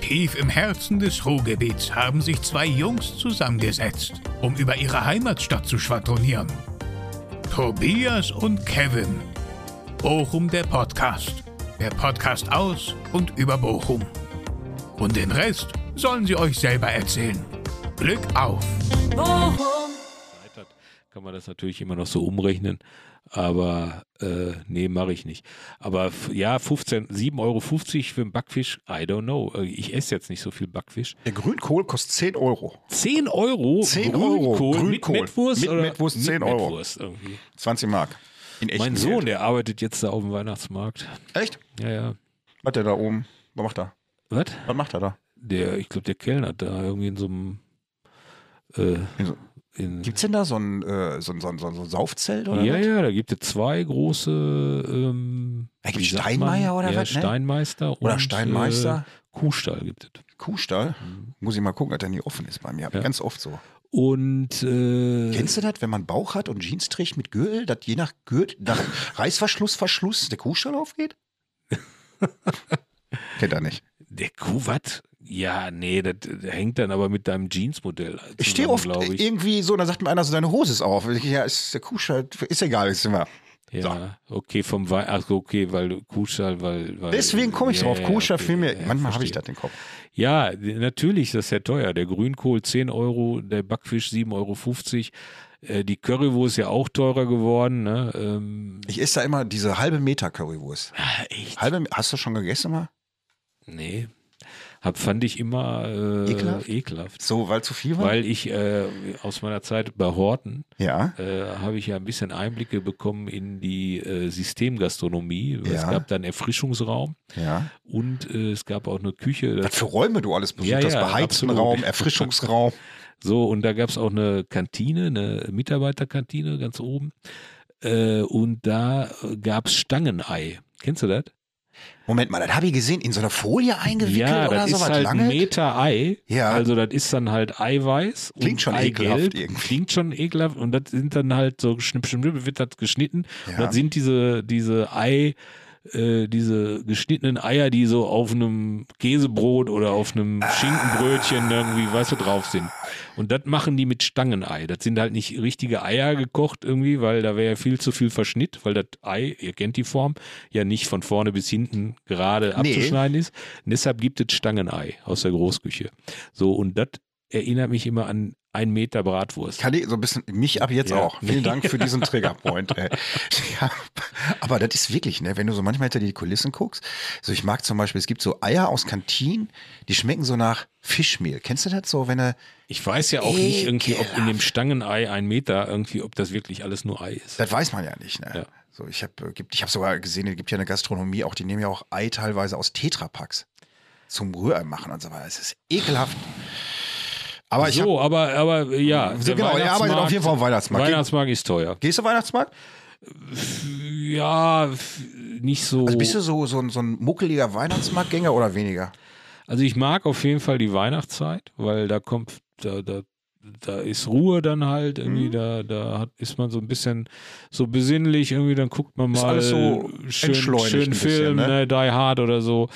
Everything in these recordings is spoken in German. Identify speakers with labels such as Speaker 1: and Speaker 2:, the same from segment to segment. Speaker 1: Tief im Herzen des Ruhrgebiets haben sich zwei Jungs zusammengesetzt, um über ihre Heimatstadt zu schwadronieren. Tobias und Kevin. Bochum der Podcast. Der Podcast aus und über Bochum. Und den Rest sollen sie euch selber erzählen. Glück auf!
Speaker 2: Zeit hat, kann man das natürlich immer noch so umrechnen. Aber äh, nee, mache ich nicht. Aber f- ja, 15, 7,50 Euro für einen Backfisch, I don't know. Äh, Ich esse jetzt nicht so viel Backfisch.
Speaker 3: Der Grünkohl kostet 10 Euro.
Speaker 2: 10 Euro
Speaker 3: 10 Euro,
Speaker 2: Grünkohl mit
Speaker 3: Grünkohl.
Speaker 2: Mettwurst?
Speaker 3: Mit
Speaker 2: oder?
Speaker 3: Mettwurst, 10
Speaker 2: mit
Speaker 3: Euro.
Speaker 2: Mettwurst irgendwie.
Speaker 3: 20 Mark. In echt
Speaker 2: Mein Sohn, der arbeitet jetzt da auf dem Weihnachtsmarkt.
Speaker 3: Echt?
Speaker 2: Ja, ja.
Speaker 3: Was hat der da oben? Was macht er?
Speaker 2: Was?
Speaker 3: Was macht er da?
Speaker 2: Der, ich glaube, der Kellner hat da irgendwie in so einem äh,
Speaker 3: Also,
Speaker 2: in,
Speaker 3: Gibt's denn da so ein, äh, so ein, so ein, so ein, so ein Saufzelt oder
Speaker 2: Ja,
Speaker 3: was?
Speaker 2: ja, da gibt es zwei große. Ähm,
Speaker 3: Da gibt's
Speaker 2: wie sagt
Speaker 3: Steinmeier
Speaker 2: man?
Speaker 3: oder
Speaker 2: ja,
Speaker 3: was, ne?
Speaker 2: Steinmeister
Speaker 3: Oder
Speaker 2: und,
Speaker 3: Steinmeister? Mhm.
Speaker 2: Äh, Kuhstall gibt es.
Speaker 3: Kuhstall? Muss ich mal gucken, dass der nie offen ist bei mir.
Speaker 2: Ja.
Speaker 3: Ganz oft so.
Speaker 2: Und äh,
Speaker 3: Kennst du das, wenn man Bauch hat und Jeans trägt mit Gürtel, dass je nach Gürtel, nach Reißverschluss, Verschluss der Kuhstall aufgeht? Kennt er nicht.
Speaker 2: der Kuh, was? Ja, nee, das äh, hängt dann aber mit deinem Jeansmodell. Zusammen,
Speaker 3: Ich stehe oft
Speaker 2: glaube ich.
Speaker 3: irgendwie so, und dann sagt mir einer so, deine Hose ist auf. Ich, ja, ist der Kuhstall, ist egal, ist immer.
Speaker 2: Ja, okay, vom Wei Ach, okay, weil du- Kuhstall, weil. weil
Speaker 3: Deswegen komme ich
Speaker 2: ja,
Speaker 3: drauf.
Speaker 2: ja,
Speaker 3: Kuhstall
Speaker 2: okay,
Speaker 3: viel mehr.
Speaker 2: ja, ja,
Speaker 3: Manchmal habe ich
Speaker 2: verstehe.
Speaker 3: das im Kopf.
Speaker 2: Ja, natürlich, das ist ja teuer. Der Grünkohl 10 Euro, der Backfisch 7,50 Euro. Äh, die Currywurst ist ja auch teurer geworden. Ne? Ähm,
Speaker 3: Ich esse da immer diese halbe Meter Currywurst.
Speaker 2: Ah, echt?
Speaker 3: Halbe, hast du schon gegessen mal?
Speaker 2: Nee. Hab, fand ich immer äh,
Speaker 3: Ekelhaft?
Speaker 2: ekelhaft.
Speaker 3: So, weil zu viel war?
Speaker 2: Weil ich äh, aus meiner Zeit bei Horten
Speaker 3: ja.
Speaker 2: äh, habe ich ja ein bisschen Einblicke bekommen in die äh, Systemgastronomie. Es
Speaker 3: Ja.
Speaker 2: gab dann Erfrischungsraum
Speaker 3: Ja.
Speaker 2: und äh, es gab auch eine Küche.
Speaker 3: Was für Räume du alles besucht
Speaker 2: Ja,
Speaker 3: hast.
Speaker 2: ja,
Speaker 3: Beheizten
Speaker 2: absolut.
Speaker 3: Raum, Erfrischungsraum.
Speaker 2: So, und da gab es auch eine Kantine, eine Mitarbeiterkantine ganz oben. Äh, und da gab es Stangenei. Kennst du das?
Speaker 3: Moment mal, das habe ich gesehen, in so einer Folie eingewickelt
Speaker 2: Ja,
Speaker 3: oder
Speaker 2: das
Speaker 3: so
Speaker 2: ist
Speaker 3: was
Speaker 2: halt ein
Speaker 3: lange.
Speaker 2: Meter Ei.
Speaker 3: Ja.
Speaker 2: Also das ist dann halt Eiweiß.
Speaker 3: Klingt schon ekelhaft
Speaker 2: Eigelb.
Speaker 3: irgendwie.
Speaker 2: Klingt schon ekelhaft. Und das sind dann halt so schnipp, schnipp, schnipp, wird das geschnitten.
Speaker 3: Ja.
Speaker 2: Und das sind diese, diese Ei, äh, diese geschnittenen Eier, die so auf einem Käsebrot oder auf einem
Speaker 3: Ah.
Speaker 2: Schinkenbrötchen irgendwie, weißt du, drauf sind. Und das machen die mit Stangenei. Das sind halt nicht richtige Eier gekocht irgendwie, weil da wäre ja viel zu viel Verschnitt, weil das Ei, ihr kennt die Form, ja nicht von vorne bis hinten gerade
Speaker 3: Nee.
Speaker 2: abzuschneiden ist. Und deshalb gibt es Stangenei aus der Großküche. So, und das erinnert mich immer an ein Meter Bratwurst.
Speaker 3: Kann ich so ein bisschen, mich ab jetzt
Speaker 2: Ja.
Speaker 3: auch. Vielen Dank für diesen Triggerpoint. ey. ja, aber das ist wirklich, ne, wenn du so manchmal hinter die Kulissen guckst, so ich mag zum Beispiel, es gibt so Eier aus Kantinen, die schmecken so nach Fischmehl. Kennst du das so, wenn er,
Speaker 2: Ich weiß ja auch nicht irgendwie, ob in dem
Speaker 3: Ekelhaft.
Speaker 2: Stangenei ein Meter irgendwie, ob das wirklich alles nur Ei ist.
Speaker 3: das weiß man ja nicht, ne?
Speaker 2: Ja.
Speaker 3: So, ich habe ich hab sogar gesehen, es gibt ja eine Gastronomie auch, die nehmen ja auch Ei teilweise aus Tetrapacks zum Rührei machen und so weiter. Es ist ekelhaft. Aber ich hab,
Speaker 2: so, aber, aber ja.
Speaker 3: So,
Speaker 2: der
Speaker 3: genau, ihr arbeitet auf jeden Fall am Weihnachtsmarkt.
Speaker 2: Weihnachtsmarkt ist teuer.
Speaker 3: gehst du Weihnachtsmarkt?
Speaker 2: Ja, f- nicht so.
Speaker 3: Also bist du so, so, ein- so ein muckeliger Weihnachtsmarktgänger oder weniger?
Speaker 2: Also ich mag auf jeden Fall die Weihnachtszeit, weil da kommt, da, da, da ist Ruhe dann halt
Speaker 3: Mhm.
Speaker 2: irgendwie, da, da hat, ist man so ein bisschen so besinnlich irgendwie, dann guckt man
Speaker 3: Ist
Speaker 2: mal
Speaker 3: alles so
Speaker 2: schön,
Speaker 3: entschleunigt ein
Speaker 2: schönen
Speaker 3: bisschen,
Speaker 2: Film,
Speaker 3: ne?
Speaker 2: ne? Die Hard oder so.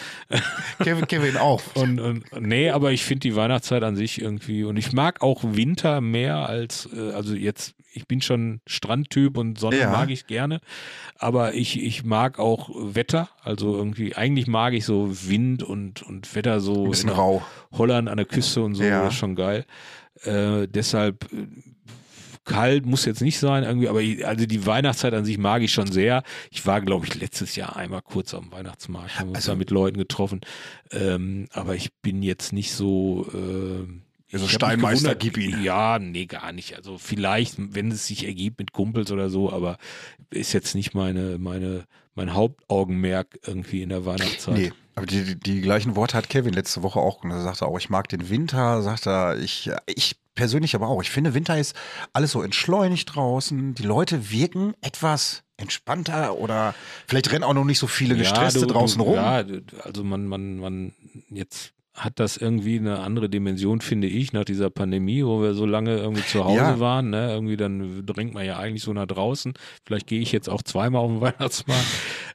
Speaker 3: Kevin, Kevin auch.
Speaker 2: Und, und nee, aber ich finde die Weihnachtszeit an sich irgendwie und ich mag auch Winter mehr als äh, also jetzt ich bin schon Strandtyp und Sonne
Speaker 3: Ja.
Speaker 2: mag ich gerne, aber ich ich mag auch Wetter, also irgendwie eigentlich mag ich so Wind und und Wetter so
Speaker 3: Ein bisschen
Speaker 2: in
Speaker 3: rau.
Speaker 2: Holland an der Küste und so
Speaker 3: Ja.
Speaker 2: das ist schon geil. Äh, deshalb äh, kalt muss jetzt nicht sein irgendwie, aber ich, also die Weihnachtszeit an sich mag ich schon sehr. Ich war glaube ich letztes Jahr einmal kurz am Weihnachtsmarkt, haben wir
Speaker 3: Also-
Speaker 2: uns da mit Leuten getroffen, ähm, aber ich bin jetzt nicht so ähm, ich hab
Speaker 3: Also
Speaker 2: mich
Speaker 3: Steinmeister,
Speaker 2: gewundert-
Speaker 3: gib ihn.
Speaker 2: Ja, nee, gar nicht. Also vielleicht, wenn es sich ergibt mit Kumpels oder so, aber ist jetzt nicht meine, meine, mein Hauptaugenmerk irgendwie in der Weihnachtszeit.
Speaker 3: Nee, aber die, die, die gleichen Worte hat Kevin letzte Woche auch. Und er sagte auch, ich mag den Winter, sagt er, ich, ich persönlich aber auch. Ich finde, Winter ist alles so entschleunigt draußen. Die Leute wirken etwas entspannter oder vielleicht rennen auch noch nicht so viele Gestresste
Speaker 2: du- du-
Speaker 3: draußen rum.
Speaker 2: Ja, du- also man, man, man, jetzt hat das irgendwie eine andere Dimension, finde ich, nach dieser Pandemie, wo wir so lange irgendwie zu Hause
Speaker 3: Ja.
Speaker 2: waren. Ne? Irgendwie dann drängt man ja eigentlich so nach draußen. Vielleicht gehe ich jetzt auch zweimal auf den Weihnachtsmarkt.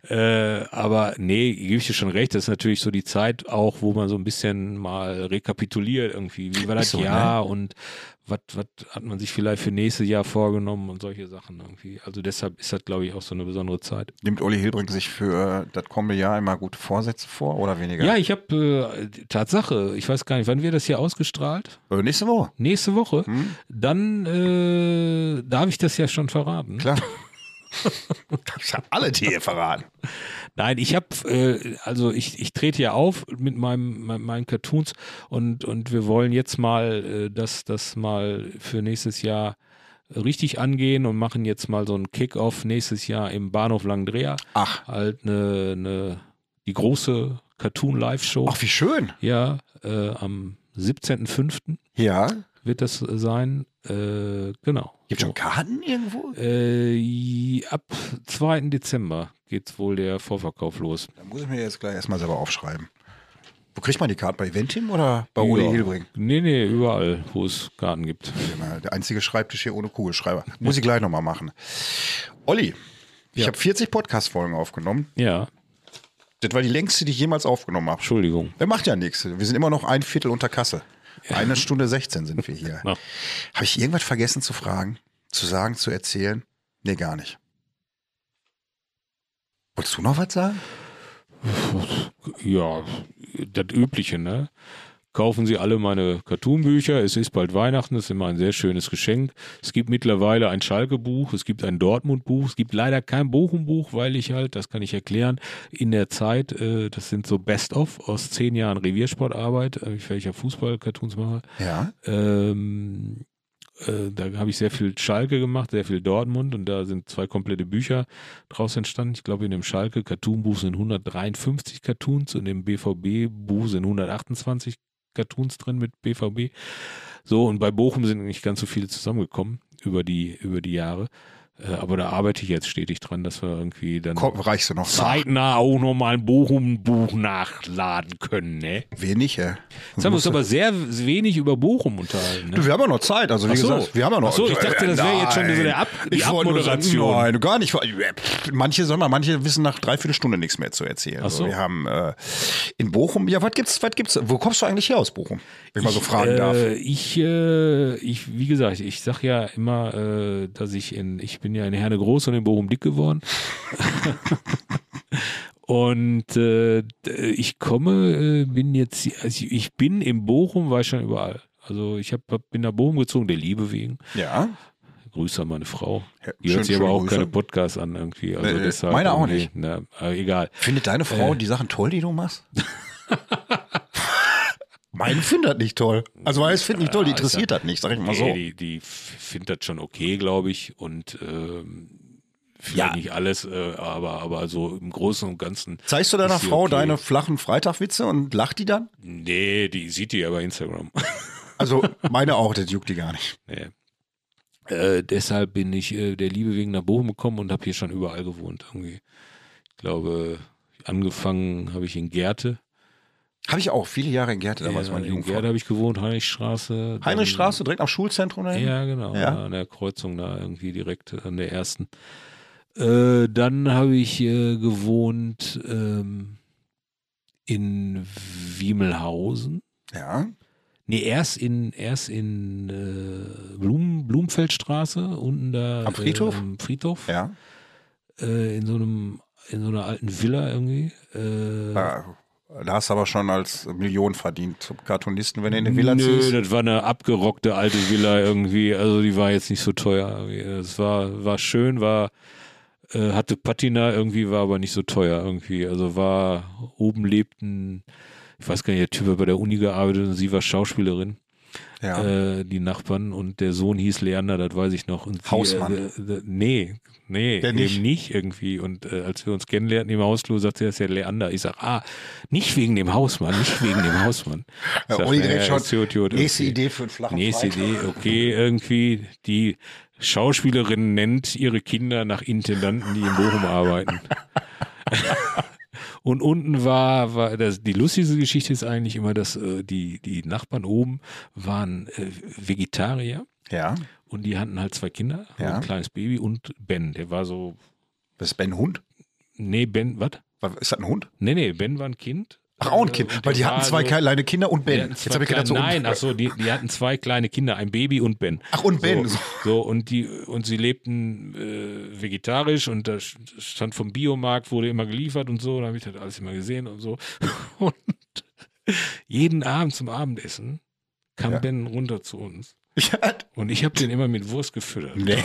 Speaker 2: Äh, aber nee, gebe ich dir schon recht. Das ist natürlich so die Zeit auch, wo man so ein bisschen mal rekapituliert irgendwie. Wie war das
Speaker 3: Ist so, ne?
Speaker 2: Jahr und was hat man sich vielleicht für nächstes Jahr vorgenommen und solche Sachen irgendwie. Also deshalb ist das, glaube ich, auch so eine besondere Zeit.
Speaker 3: Nimmt Olli Hilbrink sich für äh, das kommende Jahr immer gute Vorsätze vor oder weniger?
Speaker 2: Ja, ich habe äh, Tatsache, ich weiß gar nicht, wann wird das hier ausgestrahlt?
Speaker 3: Äh, nächste Woche.
Speaker 2: Nächste Woche.
Speaker 3: Hm.
Speaker 2: Dann äh, darf ich das ja schon verraten.
Speaker 3: Klar. ich habe alle Tiere verraten.
Speaker 2: Nein, ich habe, äh, also ich, ich trete ja auf mit meinem, mein, meinen Cartoons und, und wir wollen jetzt mal äh, das, das mal für nächstes Jahr richtig angehen und machen jetzt mal so einen Kick-Off nächstes Jahr im Bahnhof Langdrea.
Speaker 3: Ach,
Speaker 2: Halt eine, eine, die große Cartoon-Live-Show.
Speaker 3: ach, wie schön.
Speaker 2: Ja, äh, am 17.05.
Speaker 3: Ja.
Speaker 2: wird das sein. Äh, genau.
Speaker 3: Gibt schon Karten irgendwo?
Speaker 2: Äh, ab 2. Dezember geht wohl der Vorverkauf los.
Speaker 3: Da muss ich mir jetzt gleich erstmal selber aufschreiben. Wo kriegt man die Karten? Bei Eventim oder bei Olli Hilbrink?
Speaker 2: Nee, nee, überall, wo es Karten gibt.
Speaker 3: Genau, Der einzige Schreibtisch hier ohne Kugelschreiber. Muss ich gleich nochmal machen. Olli, ich
Speaker 2: Ja.
Speaker 3: habe 40 Podcast-Folgen aufgenommen.
Speaker 2: Ja,
Speaker 3: Das war die längste, die ich jemals aufgenommen habe.
Speaker 2: Entschuldigung.
Speaker 3: Der macht ja nichts. Wir sind immer noch ein Viertel unter Kasse. Eine Stunde 16 sind wir hier.
Speaker 2: Na.
Speaker 3: Habe ich irgendwas vergessen zu fragen, zu sagen, zu erzählen? Nee, gar nicht. Wolltest du noch was sagen?
Speaker 2: Ja, das Übliche, ne? Kaufen Sie alle meine Cartoonbücher. Es ist bald Weihnachten, das ist immer ein sehr schönes Geschenk. Es gibt mittlerweile ein Schalke-Buch, es gibt ein Dortmund-Buch, es gibt leider kein Bochum-Buch, weil ich halt, das kann ich erklären, in der Zeit, äh, das sind so Best-of aus zehn Jahren Reviersportarbeit, äh, welcher Fußball-Cartoons mache,
Speaker 3: Ja.
Speaker 2: ähm, äh, da habe ich sehr viel Schalke gemacht, sehr viel Dortmund und da sind zwei komplette Bücher draus entstanden. Ich glaube, in dem Schalke Cartoon-Buch sind 153 Cartoons und im BVB-Buch sind 128 Cartoons drin mit BVB. So, und bei Bochum sind nicht ganz so viele zusammengekommen über die, über die Jahre. Äh, aber da arbeite ich jetzt stetig dran, dass wir irgendwie dann
Speaker 3: Komm, reichst du noch?
Speaker 2: zeitnah auch nochmal ein Bochum-Buch nachladen können, ne?
Speaker 3: Wenig, ey.
Speaker 2: Jetzt haben wir uns aber sehr wenig über Bochum unterhalten. Ne?
Speaker 3: Du, wir haben ja noch Zeit, also wie
Speaker 2: Ach so.
Speaker 3: gesagt, wir haben ja noch
Speaker 2: Ach so, ich dachte, das wäre jetzt schon so der Ab- die
Speaker 3: Ich wollte nur sagen,
Speaker 2: Abmoderation.
Speaker 3: Nein, gar nicht. Pff, Manche, sag mal, manche wissen nach dreiviertel Stunde nichts mehr zu erzählen.
Speaker 2: Ach so.
Speaker 3: Also, wir haben äh, in Bochum, ja, was gibt's, was gibt's, wo kommst du eigentlich her aus Bochum? Wenn ich mal so fragen
Speaker 2: äh,
Speaker 3: darf.
Speaker 2: Ich, äh, ich, wie gesagt, ich sag ja immer, äh, dass ich in, ich bin ja in Herne groß und in Bochum dick geworden. und äh, d- ich komme, äh, bin jetzt, also ich bin in Bochum, war ich schon überall. Also ich hab, hab, bin nach Bochum gezogen, der Liebe wegen.
Speaker 3: ja,
Speaker 2: Grüße an meine Frau.
Speaker 3: Ja,
Speaker 2: Die hört
Speaker 3: schön-
Speaker 2: sich aber
Speaker 3: schöne
Speaker 2: auch
Speaker 3: Grüße.
Speaker 2: keine Podcasts an irgendwie. Also
Speaker 3: Äh,
Speaker 2: deshalb
Speaker 3: meine auch
Speaker 2: irgendwie,
Speaker 3: nicht.
Speaker 2: Na, aber egal.
Speaker 3: Findet deine
Speaker 2: äh.
Speaker 3: Frau die Sachen toll, die du machst? Meine findet das nicht toll. Also meine findet nicht toll, die
Speaker 2: Ja, ist
Speaker 3: interessiert das nicht, sag ich mal
Speaker 2: Nee,
Speaker 3: so.
Speaker 2: Die, die findet das schon okay, glaube ich. Und ähm, vielleicht
Speaker 3: Ja.
Speaker 2: nicht alles, äh, aber, aber so im Großen und Ganzen.
Speaker 3: Zeigst du deiner
Speaker 2: ist sie
Speaker 3: Frau
Speaker 2: okay.
Speaker 3: deine flachen Freitagwitze und lacht die dann?
Speaker 2: Nee, die sieht die ja bei Instagram.
Speaker 3: Also meine auch, das juckt die gar nicht.
Speaker 2: nee. Äh, deshalb bin ich äh, der Liebe wegen nach Bochum gekommen und habe hier schon überall gewohnt. Irgendwie. Ich glaube, angefangen habe ich in Gerte.
Speaker 3: Habe ich auch viele Jahre in Gerte damals,
Speaker 2: Ja,
Speaker 3: meine
Speaker 2: in
Speaker 3: Jungfrau.
Speaker 2: Gerte habe ich gewohnt, Heinrichstraße. dann-
Speaker 3: Heinrichstraße, direkt am Schulzentrum dahin?
Speaker 2: Ja, genau.
Speaker 3: Ja.
Speaker 2: da An der Kreuzung da irgendwie direkt an der ersten. Äh, dann habe ich äh, gewohnt ähm, in Wiemelhausen.
Speaker 3: Ja.
Speaker 2: Nee, erst in, erst in äh, Blum, Blumfeldstraße, unten da.
Speaker 3: Am Friedhof?
Speaker 2: Äh, am Friedhof.
Speaker 3: Ja.
Speaker 2: Äh, in so einem, in so einer alten Villa irgendwie. Äh,
Speaker 3: ja. Ah, Da hast du aber schon als Million verdient zum Cartoonisten, wenn du in eine Villa
Speaker 2: Nö,
Speaker 3: ziehst.
Speaker 2: das war eine abgerockte alte Villa irgendwie. Also die war jetzt nicht so teuer. Es war, war schön, war, äh, hatte Patina irgendwie, war aber nicht so teuer irgendwie. Also war, oben lebten, ich weiß gar nicht, der Typ hat bei der Uni gearbeitet und sie war Schauspielerin,
Speaker 3: Ja.
Speaker 2: äh, die Nachbarn. Und der Sohn hieß Leander, das weiß ich noch. Und sie,
Speaker 3: Hausmann.
Speaker 2: Äh, äh, nee, nee,
Speaker 3: Der
Speaker 2: eben
Speaker 3: nicht.
Speaker 2: nicht. irgendwie. Und äh, als wir uns kennenlernten im Hausflur, sagte er, das ist ja Leander. Ich sag, ah, nicht wegen dem Hausmann, nicht wegen dem Hausmann. Ich
Speaker 3: Ja,
Speaker 2: sag,
Speaker 3: Olli
Speaker 2: naja,
Speaker 3: direkt schon.
Speaker 2: ist gut, gut,
Speaker 3: Nächste
Speaker 2: irgendwie.
Speaker 3: Idee für einen flachen
Speaker 2: Nächste
Speaker 3: Freitag.
Speaker 2: Idee, okay, irgendwie die Schauspielerin nennt ihre Kinder nach Intendanten, die in Bochum arbeiten. Und unten war, war das, die lustigste Geschichte ist eigentlich immer, dass äh, die, die Nachbarn oben waren äh, Vegetarier
Speaker 3: Ja.
Speaker 2: und die hatten halt zwei Kinder,
Speaker 3: Ja.
Speaker 2: ein kleines Baby und Ben, der war so
Speaker 3: Das ist Ben Hund.
Speaker 2: Nee, Ben, was?
Speaker 3: Was- Ist das ein Hund?
Speaker 2: Nee, nee, Ben war ein Kind.
Speaker 3: Ach, auch ein
Speaker 2: Äh,
Speaker 3: Kind.
Speaker 2: und
Speaker 3: Weil
Speaker 2: der
Speaker 3: die hatten
Speaker 2: war
Speaker 3: zwei
Speaker 2: so-
Speaker 3: kleine Kinder und
Speaker 2: die
Speaker 3: Ben.
Speaker 2: hatten
Speaker 3: Jetzt
Speaker 2: zwei
Speaker 3: habe ich gedacht,
Speaker 2: kleine-
Speaker 3: so
Speaker 2: Nein, ach so, die, die hatten zwei kleine Kinder, ein Baby und Ben.
Speaker 3: Ach, und Ben.
Speaker 2: So, so und die und sie lebten äh, vegetarisch und da stand vom Biomarkt wurde immer geliefert und so, da habe ich das alles immer gesehen und so. Und jeden Abend zum Abendessen kam
Speaker 3: Ja.
Speaker 2: Ben runter zu uns
Speaker 3: Ja,
Speaker 2: und ich habe den immer mit Wurst gefüttert.
Speaker 3: nee.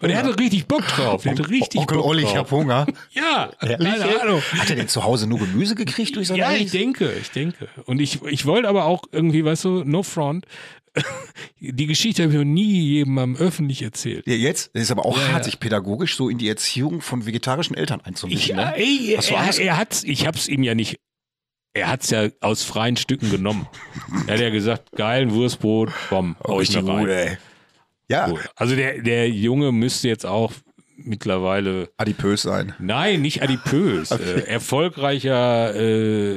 Speaker 2: Und er hatte richtig Bock drauf, er hatte richtig
Speaker 3: Onkel
Speaker 2: Bock
Speaker 3: Olli, ich hab
Speaker 2: drauf.
Speaker 3: Hunger.
Speaker 2: Ja,
Speaker 3: Ehrlich, ey?
Speaker 2: keine Ahnung.
Speaker 3: Hat er denn zu Hause nur Gemüse gekriegt durch sein
Speaker 2: Ja, ich
Speaker 3: Eis?
Speaker 2: denke, ich denke. Und ich, ich wollte aber auch irgendwie, weißt du, no front. Die Geschichte habe ich noch nie jemandem öffentlich erzählt.
Speaker 3: Ja, jetzt? Das ist aber auch
Speaker 2: Ja,
Speaker 3: hart,
Speaker 2: ja.
Speaker 3: sich pädagogisch so in die Erziehung von vegetarischen Eltern
Speaker 2: Ich,
Speaker 3: einzumischen. ne?
Speaker 2: ey,
Speaker 3: Hast du
Speaker 2: er,
Speaker 3: Angst?
Speaker 2: er hat's, ich hab's ihm ja nicht. Er hat's ja aus freien Stücken genommen. er hat ja gesagt, geilen Wurstbrot, bomb, hau ich mir
Speaker 3: Richtig gut,
Speaker 2: rein.
Speaker 3: ey. Ja,
Speaker 2: Gut. Also der, der Junge müsste jetzt auch mittlerweile
Speaker 3: adipös sein.
Speaker 2: Nein, nicht adipös. äh, erfolgreicher, äh,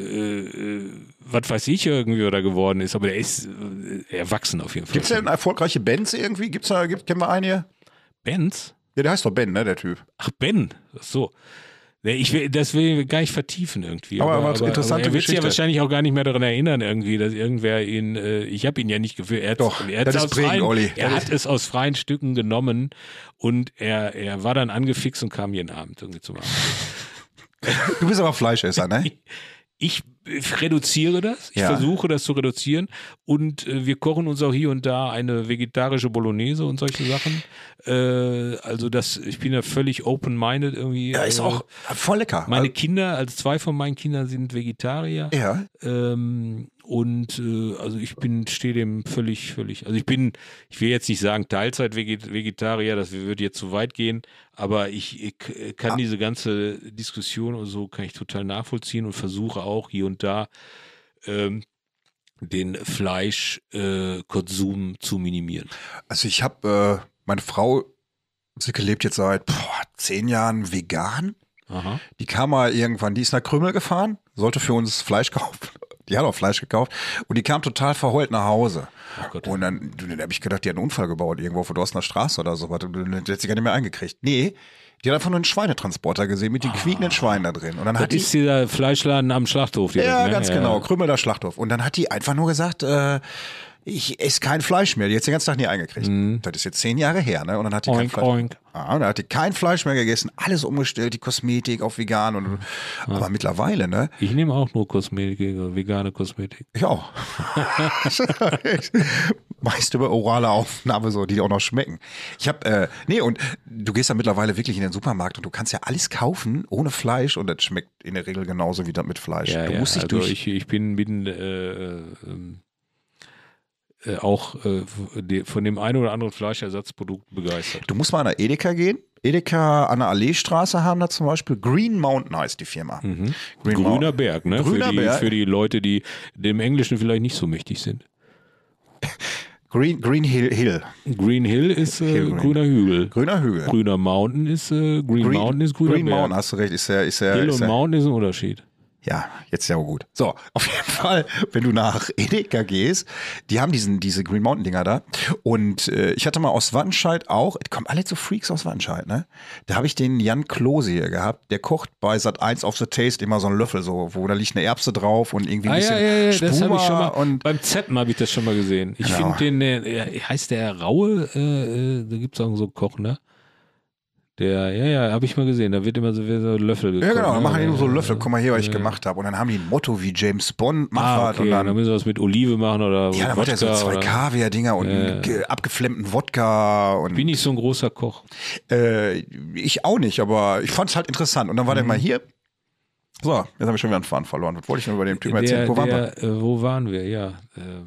Speaker 2: äh, was weiß ich irgendwie oder geworden ist, aber der ist äh, erwachsen auf jeden Fall.
Speaker 3: Gibt's denn erfolgreiche Bands irgendwie? Gibt's da, gibt, kennen wir einen hier?
Speaker 2: Benz?
Speaker 3: Ja, der heißt doch Ben, ne, der Typ.
Speaker 2: Ach, Ben. Ach so. Nee, Ich will, das will ich gar nicht vertiefen irgendwie.
Speaker 3: Aber was interessante
Speaker 2: er wird sich ja
Speaker 3: Geschichte.
Speaker 2: wahrscheinlich auch gar nicht mehr daran erinnern irgendwie, dass irgendwer ihn, äh, ich habe ihn ja nicht gefühlt. Er, hat's-
Speaker 3: Doch,
Speaker 2: er, hat's
Speaker 3: das ist
Speaker 2: aus
Speaker 3: prägend,
Speaker 2: freien,
Speaker 3: Olli.
Speaker 2: er
Speaker 3: Das
Speaker 2: hat es aus freien Stücken genommen und er, er war dann angefixt und kam jeden Abend irgendwie zum Abend.
Speaker 3: Du bist aber Fleischesser, ne?
Speaker 2: ich äh, reduziere das, ich
Speaker 3: Ja.
Speaker 2: versuche das zu reduzieren und äh, wir kochen uns auch hier und da eine vegetarische Bolognese und solche Sachen. Äh, also das, ich bin da völlig open-minded irgendwie.
Speaker 3: Ja, ist
Speaker 2: äh,
Speaker 3: auch voll lecker. Also,
Speaker 2: Meine Kinder, also zwei von meinen Kindern sind Vegetarier
Speaker 3: ja,
Speaker 2: ähm, und äh, also ich bin, stehe dem völlig, völlig, also ich bin, ich will jetzt nicht sagen Teilzeit-Vegetarier, das würde jetzt zu weit gehen, aber ich, ich äh,
Speaker 3: Ah.
Speaker 2: kann diese ganze Diskussion und so kann ich total nachvollziehen und versuche auch hier und da ähm, den Fleischkonsum äh, Konsum zu minimieren.
Speaker 3: also ich habe, äh, meine Frau, sie lebt jetzt seit boah, zehn Jahren vegan.
Speaker 2: Aha.
Speaker 3: Die kam mal irgendwann, die ist nach Krümmel gefahren, sollte für uns Fleisch kaufen. Die hat auch Fleisch gekauft und die kam total verheult nach Hause.
Speaker 2: Oh Gott.
Speaker 3: und dann, dann habe ich gedacht, die hat einen Unfall gebaut, irgendwo auf der Dorstener Straße oder so. was. Und Dann hat sie gar nicht mehr eingekriegt. Nee, die hat einfach nur einen Schweinetransporter gesehen mit den quiekenden Schweinen da drin. Und dann hat
Speaker 2: Ah. Das
Speaker 3: die,
Speaker 2: ist dieser Fleischladen am Schlachthof. direkt,
Speaker 3: Ja,
Speaker 2: ne?
Speaker 3: ganz genau. Krümelder Schlachthof. Und dann hat die einfach nur gesagt, äh, ich esse kein Fleisch mehr. Die hat den ganzen Tag nie eingekriegt. Das ist jetzt zehn Jahre her, ne? Und dann hat die kein
Speaker 2: Mhm. Oink,
Speaker 3: Fleisch.
Speaker 2: oink.
Speaker 3: Ah, und dann hat die kein Fleisch mehr gegessen, alles umgestellt, die Kosmetik auf vegan und aber mittlerweile, ne?
Speaker 2: Ich nehme auch nur Kosmetik, äh, vegane Kosmetik.
Speaker 3: Ich auch. Meist über orale Aufnahme so, die auch noch schmecken. Ich habe äh, nee und du gehst ja mittlerweile wirklich in den Supermarkt und du kannst ja alles kaufen ohne Fleisch und das schmeckt in der Regel genauso wie das mit Fleisch.
Speaker 2: Ja,
Speaker 3: du
Speaker 2: ja,
Speaker 3: musst dich
Speaker 2: also
Speaker 3: durch
Speaker 2: Ich, ich bin, bin äh, ähm, äh, auch äh, f- de- von dem einen oder anderen Fleischersatzprodukt begeistert.
Speaker 3: Du musst mal an der Edeka gehen. Edeka an der Alleestraße haben da zum Beispiel Green Mountain heißt die Firma. Green
Speaker 2: Mhm. Grüner
Speaker 3: Mountain.
Speaker 2: Berg, ne?
Speaker 3: Genau. Grüner
Speaker 2: für, die,
Speaker 3: Berg.
Speaker 2: für die Leute, die dem Englischen vielleicht nicht so mächtig sind.
Speaker 3: Green, Green Hill Hill.
Speaker 2: Green Hill ist äh,
Speaker 3: Hill Green.
Speaker 2: grüner Hügel.
Speaker 3: Grüner Hügel.
Speaker 2: Grüner Mountain ist äh, Green,
Speaker 3: Green-
Speaker 2: Mountain ist grüner
Speaker 3: Green
Speaker 2: Berg.
Speaker 3: Mountain, hast du recht, ist ja, ist ja,
Speaker 2: Hill
Speaker 3: ist
Speaker 2: und
Speaker 3: ja,
Speaker 2: Mountain ist ein Unterschied.
Speaker 3: ja, jetzt ja auch gut. So, auf jeden Fall, wenn du nach Edeka gehst, die haben diesen, diese Green Mountain Dinger da. Und äh, ich hatte mal aus Wattenscheid auch, es kommen alle zu Freaks aus Wattenscheid, ne? Da habe ich den Jan Klose hier gehabt, der kocht bei Sat 1 of the Taste immer so einen Löffel, so, wo da liegt eine Erbse drauf und irgendwie ein
Speaker 2: Ah,
Speaker 3: bisschen
Speaker 2: ja, ja, ja, das habe
Speaker 3: Spuma
Speaker 2: ich schon mal.
Speaker 3: und
Speaker 2: beim Zeppen habe ich das schon mal gesehen. Ich
Speaker 3: Genau.
Speaker 2: finde den, äh, äh, heißt der Raue, äh, äh, da gibt es auch so einen Koch, ne? Der, ja, ja, habe ich mal gesehen. Da wird immer so, wird so ein Löffel gekocht.
Speaker 3: Ja, genau, dann
Speaker 2: ne?
Speaker 3: machen die nur so Löffel.
Speaker 2: Äh,
Speaker 3: Guck mal hier, was ich
Speaker 2: äh,
Speaker 3: gemacht habe. Und dann haben die ein Motto wie James Bond, mach
Speaker 2: Ah,
Speaker 3: was.
Speaker 2: okay,
Speaker 3: Und
Speaker 2: dann,
Speaker 3: dann,
Speaker 2: müssen wir was mit Olive machen oder
Speaker 3: ja, dann macht
Speaker 2: Wodka
Speaker 3: er so zwei
Speaker 2: oder-
Speaker 3: Kaviar-Dinger und einen ge- abgeflammten Wodka. Und,
Speaker 2: Bin nicht so ein großer Koch.
Speaker 3: äh, ich auch nicht, aber ich fand es halt interessant. Und dann war
Speaker 2: Mhm.
Speaker 3: der mal hier. So, jetzt habe ich schon wieder einen Faden verloren. Was wollte ich denn über den Typen
Speaker 2: der,
Speaker 3: erzählen? Wo waren wir?
Speaker 2: der, äh, wo waren wir? Ja. Äh,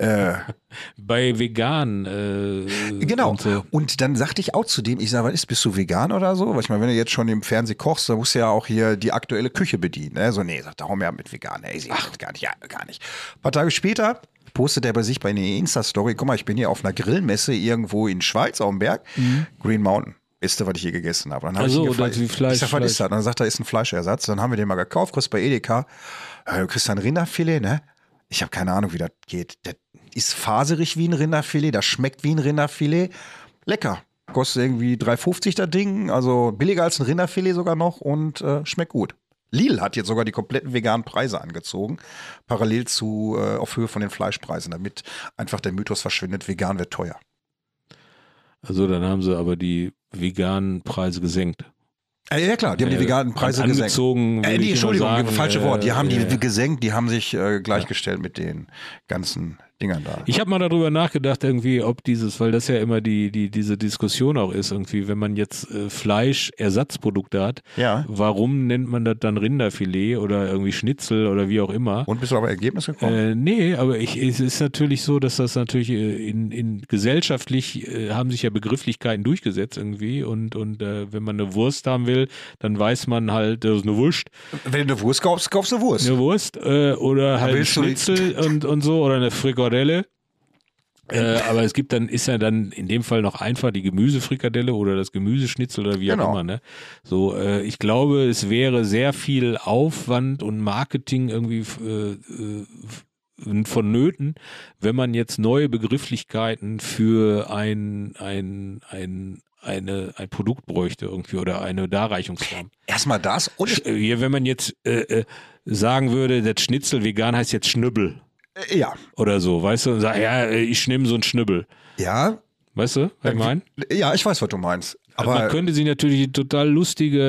Speaker 3: Äh,
Speaker 2: bei vegan. Äh,
Speaker 3: Genau.
Speaker 2: Und so.
Speaker 3: Und dann sagte ich auch zu dem, ich sage, was ist, bist du vegan oder so? Weil ich meine, wenn du jetzt schon im Fernsehen kochst, dann musst du ja auch hier die aktuelle Küche bedienen. Ne? So, nee, sagt, da hauen wir ab mit vegan. Ey, sie macht gar nicht, ja, gar nicht. Ein paar Tage später postet er bei sich bei einer Insta-Story, guck mal, ich bin hier auf einer Grillmesse irgendwo in Schweiz, auf dem Berg,
Speaker 2: Mhm.
Speaker 3: Green Mountain. Ist das, was ich hier gegessen habe? Dann habe
Speaker 2: Ach
Speaker 3: ich
Speaker 2: so,
Speaker 3: ihn gefragt,
Speaker 2: das ist wie Fleisch,
Speaker 3: ich sag, was
Speaker 2: Fleisch.
Speaker 3: ist das? Und dann sagt er, ist ein Fleischersatz. Dann haben wir den mal gekauft, kriegst bei Edeka. Ja, Du kriegst ein Rinderfilet, ne? Ich habe keine Ahnung, wie das geht. Das ist faserig wie ein Rinderfilet, das schmeckt wie ein Rinderfilet. Lecker. Kostet irgendwie 3,50 das Ding, also billiger als ein Rinderfilet sogar noch und äh, schmeckt gut. Lidl hat jetzt sogar die kompletten veganen Preise angezogen, parallel zu äh, auf Höhe von den Fleischpreisen, damit einfach der Mythos verschwindet, vegan wird teuer.
Speaker 2: Also dann haben sie aber die veganen Preise gesenkt.
Speaker 3: Äh, ja klar, die haben die
Speaker 2: Äh,
Speaker 3: veganen Preise
Speaker 2: an-
Speaker 3: gesenkt.
Speaker 2: angezogen.
Speaker 3: Äh,
Speaker 2: will
Speaker 3: die,
Speaker 2: ich nur
Speaker 3: Entschuldigung,
Speaker 2: sagen,
Speaker 3: falsche Wort. Die haben die
Speaker 2: äh,
Speaker 3: gesenkt, die haben sich äh, gleichgestellt mit den ganzen Dingern da.
Speaker 2: Ich habe mal darüber nachgedacht, irgendwie, ob dieses, weil das ja immer die, die, diese Diskussion auch ist, irgendwie, wenn man jetzt äh, Fleischersatzprodukte hat,
Speaker 3: ja.
Speaker 2: warum nennt man das dann Rinderfilet oder irgendwie Schnitzel oder wie auch immer?
Speaker 3: Und bist du aber Ergebnis gekommen?
Speaker 2: Äh, nee, aber ich, es ist natürlich so, dass das natürlich äh, in, in gesellschaftlich äh, haben sich ja Begrifflichkeiten durchgesetzt irgendwie und, und äh, wenn man eine Wurst haben will, dann weiß man halt, das ist eine Wurst,
Speaker 3: Wenn du eine Wurst kaufst, kaufst du eine Wurst.
Speaker 2: eine Wurst äh, oder halt ein
Speaker 3: willst du-
Speaker 2: Schnitzel und, und so oder eine Frikadelle. Äh, aber es gibt dann, ist ja dann in dem Fall noch einfach die Gemüsefrikadelle oder das Gemüseschnitzel oder wie
Speaker 3: Genau.
Speaker 2: auch immer. Ne? So, äh, ich glaube, es wäre sehr viel Aufwand und Marketing irgendwie äh, äh, vonnöten, wenn man jetzt neue Begrifflichkeiten für ein, ein, ein, eine, ein Produkt bräuchte irgendwie oder eine Darreichungsform.
Speaker 3: Erstmal das und ich,
Speaker 2: Sch- Hier, wenn man jetzt äh, äh, sagen würde, das Schnitzel vegan heißt jetzt Schnübbel
Speaker 3: äh, ja.
Speaker 2: oder so, weißt du, und sag, ja, äh, ich nehme so einen Schnübbel.
Speaker 3: Ja,
Speaker 2: Weißt du, was ich meine?
Speaker 3: ja, ich weiß, was du meinst.
Speaker 2: Man
Speaker 3: Aber
Speaker 2: könnte sich natürlich total lustige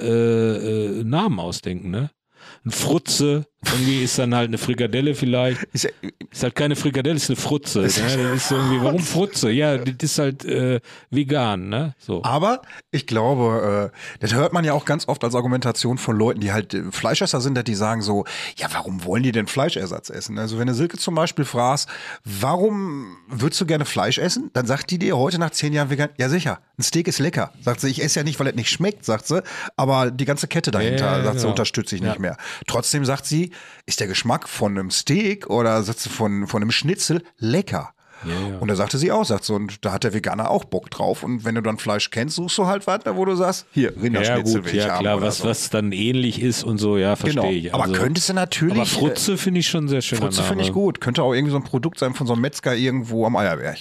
Speaker 2: äh, äh, Namen ausdenken, ne? Ein Frutze, irgendwie ist dann halt eine Frikadelle vielleicht.
Speaker 3: ist ja,
Speaker 2: Ist halt keine Frikadelle, ist eine Frutze. Ne? Das ist irgendwie, warum Frutze? Ja, das ist halt äh, vegan, ne? So.
Speaker 3: Aber ich glaube, äh, das hört man ja auch ganz oft als Argumentation von Leuten, die halt äh, Fleischesser sind, dass die sagen so, ja, warum wollen die denn Fleischersatz essen? Also wenn du Silke zum Beispiel fragst, warum würdest du gerne Fleisch essen? Dann sagt die dir heute nach zehn Jahren vegan, ja sicher, ein Steak ist lecker. Sagt sie, ich esse ja nicht, weil es nicht schmeckt, sagt sie, aber die ganze Kette dahinter,
Speaker 2: Ja,
Speaker 3: sagt sie,
Speaker 2: genau.
Speaker 3: unterstütze ich
Speaker 2: Ja.
Speaker 3: nicht mehr. Trotzdem sagt sie, ist der Geschmack von einem Steak oder sagt sie, von, von einem Schnitzel lecker.
Speaker 2: Ja, ja.
Speaker 3: Und da sagte sie auch, sagt so, und da hat der Veganer auch Bock drauf. Und wenn du dann Fleisch kennst, suchst du halt was, da wo du sagst, hier,
Speaker 2: Ja,
Speaker 3: Rinderschnitzel
Speaker 2: gut,
Speaker 3: will ich
Speaker 2: ja
Speaker 3: haben.
Speaker 2: klar,
Speaker 3: oder
Speaker 2: was,
Speaker 3: so.
Speaker 2: was dann ähnlich ist und so, ja, verstehe
Speaker 3: Genau.
Speaker 2: ich.
Speaker 3: Aber
Speaker 2: Also-
Speaker 3: könntest du natürlich.
Speaker 2: Aber Frutze finde ich schon sehr schön.
Speaker 3: äh, Frutze finde ich gut. Könnte auch irgendwie so ein Produkt sein von so einem Metzger irgendwo am Eierberg.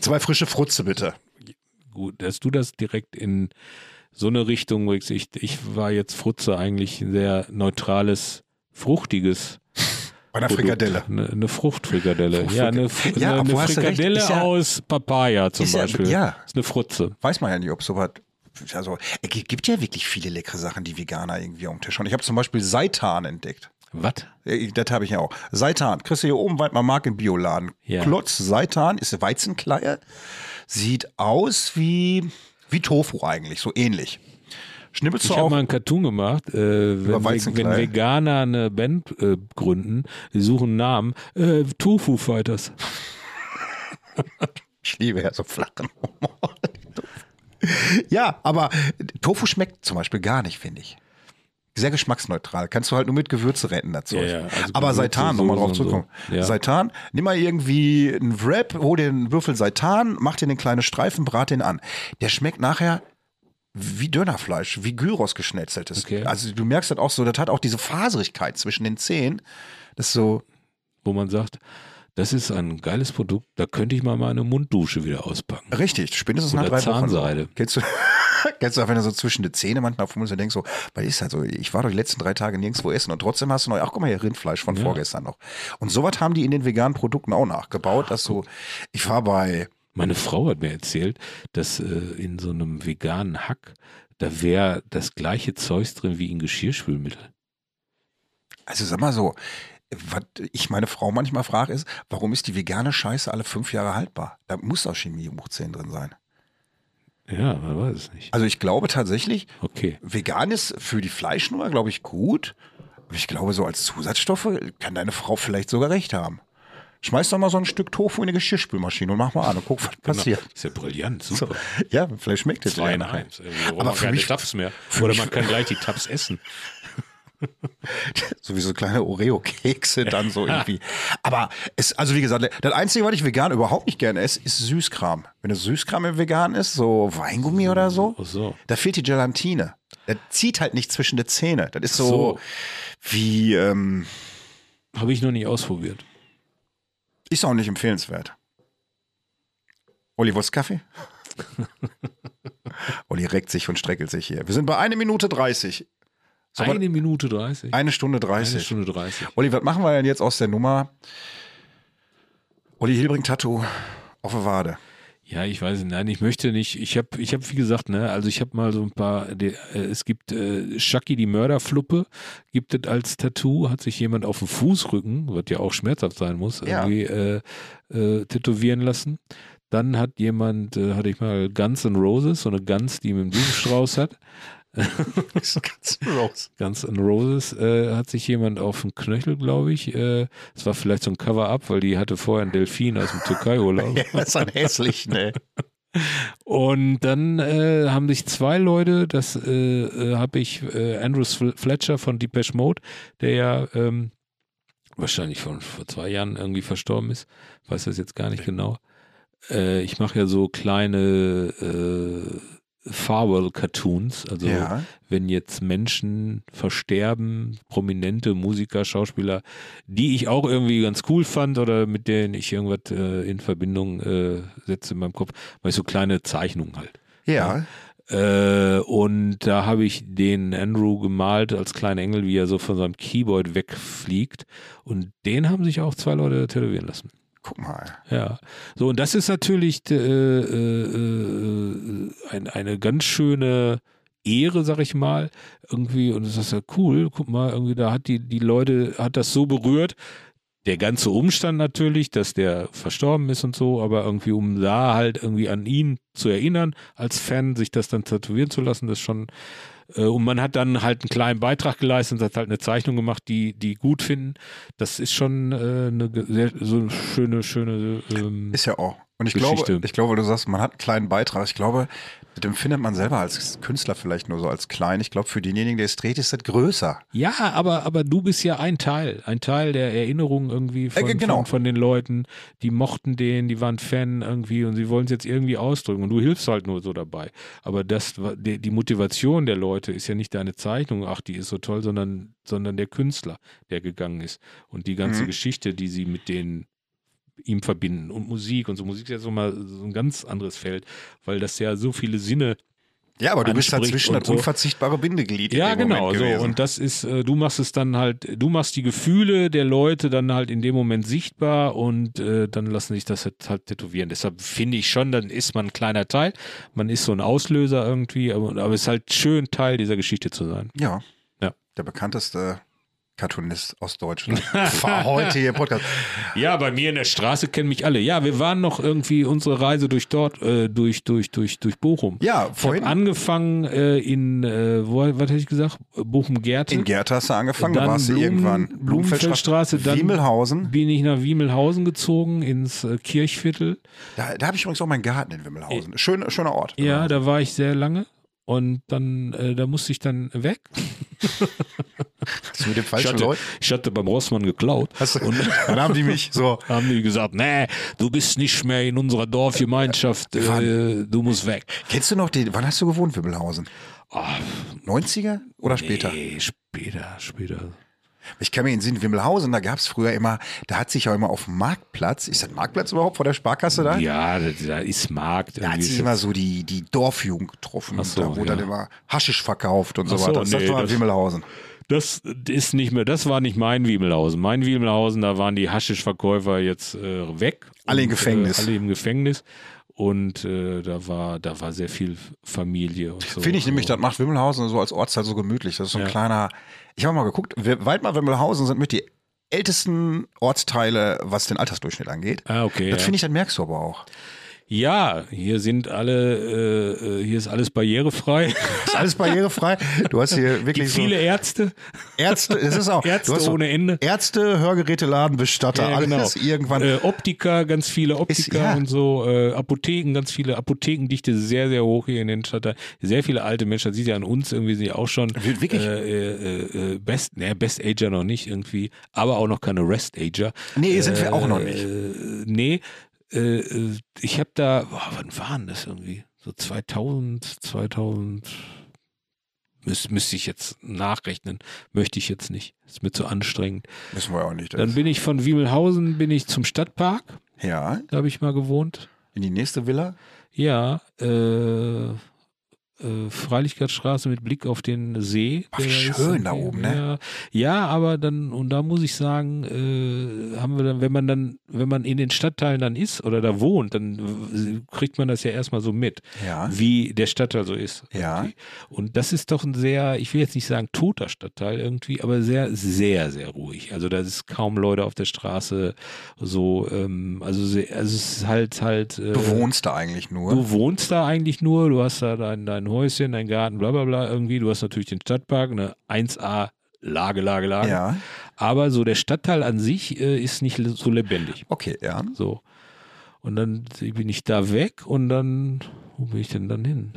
Speaker 3: Zwei frische Frutze bitte.
Speaker 2: Gut, dass du das direkt in so eine Richtung bringst. Ich, ich war jetzt Frutze eigentlich ein sehr neutrales, fruchtiges.
Speaker 3: Bei einer
Speaker 2: Produkt.
Speaker 3: Frikadelle.
Speaker 2: Eine, eine Fruchtfrikadelle.
Speaker 3: Fruchtfrikadelle.
Speaker 2: Ja, eine, Fr-
Speaker 3: Ja,
Speaker 2: eine, eine
Speaker 3: obwohl hast du recht,
Speaker 2: Frikadelle
Speaker 3: ist ja-
Speaker 2: aus Papaya zum
Speaker 3: ist ja-
Speaker 2: Beispiel.
Speaker 3: ja.
Speaker 2: Ist eine Frutze.
Speaker 3: Weiß man ja nicht, ob sowas. Also, es gibt ja wirklich viele leckere Sachen, die Veganer irgendwie am Tisch haben. Ich habe zum Beispiel Seitan entdeckt.
Speaker 2: Was?
Speaker 3: Äh, Das habe ich ja auch. Seitan. Kriegst du hier oben weit mal Mark im Bioladen.
Speaker 2: Ja.
Speaker 3: Klotz, Seitan ist eine Weizenkleie. Sieht aus wie, wie Tofu eigentlich, so ähnlich. Schnibbelst
Speaker 2: Ich
Speaker 3: du
Speaker 2: habe
Speaker 3: auch?
Speaker 2: mal einen Cartoon gemacht. Äh, wenn, Ve-
Speaker 3: Weizenklei.
Speaker 2: wenn Veganer eine Band äh, gründen, die suchen Namen. Äh, Tofu Fighters.
Speaker 3: Ich liebe ja so flachen Humor. ja, aber Tofu schmeckt zum Beispiel gar nicht, finde ich. Sehr geschmacksneutral. Kannst du halt nur mit Gewürze retten dazu.
Speaker 2: Ja, ja, also
Speaker 3: aber
Speaker 2: Gewürze,
Speaker 3: Seitan, nochmal
Speaker 2: Soße
Speaker 3: drauf
Speaker 2: und so.
Speaker 3: zurückkommen.
Speaker 2: Ja.
Speaker 3: Seitan, nimm mal irgendwie einen Wrap, hol dir einen Würfel Seitan, mach dir den kleine Streifen, brat den an. Der schmeckt nachher wie Dönerfleisch, wie Gyros geschnetzeltes.
Speaker 2: Okay.
Speaker 3: Also du merkst das auch so, das hat auch diese Faserigkeit zwischen den Zähnen. Das ist so,
Speaker 2: wo man sagt, das ist ein geiles Produkt, da könnte ich mal meine Munddusche wieder auspacken.
Speaker 3: Richtig, spätestens
Speaker 2: Oder
Speaker 3: nach drei
Speaker 2: Zahnseide.
Speaker 3: Wochen. Kennst du, kennst du auch, wenn du so zwischen die Zähne manchmal fummelst und denkst so, was ist das so? Ich war doch die letzten drei Tage nirgendwo essen und trotzdem hast du noch, ach guck mal hier, Rindfleisch von vorgestern noch. Und sowas haben die in den veganen Produkten auch nachgebaut, dass du, ich war bei,
Speaker 2: Meine Frau hat mir erzählt, dass äh, in so einem veganen Hack, da wäre das gleiche Zeugs drin wie in Geschirrspülmittel.
Speaker 3: also sag mal so, was ich meine Frau manchmal frage ist, warum ist die vegane Scheiße alle fünf Jahre haltbar? Da muss doch Chemie hoch 10 drin sein.
Speaker 2: Ja, man weiß es nicht.
Speaker 3: Also ich glaube tatsächlich,
Speaker 2: Okay.
Speaker 3: vegan ist für die Fleischnummer, glaube ich, gut. Aber ich glaube, so als Zusatzstoffe kann deine Frau vielleicht sogar recht haben. Schmeiß doch mal so ein Stück Tofu in eine Geschirrspülmaschine und mach mal an und guck, was
Speaker 2: Genau.
Speaker 3: passiert.
Speaker 2: Ist ja brillant, super. Also,
Speaker 3: Ja, vielleicht schmeckt es
Speaker 2: Zwei
Speaker 3: ja
Speaker 2: in
Speaker 3: nachher.
Speaker 2: eins. Irgendwie, Warum
Speaker 3: Aber
Speaker 2: man
Speaker 3: für
Speaker 2: keine
Speaker 3: mich-
Speaker 2: Tabs mehr.
Speaker 3: für
Speaker 2: Oder
Speaker 3: mich-
Speaker 2: man kann gleich die Tabs essen.
Speaker 3: So wie so kleine Oreo-Kekse dann so irgendwie. Aber es, also wie gesagt, das Einzige, was ich vegan überhaupt nicht gerne esse, ist Süßkram. Wenn es Süßkram im vegan ist, so Weingummi oder so,
Speaker 2: Ach so.
Speaker 3: da fehlt die Gelatine. Das zieht halt nicht zwischen die Zähne. Das ist so,
Speaker 2: So.
Speaker 3: wie, ähm,
Speaker 2: Habe ich noch nicht ausprobiert.
Speaker 3: Ist auch nicht empfehlenswert. Olli, wolltest du Kaffee? Olli reckt sich und streckelt sich hier. Wir sind bei 1 Minute 30. Sollen wir-
Speaker 2: Eine Minute 30.
Speaker 3: eine Stunde 30.
Speaker 2: Eine Stunde 30.
Speaker 3: Olli, was machen wir denn jetzt aus der Nummer? Olli Hilbring Tattoo auf der Wade.
Speaker 2: Ja, ich weiß nicht. Nein, ich möchte nicht. Ich habe, ich hab, wie gesagt, ne, also ich habe mal so ein paar. Die, äh, es gibt äh, Shaki die Mörderfluppe, gibt es als Tattoo, hat sich jemand auf dem Fußrücken, wird ja auch schmerzhaft sein muss,
Speaker 3: Ja.
Speaker 2: irgendwie äh, äh, tätowieren lassen. Dann hat jemand, äh, hatte ich mal Guns N' Roses, so eine Gans, die mit dem Blumenstrauß hat.
Speaker 3: Ist ganz raus.
Speaker 2: Guns N' Roses äh, hat sich jemand auf den Knöchel, glaube ich. äh, Es war vielleicht so ein Cover-up, weil die hatte vorher einen Delfin aus dem Türkei-Urlaub.
Speaker 3: Ja, ist ein hässlich, ne?
Speaker 2: Und dann äh, haben sich zwei Leute, das äh, äh, habe ich äh, Andrew Sl- Fletcher von Depeche Mode, der ja ähm, wahrscheinlich von vor zwei Jahren irgendwie verstorben ist, weiß das jetzt gar nicht genau. Äh, ich mache ja so kleine äh, Farewell-Cartoons, also
Speaker 3: Ja.
Speaker 2: wenn jetzt Menschen versterben, prominente Musiker, Schauspieler, die ich auch irgendwie ganz cool fand oder mit denen ich irgendwas äh, in Verbindung äh, setze in meinem Kopf, weil so kleine Zeichnungen halt.
Speaker 3: Ja.
Speaker 2: Äh, und da habe ich den Andrew gemalt als kleinen Engel, wie er so von seinem Keyboard wegfliegt. Und den haben sich auch zwei Leute tätowieren lassen.
Speaker 3: Guck mal.
Speaker 2: Ja, so und das ist natürlich äh, äh, äh, ein, eine ganz schöne Ehre, sag ich mal, irgendwie und das ist ja cool. Guck mal, irgendwie da hat die die Leute hat das so berührt. Der ganze Umstand natürlich, dass der verstorben ist und so, aber irgendwie um da halt irgendwie an ihn zu erinnern als Fan, sich das dann tätowieren zu lassen, das ist schon äh, und man hat dann halt einen kleinen Beitrag geleistet und hat halt eine Zeichnung gemacht, die die gut finden. Das ist schon äh, eine ge- sehr, so eine schöne, schöne. Ähm,
Speaker 3: Ist ja auch. Und ich
Speaker 2: Geschichte.
Speaker 3: glaube, ich glaube, du sagst, man hat einen kleinen Beitrag. Ich glaube, mit dem findet man selber als Künstler vielleicht nur so als klein. Ich glaube, für denjenigen, der es dreht, ist das größer.
Speaker 2: ja, aber, aber du bist ja ein Teil, ein Teil der Erinnerung irgendwie von,
Speaker 3: Äh, genau.
Speaker 2: von, von den Leuten, die mochten den, die waren Fan irgendwie und sie wollen es jetzt irgendwie ausdrücken und du hilfst halt nur so dabei. Aber das, wa- die, die Motivation der Leute ist ja nicht deine Zeichnung, ach, die ist so toll, sondern, sondern der Künstler, der gegangen ist und die ganze
Speaker 3: Mhm.
Speaker 2: Geschichte, die sie mit den ihm verbinden und Musik und so Musik ist ja so mal so ein ganz anderes Feld, weil das ja so viele Sinne
Speaker 3: Ja, aber du bist
Speaker 2: Anspricht
Speaker 3: dazwischen
Speaker 2: und
Speaker 3: das
Speaker 2: so.
Speaker 3: unverzichtbare Bindeglied. in
Speaker 2: Ja,
Speaker 3: dem
Speaker 2: genau.
Speaker 3: Moment
Speaker 2: So.
Speaker 3: gewesen.
Speaker 2: Und das ist, äh, du machst es dann halt, du machst die Gefühle der Leute dann halt in dem Moment sichtbar und äh, dann lassen sich das halt, halt tätowieren. Deshalb finde ich schon, dann ist man ein kleiner Teil. Man ist so ein Auslöser irgendwie, aber, aber es ist halt schön, Teil dieser Geschichte zu sein.
Speaker 3: Ja.
Speaker 2: Ja.
Speaker 3: Der bekannteste Cartoonist aus Deutschland. War heute hier im Podcast.
Speaker 2: Ja, bei mir in der Straße kennen mich alle. Ja, wir waren noch irgendwie unsere Reise durch dort, äh, durch, durch, durch, durch Bochum.
Speaker 3: Ja,
Speaker 2: Ich habe
Speaker 3: vorhin
Speaker 2: angefangen äh, in, äh, wo, was hätte ich gesagt? Bochum-Gerte.
Speaker 3: in Gerd hast du angefangen, da
Speaker 2: Dann
Speaker 3: warst du
Speaker 2: Blumen-
Speaker 3: irgendwann.
Speaker 2: Blumenfeldstraße, dann-
Speaker 3: Wimmelhausen.
Speaker 2: Bin ich nach Wiemelhausen gezogen, ins äh, Kirchviertel.
Speaker 3: Da, da habe ich übrigens auch meinen Garten in Wimmelhausen. Schön, schöner Ort.
Speaker 2: Äh, Ja, da war ich sehr lange. Und dann, äh, da musste ich dann weg.
Speaker 3: Das mit dem
Speaker 2: Ich
Speaker 3: falschen
Speaker 2: hatte,
Speaker 3: Leuten.
Speaker 2: ich hatte beim Rossmann geklaut.
Speaker 3: Hast du-
Speaker 2: Und
Speaker 3: Dann haben die mich so.
Speaker 2: haben die gesagt, nee, du bist nicht mehr in unserer Dorfgemeinschaft, äh, du musst weg.
Speaker 3: Kennst du noch den, wann hast du gewohnt, Wimmelhausen?
Speaker 2: Ah,
Speaker 3: 90er oder später?
Speaker 2: Nee, später, später.
Speaker 3: Ich kann mir in Sinn, Wimmelhausen, da gab es früher immer, da hat sich ja immer auf dem Marktplatz, ist das Marktplatz überhaupt vor der Sparkasse da?
Speaker 2: Ja, da, da ist Markt.
Speaker 3: Da hat
Speaker 2: irgendwie
Speaker 3: sich
Speaker 2: ist
Speaker 3: immer so die, die Dorfjugend getroffen.
Speaker 2: Ach so,
Speaker 3: da wurde
Speaker 2: ja.
Speaker 3: dann immer Haschisch verkauft und so
Speaker 2: Ach so,
Speaker 3: weiter. Das sagt
Speaker 2: nee,
Speaker 3: man mal
Speaker 2: das-
Speaker 3: Wimmelhausen.
Speaker 2: Das ist nicht mehr, das war nicht mein Wiemelhausen. Mein Wiemelhausen, da waren die Haschischverkäufer jetzt äh, weg.
Speaker 3: Alle
Speaker 2: Und,
Speaker 3: im Gefängnis.
Speaker 2: Äh, alle im Gefängnis. Und äh, da war, da war sehr viel Familie und so.
Speaker 3: Finde ich nämlich,
Speaker 2: Also,
Speaker 3: das macht Wimmelhausen so als Ortsteil so gemütlich. Das ist so ein
Speaker 2: Ja.
Speaker 3: kleiner. Ich habe mal geguckt, Wir- Waldmar Wimmelhausen sind mit die ältesten Ortsteile, was den Altersdurchschnitt angeht.
Speaker 2: Ah, okay.
Speaker 3: Das
Speaker 2: ja.
Speaker 3: finde ich, das merkst du aber auch.
Speaker 2: ja, hier sind alle, äh, äh, hier ist alles barrierefrei.
Speaker 3: Ist alles barrierefrei. Du hast hier wirklich so
Speaker 2: Viele Ärzte,
Speaker 3: Ärzte, das ist auch.
Speaker 2: Ärzte
Speaker 3: du hast so
Speaker 2: ohne Ende.
Speaker 3: Ärzte, Hörgeräteladen, Bestatter,
Speaker 2: Ja, genau.
Speaker 3: alles irgendwann.
Speaker 2: Äh, Optiker, ganz viele Optiker
Speaker 3: ja.
Speaker 2: und so, äh, Apotheken, ganz viele Apothekendichte, sehr, sehr hoch hier in den Stadtteilen. Sehr viele alte Menschen, das sieht ja an uns irgendwie sind ja auch schon
Speaker 3: Wir- wirklich?
Speaker 2: Äh, äh, äh, Best, ne, Best Ager noch nicht irgendwie, aber auch noch keine Rest Ager.
Speaker 3: nee, sind wir auch noch nicht.
Speaker 2: Äh, nee, äh, äh, ich habe da, boah, wann waren das irgendwie? So 2000, 2000. Müß, müsste ich jetzt nachrechnen, möchte ich jetzt nicht. Ist mir zu anstrengend.
Speaker 3: Müssen wir auch nicht.
Speaker 2: Dann bin ich von Wiemelhausen bin ich zum Stadtpark.
Speaker 3: ja.
Speaker 2: Da habe ich mal gewohnt.
Speaker 3: In die nächste Villa?
Speaker 2: Ja, äh, äh, Freilichtgartstraße mit Blick auf den See.
Speaker 3: Ach, wie
Speaker 2: Der ist
Speaker 3: schön da
Speaker 2: irgendwie
Speaker 3: oben, ne?
Speaker 2: mehr- Ja, aber dann, und da muss ich sagen, äh, haben wir dann, wenn man dann, wenn man in den Stadtteilen dann ist oder da wohnt, dann äh, kriegt man das ja erstmal so mit,
Speaker 3: Ja.
Speaker 2: wie der Stadtteil so ist.
Speaker 3: Ja.
Speaker 2: Und das ist doch ein sehr, ich will jetzt nicht sagen toter Stadtteil irgendwie, aber sehr, sehr, sehr ruhig. Also da ist kaum Leute auf der Straße, so, ähm, also, sehr, also es ist halt, halt. Äh,
Speaker 3: Du wohnst da eigentlich nur.
Speaker 2: Du wohnst da eigentlich nur, du hast da dein, dein Häuschen, dein Garten, bla bla bla irgendwie. Du hast natürlich den Stadtpark, eine 1A Lage, Lage, Lage.
Speaker 3: ja.
Speaker 2: Aber so der Stadtteil an sich äh, ist nicht le- so lebendig.
Speaker 3: Okay, ja.
Speaker 2: So. Und dann bin ich da weg und dann, wo bin ich denn dann hin?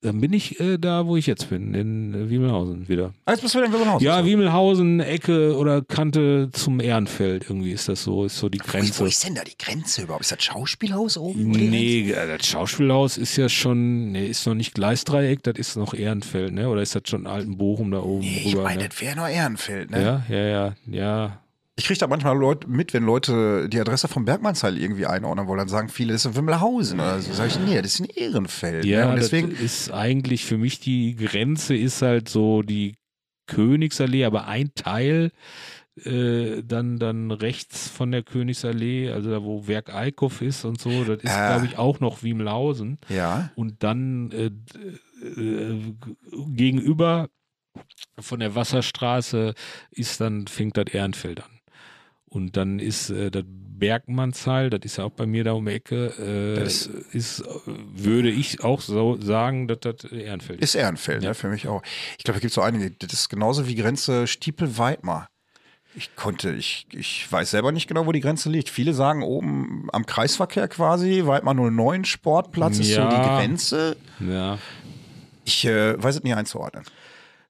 Speaker 2: Dann bin ich äh, da, wo ich jetzt bin, in äh, Wiemelhausen wieder.
Speaker 3: Ah, Jetzt bist du wieder in Wilhelmshausen.
Speaker 2: Ja,
Speaker 3: zurück.
Speaker 2: Wiemelhausen, Ecke oder Kante zum Ehrenfeld, irgendwie ist das so, ist so die
Speaker 3: Wo
Speaker 2: Grenze.
Speaker 3: ist denn da die Grenze überhaupt? Ist das Schauspielhaus oben?
Speaker 2: Nee, äh, das Schauspielhaus ist ja schon, nee, ist noch nicht Gleisdreieck, das ist noch Ehrenfeld, ne? Oder ist das schon Altenbochum da oben
Speaker 3: Nee, ich
Speaker 2: rüber?
Speaker 3: meine,
Speaker 2: ne?
Speaker 3: das wäre nur Ehrenfeld, ne?
Speaker 2: Ja, ja, ja, ja.
Speaker 3: Ich kriege da manchmal Leute mit, wenn Leute die Adresse vom Bergmannsheil irgendwie einordnen wollen, dann sagen viele, das ist in Wimmelhausen. Oder so. Sag ich, nee, das ist in Ehrenfeld. ne?
Speaker 2: Ja,
Speaker 3: Und
Speaker 2: das
Speaker 3: deswegen,
Speaker 2: ist eigentlich für mich die Grenze ist halt so die Königsallee, aber ein Teil äh, dann, dann rechts von der Königsallee, also da wo Werk Eickhoff ist und so, das ist,
Speaker 3: Ah.
Speaker 2: glaube ich, auch noch Wiemlausen.
Speaker 3: ja.
Speaker 2: und dann äh, d- äh, gegenüber von der Wasserstraße ist dann fängt das Ehrenfeld an. Und dann ist äh, das Bergmannsheil, das ist ja auch bei mir da um die Ecke, äh,
Speaker 3: Das-
Speaker 2: ist, äh, würde ich auch so sagen, dass das Ehrenfeld ist.
Speaker 3: Ist Ehrenfeld,
Speaker 2: Ja.
Speaker 3: ne? für mich auch. Ich glaube, da gibt es so einige, das ist genauso wie Grenze Stiepel-Weidmar. Ich konnte, ich, ich weiß selber nicht genau, wo die Grenze liegt. Viele sagen oben am Kreisverkehr quasi, Weidmar 09 Sportplatz ist so die
Speaker 2: Ja.
Speaker 3: Grenze.
Speaker 2: Ja.
Speaker 3: Ich äh, weiß es nicht einzuordnen.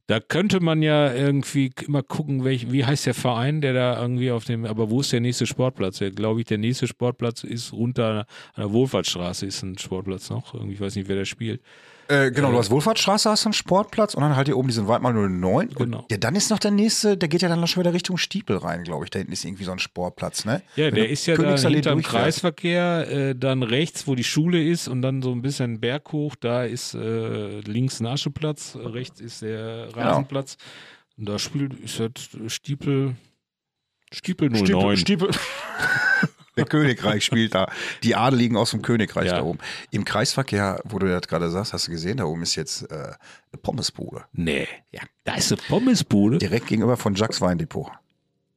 Speaker 2: Da könnte man ja irgendwie immer gucken, welch, wie heißt der Verein, der da irgendwie auf dem, aber wo ist der nächste Sportplatz? Der, glaube ich, der nächste Sportplatz ist unter einer Wohlfahrtsstraße, ist ein Sportplatz noch. Irgendwie, ich weiß nicht, wer da spielt.
Speaker 3: Äh, genau, du hast Wohlfahrtsstraße, hast einen Sportplatz und dann halt hier oben diesen Waldmann 09.
Speaker 2: Genau.
Speaker 3: Und ja, dann ist noch der nächste, der geht ja dann schon wieder Richtung Stiepel rein, glaube ich. Da hinten ist irgendwie so ein Sportplatz, ne?
Speaker 2: Ja,
Speaker 3: Wenn
Speaker 2: der
Speaker 3: du
Speaker 2: ist ja da
Speaker 3: Königsallee
Speaker 2: hinterm
Speaker 3: durchfährst.
Speaker 2: Kreisverkehr, äh, dann rechts, wo die Schule ist und dann so ein bisschen Berg hoch, da ist äh, links ein Ascheplatz, äh, rechts ist der Rasenplatz. Und da spielt, ist halt Stiepel, Stiepel 09.
Speaker 3: Stiepel, Stiepel. Der Königreich spielt da. Die Adeligen aus dem Königreich
Speaker 2: Ja.
Speaker 3: da oben. Im Kreisverkehr, wo du das gerade sagst, hast du gesehen, da oben ist jetzt äh, eine Pommesbude.
Speaker 2: Nee,
Speaker 3: Ja.
Speaker 2: da ist eine Pommesbude.
Speaker 3: Direkt gegenüber von Jacques Weindepot.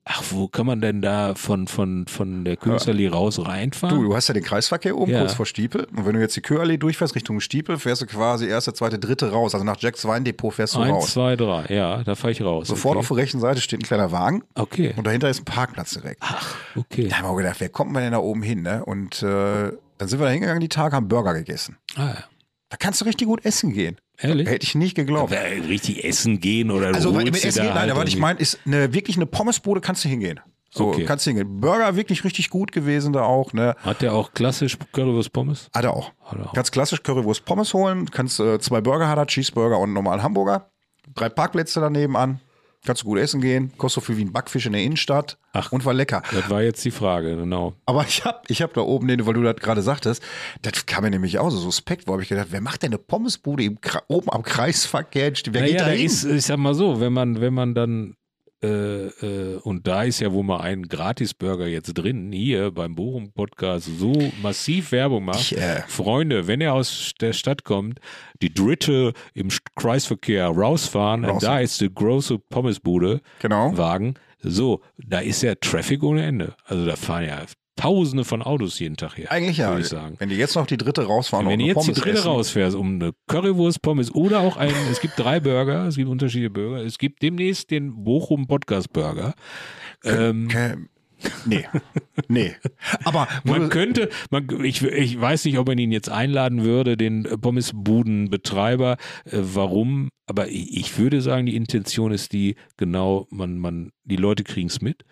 Speaker 2: Ach, wo kann man denn da von, von, von der Künstlerli raus reinfahren?
Speaker 3: Du, du hast ja den Kreisverkehr oben,
Speaker 2: Ja.
Speaker 3: kurz vor Stiepel. Und wenn du jetzt die Köhrallee durchfährst, Richtung Stiepel, fährst du quasi erste, zweite, dritte raus. Also nach Jacques Weindepot fährst du
Speaker 2: Eins,
Speaker 3: raus.
Speaker 2: zwei, drei, ja, da fahre ich raus.
Speaker 3: Sofort auf
Speaker 2: okay.
Speaker 3: der rechten Seite steht ein kleiner Wagen
Speaker 2: Okay,
Speaker 3: und dahinter ist ein Parkplatz direkt.
Speaker 2: Ah. okay.
Speaker 3: Da haben wir auch gedacht, wer kommt man denn da oben hin? Ne? Und äh, dann sind wir da hingegangen die Tage, haben Burger gegessen.
Speaker 2: Ah, ja.
Speaker 3: Da kannst du richtig gut essen gehen.
Speaker 2: Ehrlich?
Speaker 3: Hätte ich nicht geglaubt.
Speaker 2: Wer- Richtig essen gehen oder
Speaker 3: Also
Speaker 2: du
Speaker 3: weil
Speaker 2: holst
Speaker 3: mit
Speaker 2: dir
Speaker 3: Essen
Speaker 2: da
Speaker 3: gehen, nein,
Speaker 2: halt
Speaker 3: aber was ich
Speaker 2: irgendwie-
Speaker 3: meine, ist eine, wirklich eine Pommesbude kannst du hingehen. So,
Speaker 2: Okay.
Speaker 3: kannst du hingehen. Burger wirklich richtig gut gewesen da auch. Ne?
Speaker 2: Hat der auch klassisch Currywurst Pommes?
Speaker 3: Hat er auch.
Speaker 2: Hat er auch.
Speaker 3: Ganz klassisch Currywurst Pommes holen, kannst äh, zwei Burger hat er, Cheeseburger und einen normalen Hamburger. Drei Parkplätze daneben an. Kannst du gut essen gehen, kostet so viel wie ein Backfisch in der Innenstadt
Speaker 2: Ach.
Speaker 3: und war lecker.
Speaker 2: Das war jetzt die Frage, genau.
Speaker 3: Aber ich habe ich hab da oben, den, weil du das gerade sagtest, das kam mir nämlich auch so suspekt, wo habe ich gedacht, wer macht denn eine Pommesbude im, Kre- oben am Kreisverkehr? Wer geht
Speaker 2: naja,
Speaker 3: da
Speaker 2: da
Speaker 3: hin?
Speaker 2: ist, ich sag mal so, wenn man, wenn man dann äh, äh, und da ist ja wohl mal ein Gratis-Burger jetzt drin, hier beim Bochum-Podcast so massiv Werbung macht.
Speaker 3: Ich, äh,
Speaker 2: Freunde, wenn ihr aus der Stadt kommt, die dritte im St- Kreisverkehr rausfahren, und da
Speaker 3: Rausfahren.
Speaker 2: ist die große Pommesbude,
Speaker 3: genau.
Speaker 2: Wagen. So, da ist ja Traffic ohne Ende. Also da fahren ja tausende von Autos jeden Tag her.
Speaker 3: Eigentlich ja.
Speaker 2: Würde ich sagen.
Speaker 3: Wenn die jetzt noch die dritte rausfahren
Speaker 2: Wenn
Speaker 3: und
Speaker 2: du
Speaker 3: Genau,
Speaker 2: jetzt
Speaker 3: eine
Speaker 2: die
Speaker 3: Pommes
Speaker 2: dritte
Speaker 3: essen,
Speaker 2: rausfährst, um eine Currywurst, Pommes oder auch einen, es gibt drei Burger, es gibt unterschiedliche Burger, es gibt demnächst den Bochum Podcast Burger. Ähm,
Speaker 3: Okay. Nee. nee. Aber wo
Speaker 2: man
Speaker 3: du,
Speaker 2: könnte, man, ich, ich weiß nicht, ob man ihn jetzt einladen würde, den äh, Pommesbudenbetreiber, äh, warum, aber ich, ich würde sagen, die Intention ist die, genau, man, man, die Leute kriegen es mit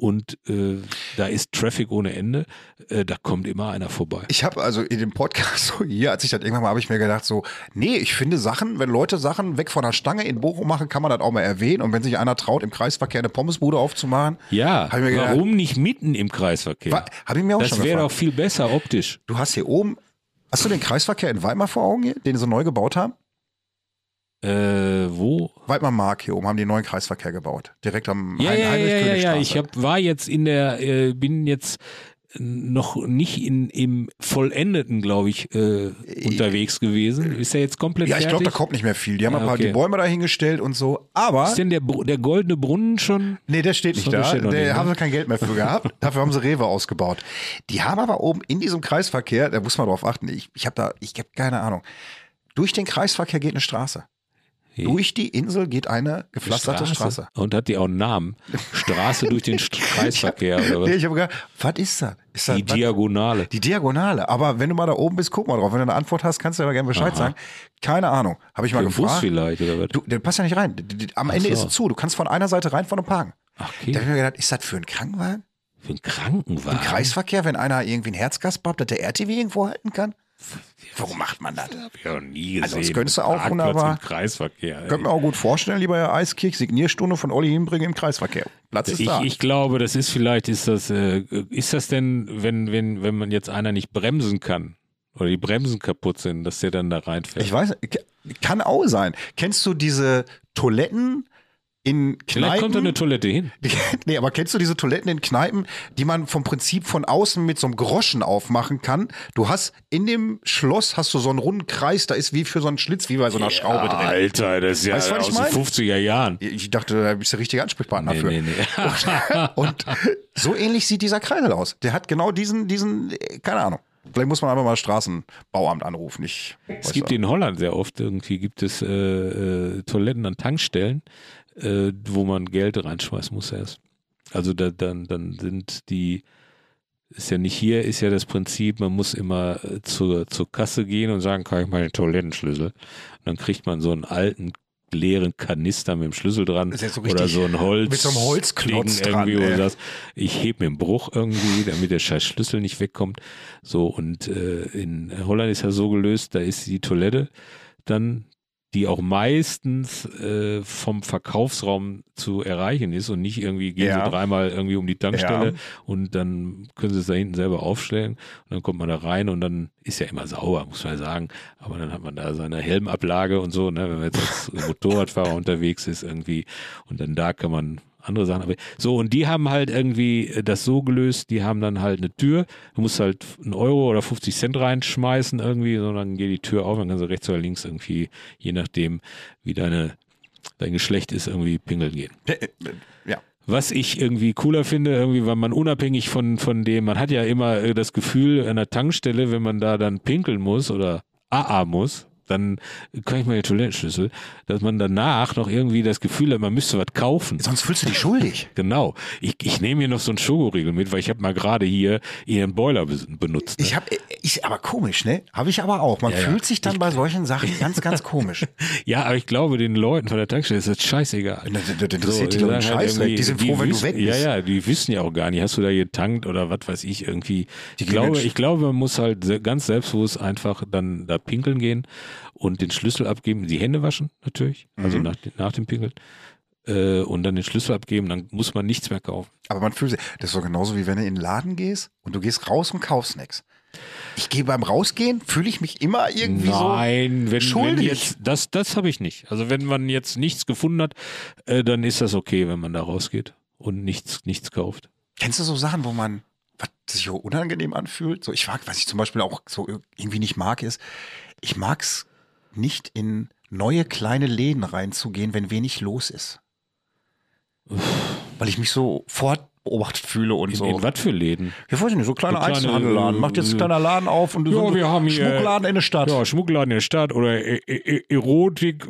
Speaker 2: und äh, da ist Traffic ohne Ende. Äh, da kommt immer einer vorbei.
Speaker 3: Ich habe also in dem Podcast so hier, als ich das irgendwann mal, habe ich mir gedacht so, nee, ich finde Sachen, wenn Leute Sachen weg von der Stange in Bochum machen, kann man das auch mal erwähnen. Und wenn sich einer traut, im Kreisverkehr eine Pommesbude aufzumachen,
Speaker 2: Ja,
Speaker 3: Hab ich mir gedacht-
Speaker 2: warum nicht mitten im Kreisverkehr?
Speaker 3: habe ich mir auch
Speaker 2: Das
Speaker 3: schon
Speaker 2: wäre doch
Speaker 3: gefragt.
Speaker 2: viel besser optisch.
Speaker 3: Du hast hier oben, hast du den Kreisverkehr in Weimar vor Augen, hier, den sie neu gebaut haben?
Speaker 2: Äh, wo?
Speaker 3: Weidmar Mark hier oben haben den neuen Kreisverkehr gebaut. Direkt am
Speaker 2: Ja, ja, ja,
Speaker 3: Hein-
Speaker 2: ja, ja.
Speaker 3: Heinrich-König-Straße.
Speaker 2: Ich hab, war jetzt in der, äh, bin jetzt noch nicht in, im Vollendeten, glaube ich, äh, unterwegs gewesen. Ist er jetzt komplett
Speaker 3: ja, ich glaube,
Speaker 2: fertig?
Speaker 3: da kommt nicht mehr viel. Die haben
Speaker 2: Ja,
Speaker 3: ein paar
Speaker 2: okay.
Speaker 3: die Bäume dahingestellt und so. Aber,
Speaker 2: Ist denn der, Bru- der goldene Brunnen schon?
Speaker 3: nee, der steht nicht
Speaker 2: Sorry,
Speaker 3: da.
Speaker 2: steht noch
Speaker 3: der
Speaker 2: nicht, ne?
Speaker 3: haben sie kein Geld mehr für gehabt. Dafür haben sie Rewe ausgebaut. Die haben aber oben in diesem Kreisverkehr, da muss man drauf achten, ich, ich habe da, ich habe keine Ahnung. Durch den Kreisverkehr geht eine Straße.
Speaker 2: Ja.
Speaker 3: Durch die Insel geht eine gepflasterte Straße.
Speaker 2: Und hat die auch einen Namen? Straße durch den St- Kreisverkehr oder
Speaker 3: Nee,
Speaker 2: was?
Speaker 3: ich habe gedacht, was ist das? Ist das
Speaker 2: Die
Speaker 3: was?
Speaker 2: Diagonale.
Speaker 3: Die Diagonale. Aber wenn du mal da oben bist, guck mal drauf. Wenn du eine Antwort hast, kannst du aber gerne Bescheid
Speaker 2: Aha.
Speaker 3: sagen. Keine Ahnung. Habe ich mal
Speaker 2: Im Bus
Speaker 3: gefragt.
Speaker 2: vielleicht oder was?
Speaker 3: Du, der passt ja nicht rein. D- d- d- Am Ende
Speaker 2: so.
Speaker 3: ist es zu. Du kannst von einer Seite reinfahren und parken.
Speaker 2: Ach,
Speaker 3: Da
Speaker 2: okay.
Speaker 3: habe ich mir gedacht, ist das für einen Krankenwagen?
Speaker 2: Für einen Krankenwagen.
Speaker 3: Im Kreisverkehr, wenn einer irgendwie einen Herzgasper hat, dass der RTW irgendwo halten kann? Warum macht man das?
Speaker 2: Hab ich noch nie gesehen.
Speaker 3: Also, das könntest du auch
Speaker 2: Parkplatz
Speaker 3: wunderbar-
Speaker 2: Im Kreisverkehr. ey.
Speaker 3: Könnt mir auch gut vorstellen, lieber Herr Eiskirch, Signierstunde von Olli Hinbringe im Kreisverkehr. Platz ist
Speaker 2: Ich,
Speaker 3: da.
Speaker 2: ich glaube, das ist vielleicht, ist das, äh, ist das denn, wenn, wenn, wenn man jetzt einer nicht bremsen kann oder die Bremsen kaputt sind, dass der dann da reinfällt?
Speaker 3: Ich weiß, k- kann auch sein. Kennst du diese Toiletten in
Speaker 2: vielleicht kommt da eine
Speaker 3: Kneipen?
Speaker 2: Toilette hin.
Speaker 3: nee, aber kennst du diese Toiletten in Kneipen, die man vom Prinzip von außen mit so einem Groschen aufmachen kann? Du hast in dem Schloss hast du so einen runden Kreis, da ist wie für so einen Schlitz, wie bei so einer Schraube drin.
Speaker 2: Alter, das ist ja
Speaker 3: Weißt du, was
Speaker 2: aus
Speaker 3: ich
Speaker 2: den
Speaker 3: meine?
Speaker 2: 50er Jahren.
Speaker 3: Ich dachte, da bist du der richtige Ansprechpartner für.
Speaker 2: nee, nee.
Speaker 3: Und so ähnlich sieht dieser Kreisel aus. Der hat genau diesen, diesen, äh, keine Ahnung. Vielleicht muss man einfach mal das Straßenbauamt anrufen. Ich
Speaker 2: Es gibt in Holland sehr oft irgendwie gibt es äh, äh, Toiletten an Tankstellen, äh, wo man Geld reinschmeißen muss erst. Also da, dann, dann sind die, ist ja nicht hier, ist ja das Prinzip, man muss immer äh, zur, zur Kasse gehen und sagen, kann ich mal den Toilettenschlüssel? Und dann kriegt man so einen alten leeren Kanister mit dem Schlüssel dran
Speaker 3: Ist jetzt so
Speaker 2: oder
Speaker 3: richtig
Speaker 2: so ein Holz
Speaker 3: mit so einem Holzklotz
Speaker 2: Ding
Speaker 3: dran,
Speaker 2: irgendwie wo du
Speaker 3: ey.
Speaker 2: sagst, ich heb mir einen Bruch irgendwie damit der scheiß Schlüssel nicht wegkommt so und äh, in Holland ist ja so gelöst da ist die Toilette dann die auch meistens äh, vom Verkaufsraum zu erreichen ist und nicht irgendwie gehen
Speaker 3: Ja.
Speaker 2: sie dreimal irgendwie um die Tankstelle
Speaker 3: Ja.
Speaker 2: und dann können sie es da hinten selber aufstellen und dann kommt man da rein und dann ist ja immer sauber, muss man sagen. Aber dann hat man da seine Helmablage und so, ne, wenn man jetzt als Motorradfahrer unterwegs ist irgendwie und dann da kann man andere Sachen. Aber so und die haben halt irgendwie äh, das so gelöst, die haben dann halt eine Tür, du musst halt einen Euro oder 50 Cent reinschmeißen irgendwie, sondern geht die Tür auf, dann kannst du rechts oder links irgendwie, je nachdem wie deine dein Geschlecht ist, irgendwie pingeln gehen.
Speaker 3: äh, Ja.
Speaker 2: Was ich irgendwie cooler finde, irgendwie, weil man unabhängig von, von dem, man hat ja immer äh, das Gefühl, an der Tankstelle, wenn man da dann pinkeln muss oder AA muss, dann kann ich mal den Toilettenschlüssel, dass man danach noch irgendwie das Gefühl hat, man müsste was kaufen.
Speaker 3: Sonst fühlst du dich schuldig.
Speaker 2: Genau. Ich, ich nehme hier noch so einen Schokoriegel mit, weil ich habe mal gerade hier ihren Boiler be- benutzt. Ne?
Speaker 3: Ich habe, ist aber komisch, ne? Habe ich aber auch. Man
Speaker 2: ja.
Speaker 3: fühlt sich dann bei solchen Sachen ganz, ganz komisch.
Speaker 2: ja, aber ich glaube, den Leuten von der Tankstelle ist das scheißegal.
Speaker 3: Das interessiert die
Speaker 2: So,
Speaker 3: doch einen
Speaker 2: sagen halt
Speaker 3: Scheiß weg.
Speaker 2: irgendwie,
Speaker 3: Die sind froh, wenn du
Speaker 2: wissen-
Speaker 3: weg bist.
Speaker 2: Ja, ja, die wissen ja auch gar nicht, hast du da getankt oder was weiß ich irgendwie. Ich
Speaker 3: gehen
Speaker 2: glaube,
Speaker 3: jetzt-
Speaker 2: ich glaube, man muss halt se- ganz selbstbewusst einfach dann da pinkeln gehen und den Schlüssel abgeben, die Hände waschen natürlich,
Speaker 3: Mhm.
Speaker 2: also nach, de- nach dem Pinkeln. äh, Und dann den Schlüssel abgeben, dann muss man nichts mehr kaufen.
Speaker 3: Aber man fühlt sich, das ist doch genauso wie wenn du in den Laden gehst und du gehst raus und kaufst nichts. Ich gehe beim Rausgehen, fühle ich mich immer irgendwie
Speaker 2: Nein, wenn, wenn
Speaker 3: schuldig.
Speaker 2: jetzt, das, das habe ich nicht. Also wenn man jetzt nichts gefunden hat, äh, dann ist das okay, wenn man da rausgeht und nichts, nichts kauft.
Speaker 3: so. Kennst du so Sachen, wo man was sich so unangenehm anfühlt? So, ich mag, was ich zum Beispiel auch so irgendwie nicht mag, ist, ich mag es nicht in neue kleine Läden reinzugehen, wenn wenig los ist. Weil ich mich so fortbeobachtet fühle und
Speaker 2: In,
Speaker 3: so.
Speaker 2: in was für Läden?
Speaker 3: Ich weiß nicht, so kleiner
Speaker 2: So kleine,
Speaker 3: Einzelhandelladen.
Speaker 2: äh,
Speaker 3: Macht jetzt ein kleiner Laden auf und so ein Schmuckladen in der Stadt.
Speaker 2: Ja, Schmuckladen in der Stadt oder e e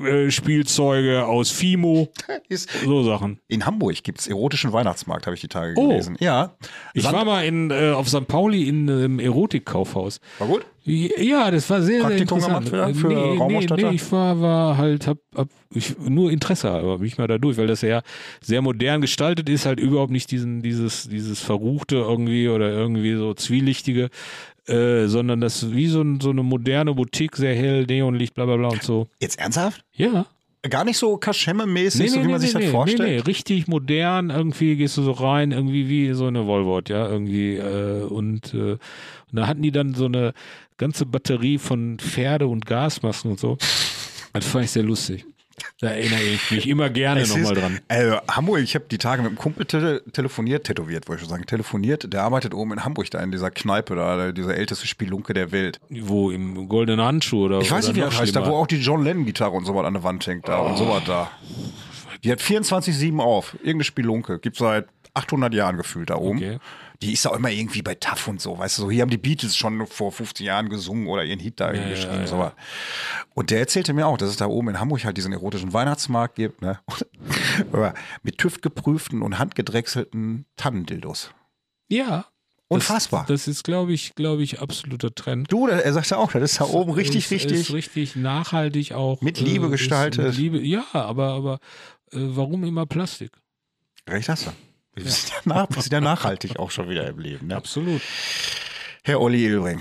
Speaker 2: Erotik-Spielzeuge aus Fimo,
Speaker 3: Ist,
Speaker 2: so Sachen.
Speaker 3: In Hamburg gibt es erotischen Weihnachtsmarkt, habe ich die Tage
Speaker 2: Oh.
Speaker 3: gelesen. Ja.
Speaker 2: Ich
Speaker 3: Sand-
Speaker 2: war mal in, äh, auf St. Pauli in einem Erotikkaufhaus.
Speaker 3: war gut.
Speaker 2: Ja, das war sehr,
Speaker 3: Praktikum
Speaker 2: sehr interessant. Äh,
Speaker 3: gemacht für- für
Speaker 2: nee,
Speaker 3: Raumausstatter?
Speaker 2: Nee, nee, ich war, war halt, hab, hab ich, nur Interesse, aber mich mal da durch, weil das ja sehr modern gestaltet ist, halt überhaupt nicht diesen, dieses, dieses Verruchte irgendwie oder irgendwie so Zwielichtige, äh, sondern das wie so, ein, so eine moderne Boutique, sehr hell, Neonlicht, bla bla bla und so.
Speaker 3: Jetzt ernsthaft?
Speaker 2: Ja.
Speaker 3: Gar nicht so Kaschemme-mäßig, so wie man sich das
Speaker 2: nee,
Speaker 3: vorstellt.
Speaker 2: Nee, nee, richtig modern, irgendwie gehst du so rein, irgendwie wie so eine Volvort, ja, irgendwie. Äh, und, äh, und da hatten die dann so eine ganze Batterie von Pferde und Gasmasken und so. Das fand ich sehr lustig. Da erinnere ich mich immer gerne
Speaker 3: Es
Speaker 2: nochmal
Speaker 3: ist-
Speaker 2: dran.
Speaker 3: Äh, Hamburg, ich habe die Tage mit einem Kumpel te telefoniert, tätowiert, wollte ich schon sagen, telefoniert. Der arbeitet oben in Hamburg, da in dieser Kneipe, da, dieser älteste Spielunke der Welt.
Speaker 2: Wo im goldenen Handschuh oder
Speaker 3: Ich weiß
Speaker 2: oder
Speaker 3: nicht, wie
Speaker 2: noch
Speaker 3: das heißt, da
Speaker 2: schlimmer.
Speaker 3: wo auch die John Lennon-Gitarre und sowas an der Wand hängt, da und sowas da. Die hat 24-7 auf, irgendeine Spielunke, gibt seit 800 Jahren gefühlt da oben.
Speaker 2: Okay.
Speaker 3: Die ist auch immer irgendwie bei TAF und so, weißt du, so hier haben die Beatles schon vor 15 Jahren gesungen oder ihren Hit da geschrieben.
Speaker 2: ja, ja.
Speaker 3: sowas. Und der erzählte mir auch, dass es da oben in Hamburg halt diesen erotischen Weihnachtsmarkt gibt, ne? Aber mit TÜV geprüften und handgedrechselten Tannendildos.
Speaker 2: Ja.
Speaker 3: Unfassbar.
Speaker 2: Das, das ist, glaube ich, glaube ich, absoluter Trend.
Speaker 3: du, er sagte auch, das ist da oben richtig,
Speaker 2: ist,
Speaker 3: richtig.
Speaker 2: Ist richtig nachhaltig auch. äh,
Speaker 3: Mit Liebe
Speaker 2: ist
Speaker 3: gestaltet.
Speaker 2: Mit Liebe, ja, aber, aber äh, warum immer Plastik?
Speaker 3: Recht hast du. Wir sind ja, nach, wir sind ja nachhaltig auch schon wieder im Leben. Ne?
Speaker 2: Absolut.
Speaker 3: Herr Olli Ilbring.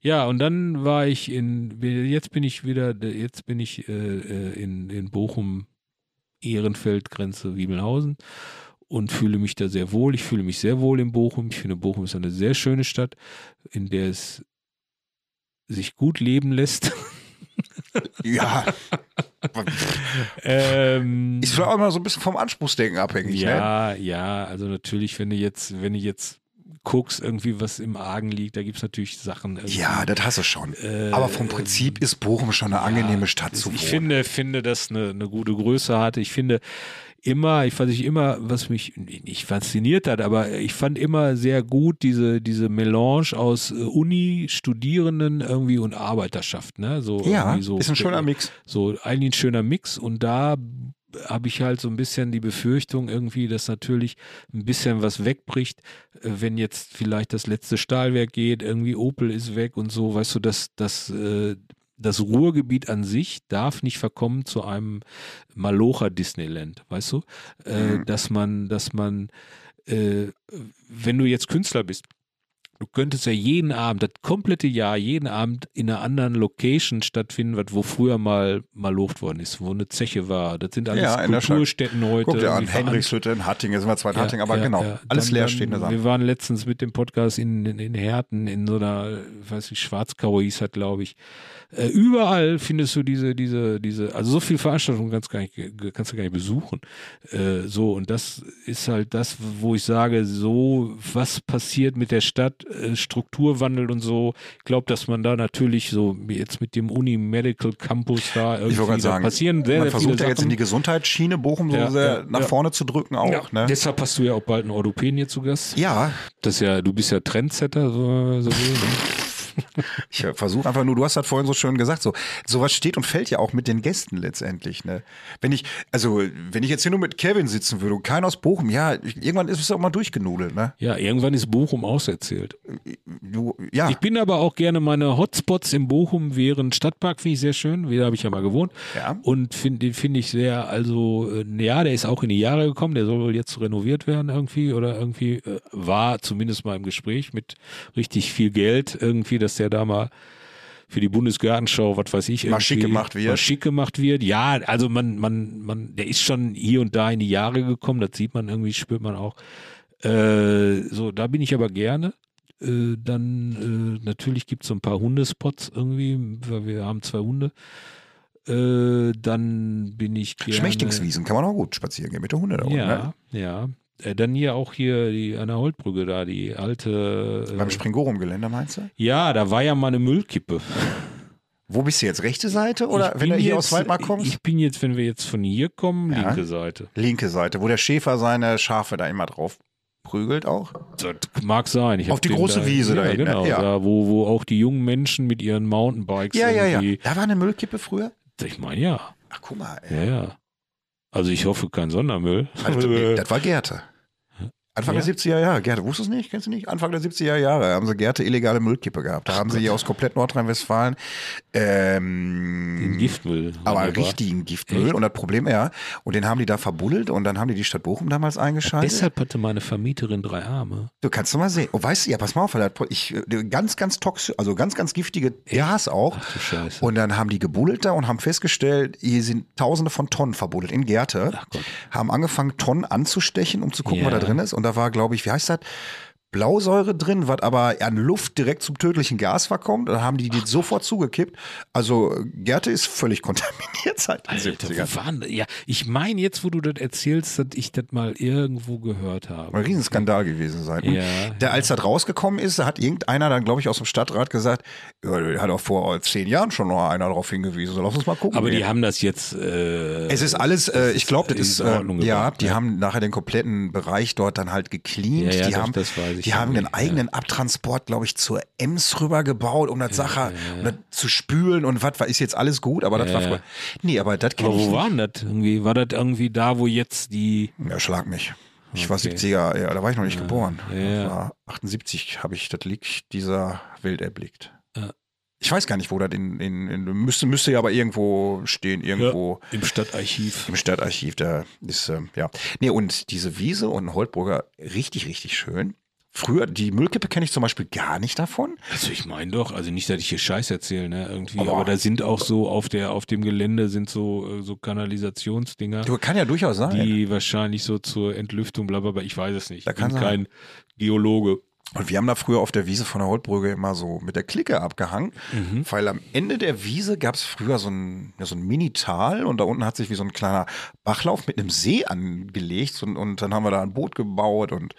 Speaker 2: Ja, und dann war ich in, jetzt bin ich wieder, jetzt bin ich äh, äh, in, in Bochum, Ehrenfeld, Grenze Wiebelhausen und fühle mich da sehr wohl. Ich fühle mich sehr wohl in Bochum. Ich finde, Bochum ist eine sehr schöne Stadt, in der es sich gut leben lässt.
Speaker 3: Ja,
Speaker 2: ähm,
Speaker 3: ist vielleicht auch immer so ein bisschen vom Anspruchsdenken abhängig. Ne?
Speaker 2: Ja, ja, also natürlich, wenn du jetzt, wenn du jetzt guckst, irgendwie was im Argen liegt, da gibt es natürlich Sachen. irgendwie,
Speaker 3: ja, das hast du schon.
Speaker 2: äh,
Speaker 3: Aber vom Prinzip ist Bochum schon eine angenehme Stadt zu wohnen.
Speaker 2: Also Ich finde, finde, dass eine, eine gute Größe hatte. Ich finde immer, ich weiß nicht immer, was mich nicht fasziniert hat, aber ich fand immer sehr gut diese, diese Melange aus äh, Uni, Studierenden irgendwie und Arbeiterschaft. Ne? So
Speaker 3: ja,
Speaker 2: irgendwie so,
Speaker 3: ist ein schöner Mix.
Speaker 2: So eigentlich ein schöner Mix und da habe ich halt so ein bisschen die Befürchtung irgendwie, dass natürlich ein bisschen was wegbricht, äh, wenn jetzt vielleicht das letzte Stahlwerk geht, irgendwie Opel ist weg und so, weißt du, dass das äh, das Ruhrgebiet an sich darf nicht verkommen zu einem Malocher Disneyland, weißt du, äh, dass man, dass man, äh, wenn du jetzt Künstler bist, du könntest ja jeden Abend, das komplette Jahr, jeden Abend in einer anderen Location stattfinden, was wo früher mal malocht worden ist, wo eine Zeche war. Das sind alles
Speaker 3: Ja, in der Stadt.
Speaker 2: Kulturstätten heute.
Speaker 3: Guck dir an,
Speaker 2: irgendwie Veran-
Speaker 3: Henrichshütte, Hattingen, sind wir zwar in Hattingen, aber
Speaker 2: ja,
Speaker 3: genau,
Speaker 2: ja.
Speaker 3: alles
Speaker 2: Dann-
Speaker 3: leerstehende
Speaker 2: dann-
Speaker 3: Sachen.
Speaker 2: Wir waren letztens mit dem Podcast in, in, in Herten, in so einer, weiß ich, Schwarzkau hieß hat, glaube ich. Äh, überall findest du diese, diese, diese, also so viel Veranstaltungen kannst, du gar nicht- kannst du gar nicht besuchen. Äh, so, und das ist halt das, wo ich sage, so, was passiert mit der Stadt, äh, Strukturwandel und so. Ich glaube, dass man da natürlich so jetzt mit dem Uni Medical Campus da irgendwie
Speaker 3: Ich wollte gerade
Speaker 2: da
Speaker 3: sagen,
Speaker 2: passieren sehr,
Speaker 3: man
Speaker 2: sehr
Speaker 3: versucht
Speaker 2: viele
Speaker 3: ja jetzt
Speaker 2: Sachen.
Speaker 3: in die Gesundheitsschiene Bochum
Speaker 2: Ja,
Speaker 3: so sehr
Speaker 2: ja,
Speaker 3: nach
Speaker 2: ja.
Speaker 3: vorne zu drücken auch. Ja, ne?
Speaker 2: Deshalb hast du ja auch bald einen Orthopäden hier zu Gast.
Speaker 3: ja
Speaker 2: Das ist ja, du bist ja Trendsetter, so, ne? so
Speaker 3: ich versuche einfach nur, du hast das vorhin so schön gesagt, so sowas steht und fällt ja auch mit den Gästen letztendlich. Ne? Wenn ich, also wenn ich jetzt hier nur mit Kevin sitzen würde und keiner aus Bochum, ja, ich, irgendwann ist es auch mal durchgenudelt. Ne?
Speaker 2: Ja, irgendwann ist Bochum auserzählt.
Speaker 3: Du, ja,
Speaker 2: Ich bin aber auch gerne meine Hotspots in Bochum wären Stadtpark, finde ich sehr schön. Da habe ich ja mal gewohnt.
Speaker 3: Ja.
Speaker 2: Und find, den finde ich sehr, also, äh, ja, der ist auch in die Jahre gekommen. Der soll wohl jetzt renoviert werden irgendwie oder irgendwie äh, war zumindest mal im Gespräch mit richtig viel Geld irgendwie, dass der da mal für die Bundesgartenschau, was weiß ich,
Speaker 3: Mal schick
Speaker 2: irgendwie-
Speaker 3: gemacht wird.
Speaker 2: Mal schick gemacht wird. Ja, also man, man, man, der ist schon hier und da in die Jahre gekommen. Das sieht man irgendwie, spürt man auch. Äh, so, da bin ich aber gerne. Äh, dann äh, natürlich gibt es so ein paar Hundespots irgendwie, weil wir haben zwei Hunde. Äh, dann bin ich gerne.
Speaker 3: Schmächtingswiesen kann man auch gut spazieren gehen mit der Hunde da oben. Ne?
Speaker 2: ne. Ja, also ja. Äh, dann hier auch hier die an der Holtbrücke da, die alte. Äh,
Speaker 3: Beim Springorum-Gelände meinst du?
Speaker 2: ja, da war ja mal eine Müllkippe.
Speaker 3: Wo bist du jetzt? Rechte Seite oder
Speaker 2: Ich
Speaker 3: wenn
Speaker 2: bin
Speaker 3: du hier
Speaker 2: jetzt-
Speaker 3: aus Waldmark kommst?
Speaker 2: Ich bin jetzt, wenn wir jetzt von hier kommen,
Speaker 3: Ja.
Speaker 2: linke Seite.
Speaker 3: Linke Seite, wo der Schäfer seine Schafe da immer drauf prügelt auch.
Speaker 2: Das mag sein. Ich
Speaker 3: Auf
Speaker 2: hab
Speaker 3: die
Speaker 2: den
Speaker 3: große Wiese
Speaker 2: ja,
Speaker 3: da hinten,
Speaker 2: Genau,
Speaker 3: ja.
Speaker 2: da, wo, wo auch die jungen Menschen mit ihren Mountainbikes
Speaker 3: Ja, ja, ja.
Speaker 2: irgendwie.
Speaker 3: Da war eine Müllkippe früher.
Speaker 2: Ich meine ja.
Speaker 3: Ach guck mal, ey.
Speaker 2: Ja, ja. Also ich hoffe kein Sondermüll.
Speaker 3: Also, nee, das war Gerte. Anfang der 70er Jahre, Gerte, wusstest du es nicht? Kennst du nicht? Anfang der 70er Jahre haben sie Gerte illegale Müllkippe gehabt. Da haben sie hier aus komplett Nordrhein-Westfalen ähm,
Speaker 2: Den Giftmüll.
Speaker 3: aber
Speaker 2: reingebracht.
Speaker 3: richtigen Giftmüll
Speaker 2: Echt?
Speaker 3: und das Problem ja, und den haben die da verbuddelt und dann haben die die Stadt Bochum damals eingeschaltet.
Speaker 2: Deshalb hatte meine Vermieterin drei Arme.
Speaker 3: Du kannst du mal sehen. Oh, weißt du, ja, pass mal auf, weil das- ich äh, ganz, ganz toxisch, also ganz, ganz giftige Gas auch.
Speaker 2: Ach du Scheiße.
Speaker 3: Und dann haben die gebuddelt da und haben festgestellt, hier sind Tausende von Tonnen verbuddelt in Gerte.
Speaker 2: Gott.
Speaker 3: Haben angefangen, Tonnen anzustechen, um zu gucken,
Speaker 2: Ja.
Speaker 3: was da drin ist. Und da war, glaube ich, wie heißt das? Blausäure drin, was aber an Luft direkt zum tödlichen Gas verkommt. Dann haben die die sofort zugekippt. Also Gerte ist völlig kontaminiert seit den
Speaker 2: Alter,
Speaker 3: 70ern.
Speaker 2: wo waren, ja, ich meine jetzt, wo du das erzählst, dass ich das mal irgendwo gehört habe.
Speaker 3: Ein Riesenskandal gewesen sein.
Speaker 2: Ja,
Speaker 3: der, Als das rausgekommen ist, da hat irgendeiner dann, glaube ich, aus dem Stadtrat gesagt, ja, hat auch vor äh, zehn Jahren schon noch einer darauf hingewiesen, so lass uns mal gucken.
Speaker 2: Aber die
Speaker 3: gehen.
Speaker 2: haben das jetzt. Äh,
Speaker 3: es ist alles, äh, ich glaube, das
Speaker 2: in
Speaker 3: ist, äh,
Speaker 2: Ordnung
Speaker 3: ja,
Speaker 2: gebracht,
Speaker 3: die
Speaker 2: ja.
Speaker 3: haben nachher den kompletten Bereich dort dann halt gecleant.
Speaker 2: Ja, ja,
Speaker 3: die
Speaker 2: das-
Speaker 3: haben,
Speaker 2: das weiß ich
Speaker 3: die
Speaker 2: schon
Speaker 3: haben einen
Speaker 2: nicht,
Speaker 3: eigenen Abtransport, glaube ich, zur Ems rübergebaut, um das Sache um das zu spülen und was, ist jetzt alles gut, aber das
Speaker 2: Ja,
Speaker 3: war
Speaker 2: ja.
Speaker 3: früher. Nee, aber das kenn
Speaker 2: aber
Speaker 3: ich
Speaker 2: wo
Speaker 3: nicht.
Speaker 2: waren das irgendwie? War das irgendwie da, wo jetzt die.
Speaker 3: Ja, schlag mich. Ich war
Speaker 2: Okay.
Speaker 3: 70er, ja, da war ich noch nicht geboren.
Speaker 2: ja.
Speaker 3: Das war 78 habe ich das Leak dieser Welt erblickt.
Speaker 2: Ja.
Speaker 3: Ich weiß gar nicht, wo das in, in, in müsste, müsste ja aber irgendwo stehen, irgendwo
Speaker 2: Im Stadtarchiv.
Speaker 3: im Stadtarchiv. Da ist, ähm, ja. Nee, und diese Wiese und Holtburger, richtig, richtig schön. Früher, die Müllkippe kenne ich zum Beispiel gar nicht davon.
Speaker 2: Also ich meine doch, also nicht, dass ich hier Scheiß erzähle, ne? Irgendwie. Aber,
Speaker 3: Aber-
Speaker 2: da sind auch so auf der, auf dem Gelände sind so, äh, so Kanalisationsdinger,
Speaker 3: Du, kann ja durchaus sein.
Speaker 2: die wahrscheinlich so zur Entlüftung, bla bla bla. Ich weiß es nicht.
Speaker 3: Da
Speaker 2: ich
Speaker 3: kann
Speaker 2: bin
Speaker 3: sein.
Speaker 2: kein Geologe.
Speaker 3: Und wir haben da früher auf der Wiese von der Holtbrücke immer so mit der Clique abgehangen,
Speaker 2: Mhm.
Speaker 3: weil am Ende der Wiese gab es früher so ein, ja, so ein Mini-Tal und da unten hat sich wie so ein kleiner Bachlauf mit einem See angelegt und, und dann haben wir da ein Boot gebaut und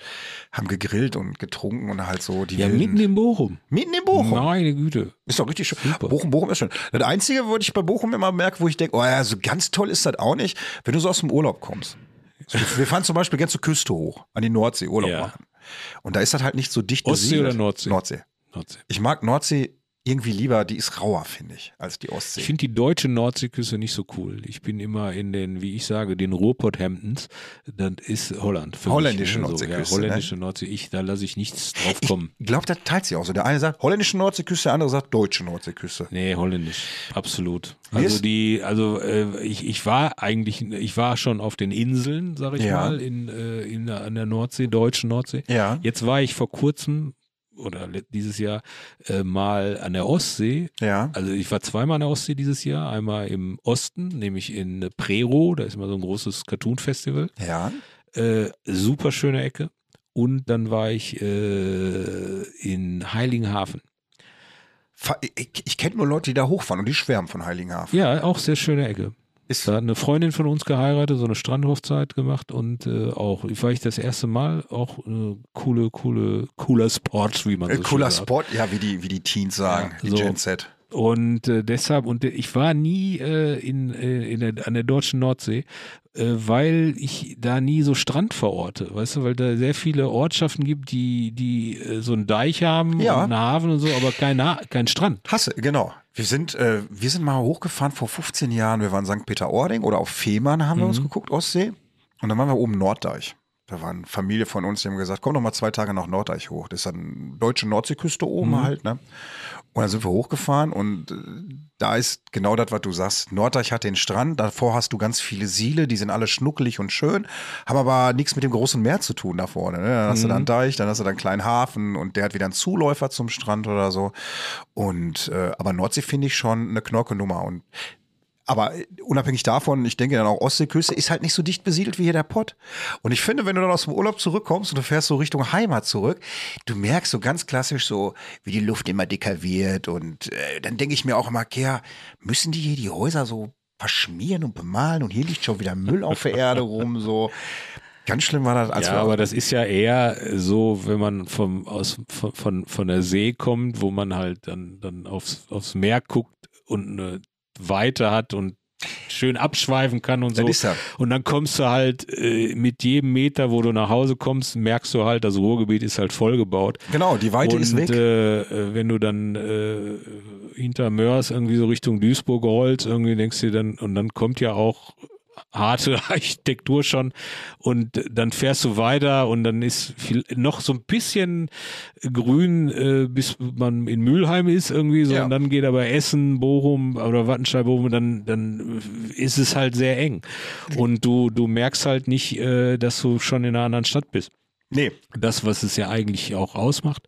Speaker 3: haben gegrillt und getrunken und halt so die
Speaker 2: Ja,
Speaker 3: wilden-
Speaker 2: mitten im Bochum.
Speaker 3: mitten in Bochum.
Speaker 2: Meine Güte.
Speaker 3: Ist doch richtig schön. Bochum, Bochum ist schön. Das Einzige, wo ich bei Bochum immer merke, wo ich denke, oh ja, so ganz toll ist das auch nicht, wenn du so aus dem Urlaub kommst. So, wir fahren zum Beispiel ganz zur Küste hoch, an die Nordsee Urlaub
Speaker 2: Ja.
Speaker 3: machen. Und da ist das halt nicht so dicht
Speaker 2: Ostsee
Speaker 3: besiedelt.
Speaker 2: oder Nordsee?
Speaker 3: Nordsee.
Speaker 2: Nordsee.
Speaker 3: Ich mag Nordsee irgendwie lieber, die ist rauer, finde ich, als die Ostsee.
Speaker 2: Ich finde die deutsche Nordseeküste nicht so cool. Ich bin immer in den, wie ich sage, den Ruhrpott Hamptons. Das ist Holland. für mich.
Speaker 3: Holländische
Speaker 2: Also,
Speaker 3: Nordseeküste, ne?
Speaker 2: Ja, holländische Nordsee. Ich, da lasse ich nichts drauf kommen.
Speaker 3: ich glaube, das teilt sich auch so. Der eine sagt holländische Nordseeküste, der andere sagt deutsche Nordseeküste.
Speaker 2: Nee, holländisch, absolut.
Speaker 3: Mir
Speaker 2: Also
Speaker 3: ist-
Speaker 2: die, also äh, ich, ich war eigentlich, ich war schon auf den Inseln, sag ich
Speaker 3: Ja.
Speaker 2: mal, in, äh, in der, an der Nordsee, deutschen Nordsee.
Speaker 3: Ja.
Speaker 2: Jetzt war ich vor kurzem oder le- dieses Jahr äh, mal an der Ostsee
Speaker 3: Ja.
Speaker 2: Also ich war zweimal in der Ostsee dieses Jahr, einmal im Osten, nämlich in Prero, da ist immer so ein großes Cartoon-Festival.
Speaker 3: Ja.
Speaker 2: Äh, super schöne Ecke. Und dann war ich äh, in Heiligenhafen.
Speaker 3: Fa- Ich, ich kenne nur Leute, die da hochfahren und die schwärmen von Heiligenhafen.
Speaker 2: Ja, auch sehr schöne Ecke.
Speaker 3: Ist,
Speaker 2: Da hat eine Freundin von uns geheiratet, so eine Strandhochzeit gemacht und äh, auch, war ich das erste Mal, auch äh, coole, coole, cooler Sport, wie man so
Speaker 3: äh,
Speaker 2: schön
Speaker 3: cooler
Speaker 2: sagt.
Speaker 3: Spot, ja, wie die, wie die Teens sagen,
Speaker 2: Ja,
Speaker 3: die
Speaker 2: so.
Speaker 3: Gen Z.
Speaker 2: Und äh, deshalb, und äh, ich war nie äh, in, äh, in der, an der deutschen Nordsee, äh, weil ich da nie so Strand verorte, weißt du, weil da sehr viele Ortschaften gibt, die, die äh, so einen Deich haben,
Speaker 3: Ja.
Speaker 2: und einen Hafen und so, aber kein, ha kein Strand.
Speaker 3: Hasse, genau. Wir sind, äh, wir sind mal hochgefahren vor 15 Jahren. Wir waren in St. Peter-Ording oder auf Fehmarn haben wir uns geguckt, Ostsee. Und dann waren wir oben Norddeich. Da war eine Familie von uns, die haben gesagt, komm noch mal zwei Tage nach Norddeich hoch. Das ist dann deutsche Nordseeküste oben halt, ne? Und dann sind wir hochgefahren und äh, da ist genau das, was du sagst. Norddeich hat den Strand, davor hast du ganz viele Siele, die sind alle schnuckelig und schön, haben aber nichts mit dem großen Meer zu tun da vorne. Ne? Dann hast du dann einen Deich, dann hast du dann einen kleinen Hafen und der hat wieder einen Zuläufer zum Strand oder so. Und äh, aber Nordsee finde ich schon eine Knorke-Nummer. Und aber äh, unabhängig davon, ich denke dann auch Ostseeküste ist halt nicht so dicht besiedelt wie hier der Pott. Und ich finde, wenn du dann aus dem Urlaub zurückkommst und du fährst so Richtung Heimat zurück, du merkst so ganz klassisch so, wie die Luft immer dicker wird. Und äh, dann denke ich mir auch immer, Kerr, müssen die hier die Häuser so verschmieren und bemalen und hier liegt schon wieder Müll auf der Erde rum so. Ganz schlimm war das, als
Speaker 2: ja,
Speaker 3: wir
Speaker 2: aber das ist ja eher so, wenn man vom, aus, von, von, von der See kommt, wo man halt dann, dann aufs, aufs Meer guckt und eine Weite hat und schön abschweifen kann und so.
Speaker 3: das ist ja.
Speaker 2: Und dann kommst du halt äh, mit jedem Meter, wo du nach Hause kommst, merkst du halt, das Ruhrgebiet ist halt vollgebaut.
Speaker 3: Genau, die Weite
Speaker 2: und
Speaker 3: ist weg.
Speaker 2: Äh, äh, wenn du dann äh, hinter Mörs irgendwie so Richtung Duisburg rollst, irgendwie denkst du dir dann, und dann kommt ja auch harte Architektur schon. Und dann fährst du weiter und dann ist viel, noch so ein bisschen grün, äh, bis man in Mülheim ist irgendwie so.
Speaker 3: Ja.
Speaker 2: Und dann geht aber Essen, Bochum oder Wattenscheid, Bochum, und dann, dann ist es halt sehr eng. Und du, du merkst halt nicht, äh, dass du schon in einer anderen Stadt bist
Speaker 3: Nee,
Speaker 2: das, was es ja eigentlich auch ausmacht,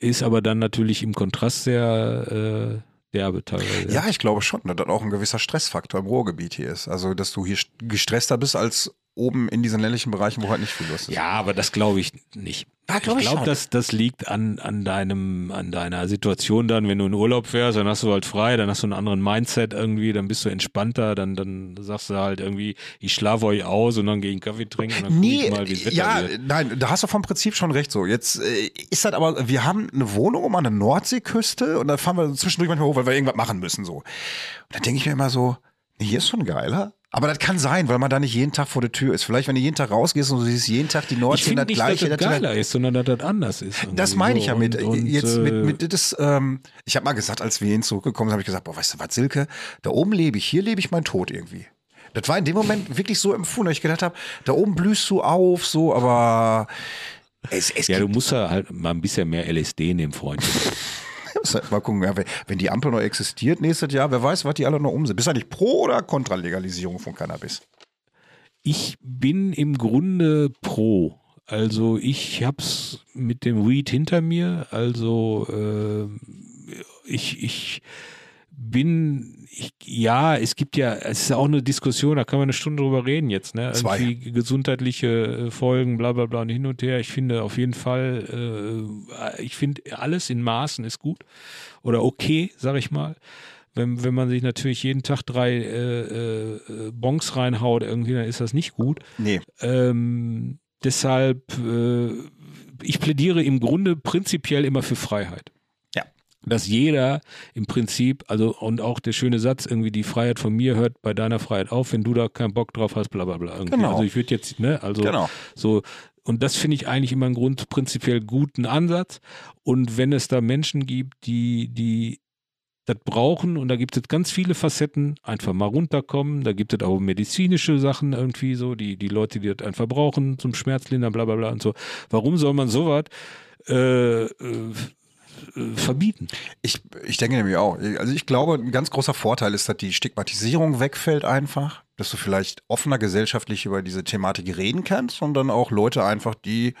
Speaker 2: ist aber dann natürlich im Kontrast sehr äh, derbe teilweise.
Speaker 3: Ja, ich glaube schon, dass das auch ein gewisser Stressfaktor im Ruhrgebiet hier ist. Also, dass du hier st- gestresster bist als oben in diesen ländlichen Bereichen, wo halt nicht viel los ist.
Speaker 2: Ja, aber das glaube ich nicht.
Speaker 3: Ah, glaub
Speaker 2: ich
Speaker 3: ich
Speaker 2: glaube,
Speaker 3: schon.
Speaker 2: das, das liegt an, an, deinem, an deiner Situation dann, wenn du in Urlaub fährst, dann hast du halt frei, dann hast du einen anderen Mindset irgendwie, dann bist du entspannter, dann, dann sagst du halt irgendwie, ich schlafe euch aus und dann gehe ich einen Kaffee trinken und dann guck
Speaker 3: Nee,
Speaker 2: ich mal, wie das Wetter
Speaker 3: ja,
Speaker 2: wird.
Speaker 3: nein, da hast du vom Prinzip schon recht so. Jetzt äh, ist das aber, wir haben eine Wohnung um an der Nordseeküste und da fahren wir zwischendurch manchmal hoch, weil wir irgendwas machen müssen so. Und dann denke ich mir immer so, nee, hier ist schon geiler. Aber das kann sein, weil man da nicht jeden Tag vor der Tür ist. Vielleicht, wenn du jeden Tag rausgehst und du siehst jeden Tag die
Speaker 2: Ich
Speaker 3: Nordsee,
Speaker 2: finde
Speaker 3: das
Speaker 2: nicht,
Speaker 3: gleiche.
Speaker 2: dass das
Speaker 3: das- das-
Speaker 2: geiler ist, sondern dass das anders ist. irgendwie
Speaker 3: Das meine ich
Speaker 2: so.
Speaker 3: ja mit.
Speaker 2: Und- und,
Speaker 3: jetzt mit,
Speaker 2: äh,
Speaker 3: mit das, ähm, ich habe mal gesagt, als wir ihn zurückgekommen sind, habe ich gesagt, boah, weißt du was, Silke, da oben lebe ich, hier lebe ich meinen Tod irgendwie. Das war in dem Moment wirklich so empfunden, dass ich gedacht habe, da oben blühst du auf, so, aber es, es
Speaker 2: Ja, du
Speaker 3: gibt,
Speaker 2: musst da halt mal ein bisschen mehr LSD nehmen, Freund.
Speaker 3: halt mal gucken, ja, wenn- wenn die Ampel noch existiert nächstes Jahr, wer weiß, was die alle noch umsetzen. Bist du eigentlich pro oder kontra Legalisierung von Cannabis?
Speaker 2: Ich bin im Grunde pro. Also ich hab's mit dem Weed hinter mir. Also ähm, ich, ich bin, ich, ja, es gibt ja, es ist ja auch eine Diskussion, da kann man eine Stunde drüber reden jetzt, ne?
Speaker 3: Zwei.
Speaker 2: Irgendwie gesundheitliche äh, Folgen, bla bla bla und hin und her. Ich finde auf jeden Fall, äh, ich finde alles in Maßen ist gut oder okay, sag ich mal. Wenn, wenn man sich natürlich jeden Tag drei äh, äh, äh, Bonks reinhaut, irgendwie, dann ist das nicht gut.
Speaker 3: Nee.
Speaker 2: Ähm, deshalb, äh, ich plädiere im Grunde prinzipiell immer für Freiheit.
Speaker 3: Ja.
Speaker 2: Dass jeder im Prinzip, also und auch der schöne Satz, irgendwie die Freiheit von mir hört bei deiner Freiheit auf, wenn du da keinen Bock drauf hast, bla bla bla. Irgendwie.
Speaker 3: Genau.
Speaker 2: Also ich würde jetzt, ne, also
Speaker 3: Genau.
Speaker 2: so, und das finde ich eigentlich immer einen Grund, prinzipiell guten Ansatz. Und wenn es da Menschen gibt, die, die das brauchen, und da gibt es ganz viele Facetten, einfach mal runterkommen. Da gibt es auch medizinische Sachen irgendwie so, die, die Leute, die das einfach brauchen, zum Schmerzlindern, bla bla bla und so. Warum soll man sowas äh, äh, äh, verbieten?
Speaker 3: Ich, ich denke nämlich auch. Also ich glaube, ein ganz großer Vorteil ist, dass die Stigmatisierung wegfällt einfach, dass du vielleicht offener gesellschaftlich über diese Thematik reden kannst und dann auch Leute einfach, die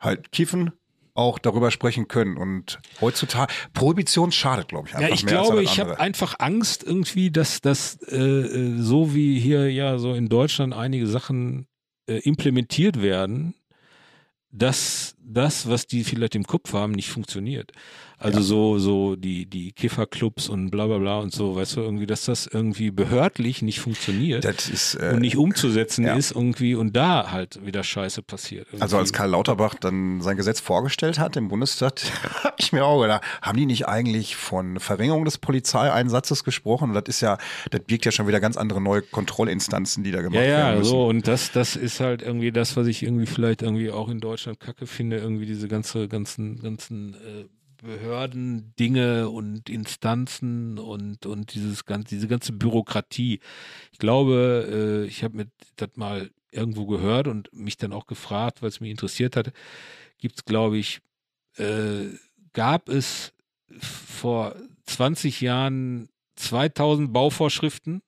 Speaker 3: halt kiffen, auch darüber sprechen können. Und heutzutage, Prohibition schadet, glaube ich, einfach
Speaker 2: ja, ich
Speaker 3: mehr
Speaker 2: glaube,
Speaker 3: als alles
Speaker 2: ich habe
Speaker 3: andere.
Speaker 2: einfach Angst irgendwie, dass das äh, äh, so wie hier ja so in Deutschland einige Sachen äh, implementiert werden, dass das, was die vielleicht im Kopf haben, nicht funktioniert. Also so so die die Kifferclubs und bla bla bla und so, weißt du irgendwie, dass das irgendwie behördlich nicht funktioniert
Speaker 3: Das ist, äh,
Speaker 2: und nicht umzusetzen
Speaker 3: ja.
Speaker 2: ist irgendwie und da halt wieder Scheiße passiert. Irgendwie.
Speaker 3: also als Karl Lauterbach dann sein Gesetz vorgestellt hat im Bundestag, habe ich mir auch gedacht, haben die nicht eigentlich von Verringerung des Polizeieinsatzes gesprochen? Und das ist ja, das birgt ja schon wieder ganz andere neue Kontrollinstanzen, die da gemacht
Speaker 2: Ja,
Speaker 3: werden
Speaker 2: ja,
Speaker 3: müssen.
Speaker 2: so und das, das ist halt irgendwie das, was ich irgendwie vielleicht irgendwie auch in Deutschland kacke finde, irgendwie diese ganze, ganzen, ganzen äh, Behörden, Dinge und Instanzen und und dieses ganze, diese ganze Bürokratie. Ich glaube, äh, ich habe mir das mal irgendwo gehört und mich dann auch gefragt, weil es mich interessiert hat, gibt es, glaube ich, äh, gab es vor 20 Jahren 2000 Bauvorschriften.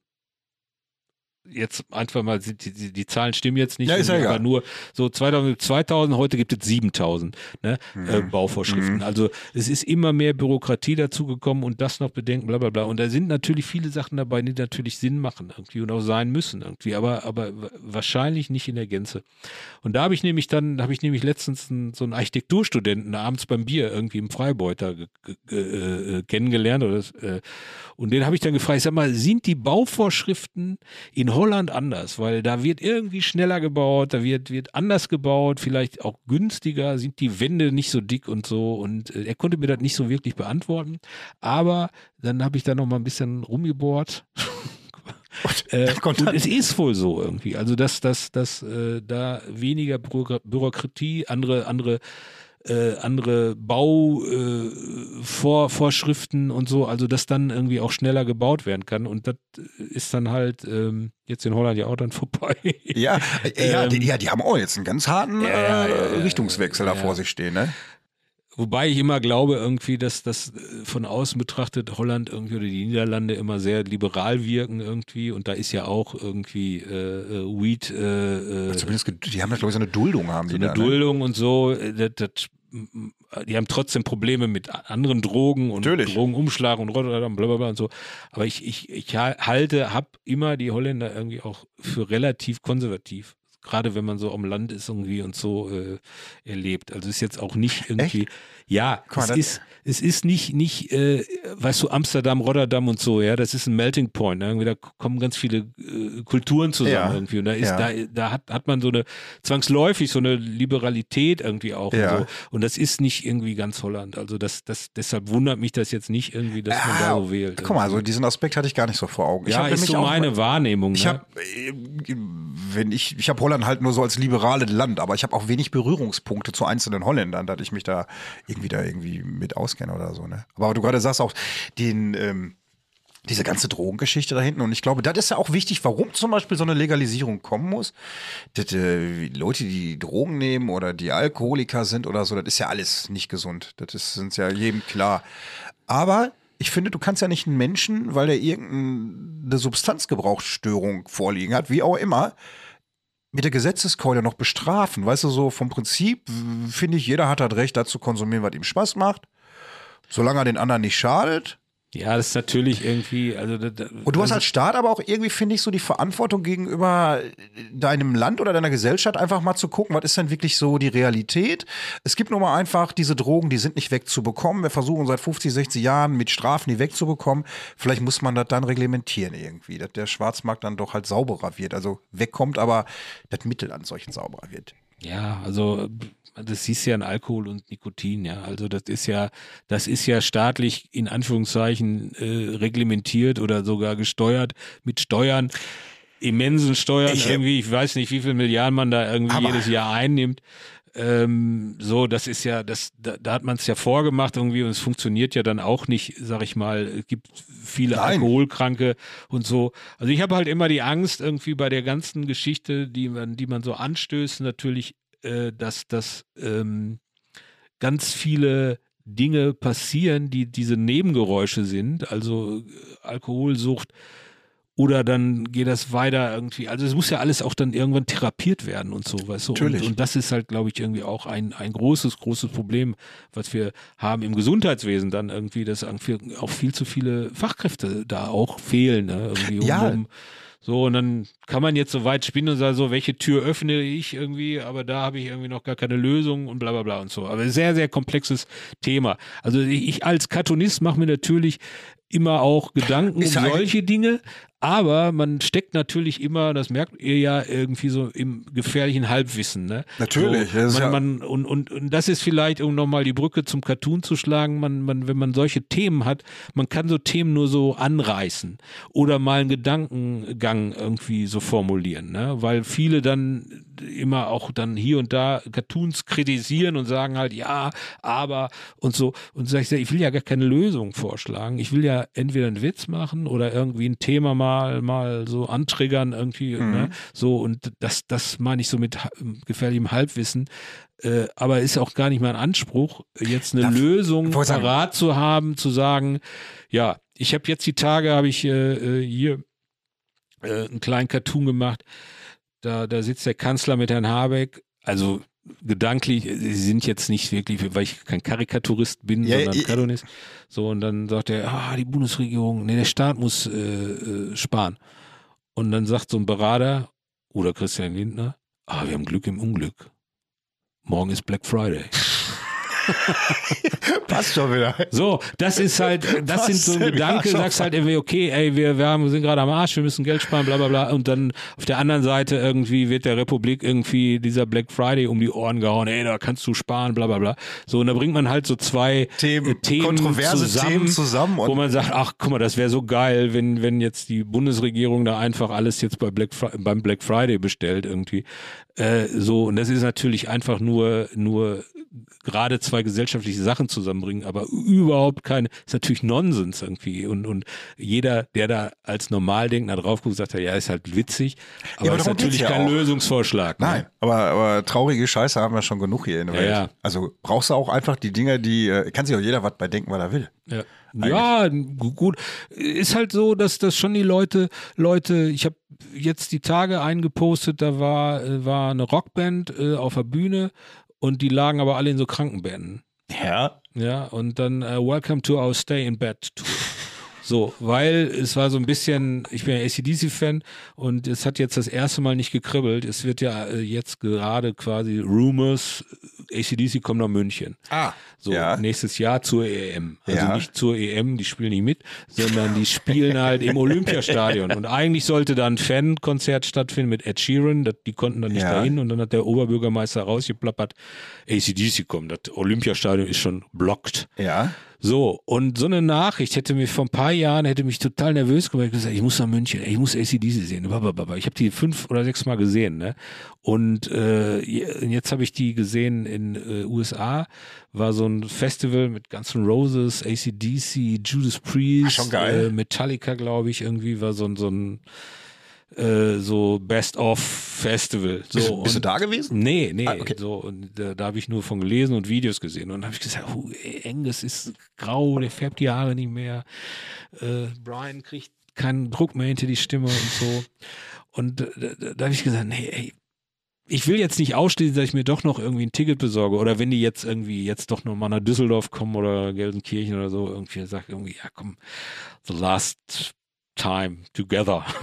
Speaker 2: Jetzt einfach mal, die, die, die Zahlen stimmen jetzt nicht,
Speaker 3: Ja, ist ja
Speaker 2: irgendwie,
Speaker 3: egal.
Speaker 2: aber nur so 2000, 2000 heute gibt es 7000 ne, äh,
Speaker 3: Mhm.
Speaker 2: Bauvorschriften.
Speaker 3: Mhm.
Speaker 2: Also es ist immer mehr Bürokratie dazugekommen und das noch bedenken, bla bla bla. Und da sind natürlich viele Sachen dabei, die natürlich Sinn machen irgendwie und auch sein müssen irgendwie, aber, aber wa- wahrscheinlich nicht in der Gänze. Und da habe ich nämlich dann, da habe ich nämlich letztens einen, so einen Architekturstudenten abends beim Bier irgendwie im Freibeuter ge- ge- ge- äh, kennengelernt. Oder, das, äh, und den habe ich dann gefragt, ich sag mal, sind die Bauvorschriften in Holland anders? Weil da wird irgendwie schneller gebaut, da wird, wird anders gebaut, vielleicht auch günstiger, sind die Wände nicht so dick und so. Und äh, er konnte mir das nicht so wirklich beantworten. Aber dann habe ich da noch mal ein bisschen rumgebohrt. Äh,
Speaker 3: Kommt
Speaker 2: und
Speaker 3: dann-
Speaker 2: es ist wohl so irgendwie. Also dass, dass, dass äh, da weniger Büro Bürokratie, andere, andere äh, andere Bauvorschriften äh, Vor- Vorschriften und so, also dass dann irgendwie auch schneller gebaut werden kann. Und das ist dann halt ähm, jetzt in Holland ja auch dann vorbei.
Speaker 3: Ja, äh, ja,
Speaker 2: Ähm,
Speaker 3: die, ja, die haben auch jetzt einen ganz harten
Speaker 2: Ja, ja, ja,
Speaker 3: äh,
Speaker 2: ja,
Speaker 3: Richtungswechsel
Speaker 2: ja.
Speaker 3: da vor sich stehen. Ne?
Speaker 2: Wobei ich immer glaube, irgendwie, dass das äh, von außen betrachtet Holland irgendwie oder die Niederlande immer sehr liberal wirken irgendwie und da ist ja auch irgendwie äh, äh, Weed äh, äh,
Speaker 3: Zumindest, ge- die haben da, glaube ich, so eine Duldung haben
Speaker 2: so
Speaker 3: die
Speaker 2: eine
Speaker 3: da. Ne?
Speaker 2: Duldung und so, äh, das, das, m- m- die haben trotzdem Probleme mit a- anderen Drogen und
Speaker 3: Natürlich.
Speaker 2: Drogenumschlag und Rotterdam, bla bla bla und so. Aber ich, ich, ich ha- halte, hab immer die Holländer irgendwie auch für relativ konservativ. Gerade wenn man so am Land ist irgendwie und so äh, erlebt. Also ist jetzt auch nicht irgendwie. Ja,
Speaker 3: Guck mal,
Speaker 2: es
Speaker 3: das-
Speaker 2: ist, es ist nicht, nicht, äh, weißt du, Amsterdam, Rotterdam und so, ja, das ist ein Melting Point. Ne? Irgendwie Da kommen ganz viele äh, Kulturen zusammen
Speaker 3: Ja.
Speaker 2: irgendwie. Und da ist,
Speaker 3: Ja.
Speaker 2: da äh, da hat, hat man so eine zwangsläufig so eine Liberalität irgendwie auch.
Speaker 3: Ja.
Speaker 2: Und, so. und das ist nicht irgendwie ganz Holland. Also das, das, deshalb wundert mich das jetzt nicht irgendwie, dass man da
Speaker 3: Ah,
Speaker 2: so wählt.
Speaker 3: Guck mal, also diesen Aspekt hatte ich gar nicht so vor Augen. Ich
Speaker 2: ja,
Speaker 3: hab
Speaker 2: ist
Speaker 3: nämlich
Speaker 2: so
Speaker 3: auch-
Speaker 2: meine Wahrnehmung.
Speaker 3: Ich
Speaker 2: ne?
Speaker 3: habe, äh, wenn ich, ich habe Holland halt nur so als liberales Land, aber ich habe auch wenig Berührungspunkte zu einzelnen Holländern, dass ich mich da irgendwie da irgendwie mit auskenne oder so. Ne? Aber du gerade sagst auch den. Ähm, diese ganze Drogengeschichte da hinten. Und ich glaube, das ist ja auch wichtig, warum zum Beispiel so eine Legalisierung kommen muss. Das, äh, Leute, die Drogen nehmen oder die Alkoholiker sind oder so, das ist ja alles nicht gesund. Das ist, sind ja jedem klar. Aber ich finde, du kannst ja nicht einen Menschen, weil der irgendeine Substanzgebrauchsstörung vorliegen hat, wie auch immer, mit der Gesetzeskeule noch bestrafen. Weißt du, so vom Prinzip w- finde ich, jeder hat das Recht, da zu konsumieren, was ihm Spaß macht. Solange er den anderen nicht schadet.
Speaker 2: Ja, das ist natürlich irgendwie, also da- da-
Speaker 3: Und du hast
Speaker 2: also,
Speaker 3: als Staat aber auch irgendwie, finde ich, so die Verantwortung gegenüber äh, deinem Land oder deiner Gesellschaft einfach mal zu gucken, was ist denn wirklich so die Realität? Es gibt nun mal einfach diese Drogen, die sind nicht wegzubekommen. Wir versuchen seit 50, 60 Jahren mit Strafen die wegzubekommen. Vielleicht muss man das dann reglementieren irgendwie, dass der Schwarzmarkt dann doch halt sauberer wird. Also wegkommt, aber das Mittel an solchen sauberer wird.
Speaker 2: ja, also das siehst du ja an Alkohol und Nikotin, ja. Also das ist ja, das ist ja staatlich in Anführungszeichen äh, reglementiert oder sogar gesteuert mit Steuern, immensen Steuern
Speaker 3: Ich-
Speaker 2: irgendwie. Ich weiß nicht, wie viel Milliarden man da irgendwie
Speaker 3: Aber-
Speaker 2: jedes Jahr einnimmt. Ähm, so, das ist ja, das, da, da hat man es ja vorgemacht irgendwie und es funktioniert ja dann auch nicht, sag ich mal. Es gibt viele
Speaker 3: Nein.
Speaker 2: Alkoholkranke und so. Also ich habe halt immer die Angst irgendwie bei der ganzen Geschichte, die man, die man so anstößt, natürlich, äh, dass das ähm, ganz viele Dinge passieren, die diese Nebengeräusche sind, also äh, Alkoholsucht oder dann geht das weiter irgendwie. Also es muss ja alles auch dann irgendwann therapiert werden und so, weißt du?
Speaker 3: Natürlich.
Speaker 2: Und, und das ist halt, glaube ich, irgendwie auch ein, ein großes, großes Problem, was wir haben im Gesundheitswesen dann irgendwie, dass irgendwie auch viel zu viele Fachkräfte da auch fehlen. Ne? Irgendwie um,
Speaker 3: Ja.
Speaker 2: um, so, und dann kann man jetzt so weit spinnen und sagen, so, welche Tür öffne ich irgendwie, aber da habe ich irgendwie noch gar keine Lösung und bla bla bla und so. Aber sehr, sehr komplexes Thema. Also ich, ich als Cartoonist mache mir natürlich immer auch Gedanken um
Speaker 3: Ist ja eigentlich-
Speaker 2: solche Dinge, aber man steckt natürlich immer, das merkt ihr ja, irgendwie so im gefährlichen Halbwissen. Ne?
Speaker 3: Natürlich,
Speaker 2: So,
Speaker 3: das
Speaker 2: man,
Speaker 3: ist ja-
Speaker 2: man, und, und, und das ist vielleicht, um nochmal die Brücke zum Cartoon zu schlagen, man, man, wenn man solche Themen hat, man kann so Themen nur so anreißen oder mal einen Gedankengang irgendwie so formulieren, ne? weil viele dann immer auch dann hier und da Cartoons kritisieren und sagen halt, ja, aber und so. Und sag ich, ja, ich will ja gar keine Lösung vorschlagen. Ich will ja entweder einen Witz machen oder irgendwie ein Thema mal, mal so antriggern irgendwie,
Speaker 3: Mhm.
Speaker 2: ne? so. Und das, das meine ich so mit ha- gefährlichem Halbwissen. Äh, aber ist auch gar nicht mein Anspruch, jetzt eine
Speaker 3: Darf-
Speaker 2: Lösung
Speaker 3: wollte sagen-
Speaker 2: parat zu haben, zu sagen, ja, ich habe jetzt die Tage, habe ich äh, äh, hier äh, einen kleinen Cartoon gemacht. Da, da sitzt der Kanzler mit Herrn Habeck. Also gedanklich, äh, sie sind jetzt nicht wirklich, weil ich kein Karikaturist bin,
Speaker 3: Ja,
Speaker 2: sondern
Speaker 3: ich-
Speaker 2: Cartoonist. So, und dann sagt er, ah, die Bundesregierung, nee, der Staat muss äh, äh, sparen. Und dann sagt so ein Berater oder Christian Lindner, ah, wir haben Glück im Unglück. Morgen ist Black Friday.
Speaker 3: Passt schon wieder.
Speaker 2: So, das ist halt, das
Speaker 3: Was
Speaker 2: sind so
Speaker 3: denn? Ja,
Speaker 2: Gedanken,
Speaker 3: schon.
Speaker 2: sagst halt irgendwie, okay, ey, wir, wir, haben, wir sind gerade am Arsch, wir müssen Geld sparen, bla bla bla. Und dann auf der anderen Seite irgendwie wird der Republik irgendwie dieser Black Friday um die Ohren gehauen, ey, da kannst du sparen, bla bla bla. So, und da bringt man halt so zwei
Speaker 3: Themen,
Speaker 2: äh, Themen
Speaker 3: kontroverse
Speaker 2: zusammen,
Speaker 3: Themen zusammen und-
Speaker 2: wo man sagt, ach guck mal, das wäre so geil, wenn, wenn jetzt die Bundesregierung da einfach alles jetzt bei Black Fri- beim Black Friday bestellt irgendwie. Äh, so, und das ist natürlich einfach nur, nur gerade zwei gesellschaftliche Sachen zusammenbringen, aber überhaupt keine, ist natürlich Nonsens irgendwie. Und, und jeder, der da als normal denkt, da drauf guckt, sagt ja, ja, ist halt witzig, aber,
Speaker 3: aber
Speaker 2: ist
Speaker 3: darum geht's
Speaker 2: natürlich
Speaker 3: ja
Speaker 2: kein
Speaker 3: auch.
Speaker 2: Lösungsvorschlag.
Speaker 3: Nein,
Speaker 2: Ne?
Speaker 3: aber, aber traurige Scheiße haben wir schon genug hier in der
Speaker 2: Ja,
Speaker 3: Welt.
Speaker 2: ja.
Speaker 3: Also brauchst du auch einfach die Dinger, die äh, kann sich auch jeder was bei denken, was er will.
Speaker 2: Ja. Ja, gu- gut. Ist halt so, dass das schon die Leute, Leute, ich habe jetzt die Tage eingepostet, da war, äh, war eine Rockband äh, auf der Bühne und die lagen aber alle in so Krankenbetten.
Speaker 3: Ja.
Speaker 2: Ja, und dann äh, Welcome to our Stay in Bed Tour. So, weil es war so ein bisschen, ich bin ja ACDC-Fan und es hat jetzt das erste Mal nicht gekribbelt. Es wird ja äh, jetzt gerade quasi Rumors, äh, ACDC kommt nach München.
Speaker 3: Ah.
Speaker 2: So,
Speaker 3: Ja.
Speaker 2: nächstes Jahr zur EM. Also
Speaker 3: Ja.
Speaker 2: nicht zur EM, die spielen nicht mit, sondern die spielen halt im Olympiastadion. Und eigentlich sollte da ein Fankonzert stattfinden mit Ed Sheeran. Das, die konnten dann nicht
Speaker 3: Ja.
Speaker 2: dahin. Und dann hat der Oberbürgermeister rausgeplappert, ACDC kommen. Das Olympiastadion ist schon blockt.
Speaker 3: Ja.
Speaker 2: So, und so eine Nachricht hätte mich vor ein paar Jahren, hätte mich total nervös gemacht. Ich hab gesagt, ich muss nach München, ich muss ACDC sehen. Babababa. Ich habe die fünf oder sechs Mal gesehen. Ne? Und äh, je- jetzt habe ich die gesehen in äh, USA. War so ein Festival mit ganzen Roses, ACDC, Judas Priest,
Speaker 3: Ah, schon geil.
Speaker 2: Äh, Metallica, glaube ich, irgendwie. War so ein, so ein äh, so Best-of-Festival. So,
Speaker 3: Bist, bist du
Speaker 2: und-
Speaker 3: da gewesen?
Speaker 2: Nee, nee,
Speaker 3: Ah, okay.
Speaker 2: so und da, da habe ich nur von gelesen und Videos gesehen und habe ich gesagt, oh, Angus ist grau, der färbt die Haare nicht mehr. Äh, Brian kriegt keinen Druck mehr hinter die Stimme und so. Und äh, da, da habe ich gesagt, nee, ey, ich will jetzt nicht ausschließen, dass ich mir doch noch irgendwie ein Ticket besorge oder wenn die jetzt irgendwie jetzt doch noch mal nach Düsseldorf kommen oder Gelsenkirchen oder so, irgendwie sagt irgendwie, ja komm, the last time together.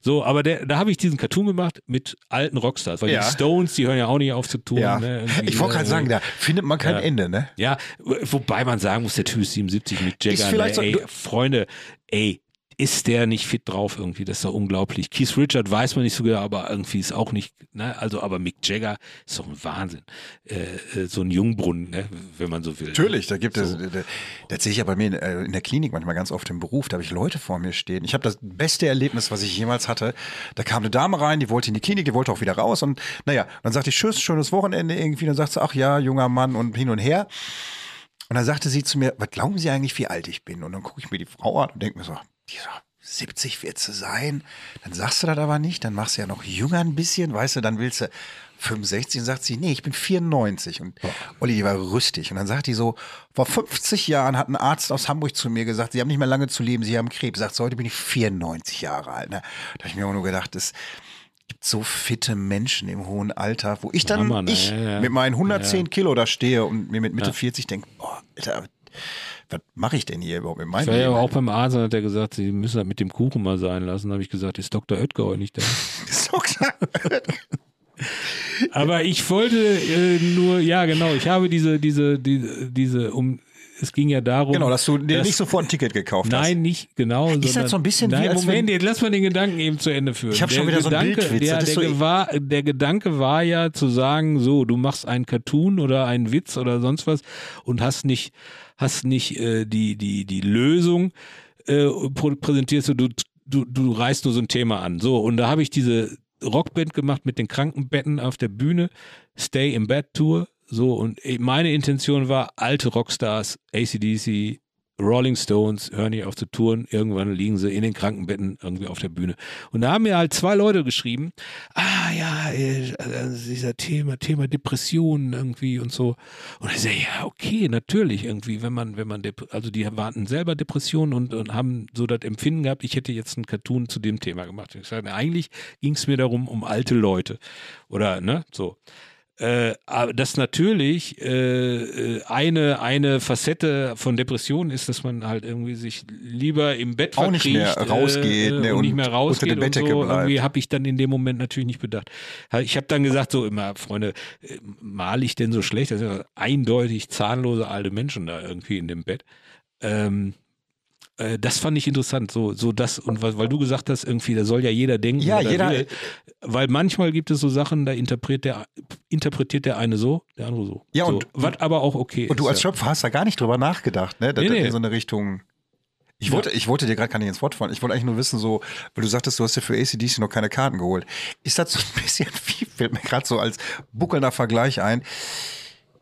Speaker 2: So, aber der, da habe ich diesen Cartoon gemacht mit alten Rockstars, weil
Speaker 3: Ja.
Speaker 2: die Stones, die hören ja auch nicht auf zu tun.
Speaker 3: Ja.
Speaker 2: Ne? Irgendwie,
Speaker 3: Ich wollte gerade
Speaker 2: äh,
Speaker 3: sagen, da findet man kein
Speaker 2: Ja.
Speaker 3: Ende, ne?
Speaker 2: Ja, wobei man sagen muss, der Typ ist 77 mit Jagger.
Speaker 3: Ist vielleicht
Speaker 2: ne?
Speaker 3: so-
Speaker 2: ey,
Speaker 3: du-
Speaker 2: Freunde, ey, ist der nicht fit drauf irgendwie? Das ist doch unglaublich. Keith Richard weiß man nicht so genau, aber irgendwie ist auch nicht, ne? Also, aber Mick Jagger ist doch ein Wahnsinn. Äh, äh, so ein Jungbrunnen, ne? wenn man so will.
Speaker 3: Natürlich, da gibt es,
Speaker 2: So.
Speaker 3: da- das sehe ich ja bei mir in, äh, in der Klinik manchmal ganz oft im Beruf, da habe ich Leute vor mir stehen. Ich habe das beste Erlebnis, was ich jemals hatte. Da kam eine Dame rein, die wollte in die Klinik, die wollte auch wieder raus und naja, dann sagte ich, tschüss, schönes Wochenende irgendwie. Dann sagt sie, ach ja, junger Mann und hin und her. Und dann sagte sie zu mir, was glauben Sie eigentlich, wie alt ich bin? Und dann gucke ich mir die Frau an und denke mir so, die ist doch 70 wird sie sein. Dann sagst du das aber nicht, dann machst du ja noch jünger ein bisschen, weißt du, dann willst du 65 und sagt sie, nee, ich bin 94. Und Olli, die war rüstig. Und dann sagt die so, vor 50 Jahren hat ein Arzt aus Hamburg zu mir gesagt, sie haben nicht mehr lange zu leben, sie haben Krebs. Sagt sie, heute bin ich 94 Jahre alt. Ne? Da habe ich mir auch nur gedacht, das gibt so fitte Menschen im hohen Alter, wo ich dann,
Speaker 2: Hammer, ne?
Speaker 3: ich
Speaker 2: Ja, ja.
Speaker 3: mit meinen 110 Kilo da stehe und mir mit Mitte 40 denke, boah, Alter, was mache ich denn hier überhaupt mit meinem
Speaker 2: Ich war ja
Speaker 3: Leben?
Speaker 2: auch beim Arzt, dann hat er gesagt, sie müssen das mit dem Kuchen mal sein lassen. Da habe ich gesagt, ist Dr. Oetker heute nicht da?
Speaker 3: Ist doch klar.
Speaker 2: Aber ich wollte äh, nur, ja genau, ich habe diese, diese, diese, diese, um, es ging ja darum.
Speaker 3: genau, dass du dir
Speaker 2: dass-
Speaker 3: nicht sofort ein Ticket gekauft hast.
Speaker 2: Nein, nicht genau.
Speaker 3: das so ein bisschen wie,
Speaker 2: nein,
Speaker 3: als
Speaker 2: Moment,
Speaker 3: wenn-
Speaker 2: jetzt lass mal den Gedanken eben zu Ende führen.
Speaker 3: Ich hab schon
Speaker 2: Der
Speaker 3: wieder so einen
Speaker 2: Gedanke,
Speaker 3: Bildwitz,
Speaker 2: Der,
Speaker 3: das
Speaker 2: der,
Speaker 3: ist so
Speaker 2: Ge- war, der Gedanke war ja zu sagen, so, du machst einen Cartoon oder einen Witz oder sonst was und hast nicht, hast nicht äh, die, die, die Lösung äh, prä- präsentierst du, du, du, du reißt nur so ein Thema an. So, und da habe ich diese Rockband gemacht mit den Krankenbetten auf der Bühne, Stay in Bed Tour. So, und eh, meine Intention war, alte Rockstars, ACDC, Rolling Stones, hören nicht auf zu touren, irgendwann liegen sie in den Krankenbetten irgendwie auf der Bühne. Und da haben mir halt zwei Leute geschrieben, ah ja, äh, also dieser Thema, Thema Depressionen irgendwie und so. Und ich sage, ja, okay, natürlich irgendwie, wenn man, wenn man, Dep also die hatten selber Depressionen und, und haben so das Empfinden gehabt, ich hätte jetzt einen Cartoon zu dem Thema gemacht. Und ich sage, eigentlich ging es mir darum, um alte Leute oder, ne, so. Äh, aber dass natürlich äh, äh, eine, eine Facette von Depressionen ist, dass man halt irgendwie sich lieber im Bett
Speaker 3: Auch nicht mehr
Speaker 2: verkriecht,
Speaker 3: rausgeht,
Speaker 2: äh,
Speaker 3: ne,
Speaker 2: und nicht
Speaker 3: und
Speaker 2: mehr
Speaker 3: unter
Speaker 2: rausgeht
Speaker 3: dem Bettdecke
Speaker 2: und so.
Speaker 3: bleibt.
Speaker 2: Irgendwie habe ich dann in dem Moment natürlich nicht bedacht. Ha- Ich habe dann gesagt so immer, Freunde, äh, mal ich denn so schlecht? Das sind ja eindeutig zahnlose alte Menschen da irgendwie in dem Bett. Ähm, äh, das fand ich interessant, so, so das, und weil, weil du gesagt hast, irgendwie, da soll ja jeder denken.
Speaker 3: Ja,
Speaker 2: was er
Speaker 3: jeder-
Speaker 2: will. Weil manchmal gibt es so Sachen, da interpretiert der, interpretiert der eine so, der andere so.
Speaker 3: Ja,
Speaker 2: so,
Speaker 3: und-
Speaker 2: was aber auch okay
Speaker 3: Und du
Speaker 2: ist.
Speaker 3: als Schöpfer hast da gar nicht drüber nachgedacht, ne? Da,
Speaker 2: Nee,
Speaker 3: da
Speaker 2: nee.
Speaker 3: in so eine Richtung. Ich wollte, ich wollte dir gerade gar nicht ins Wort fallen. Ich wollte eigentlich nur wissen, so, weil du sagtest, du hast ja für ACDC noch keine Karten geholt. Ist das so ein bisschen wie, fällt mir gerade so als buckelnder Vergleich ein.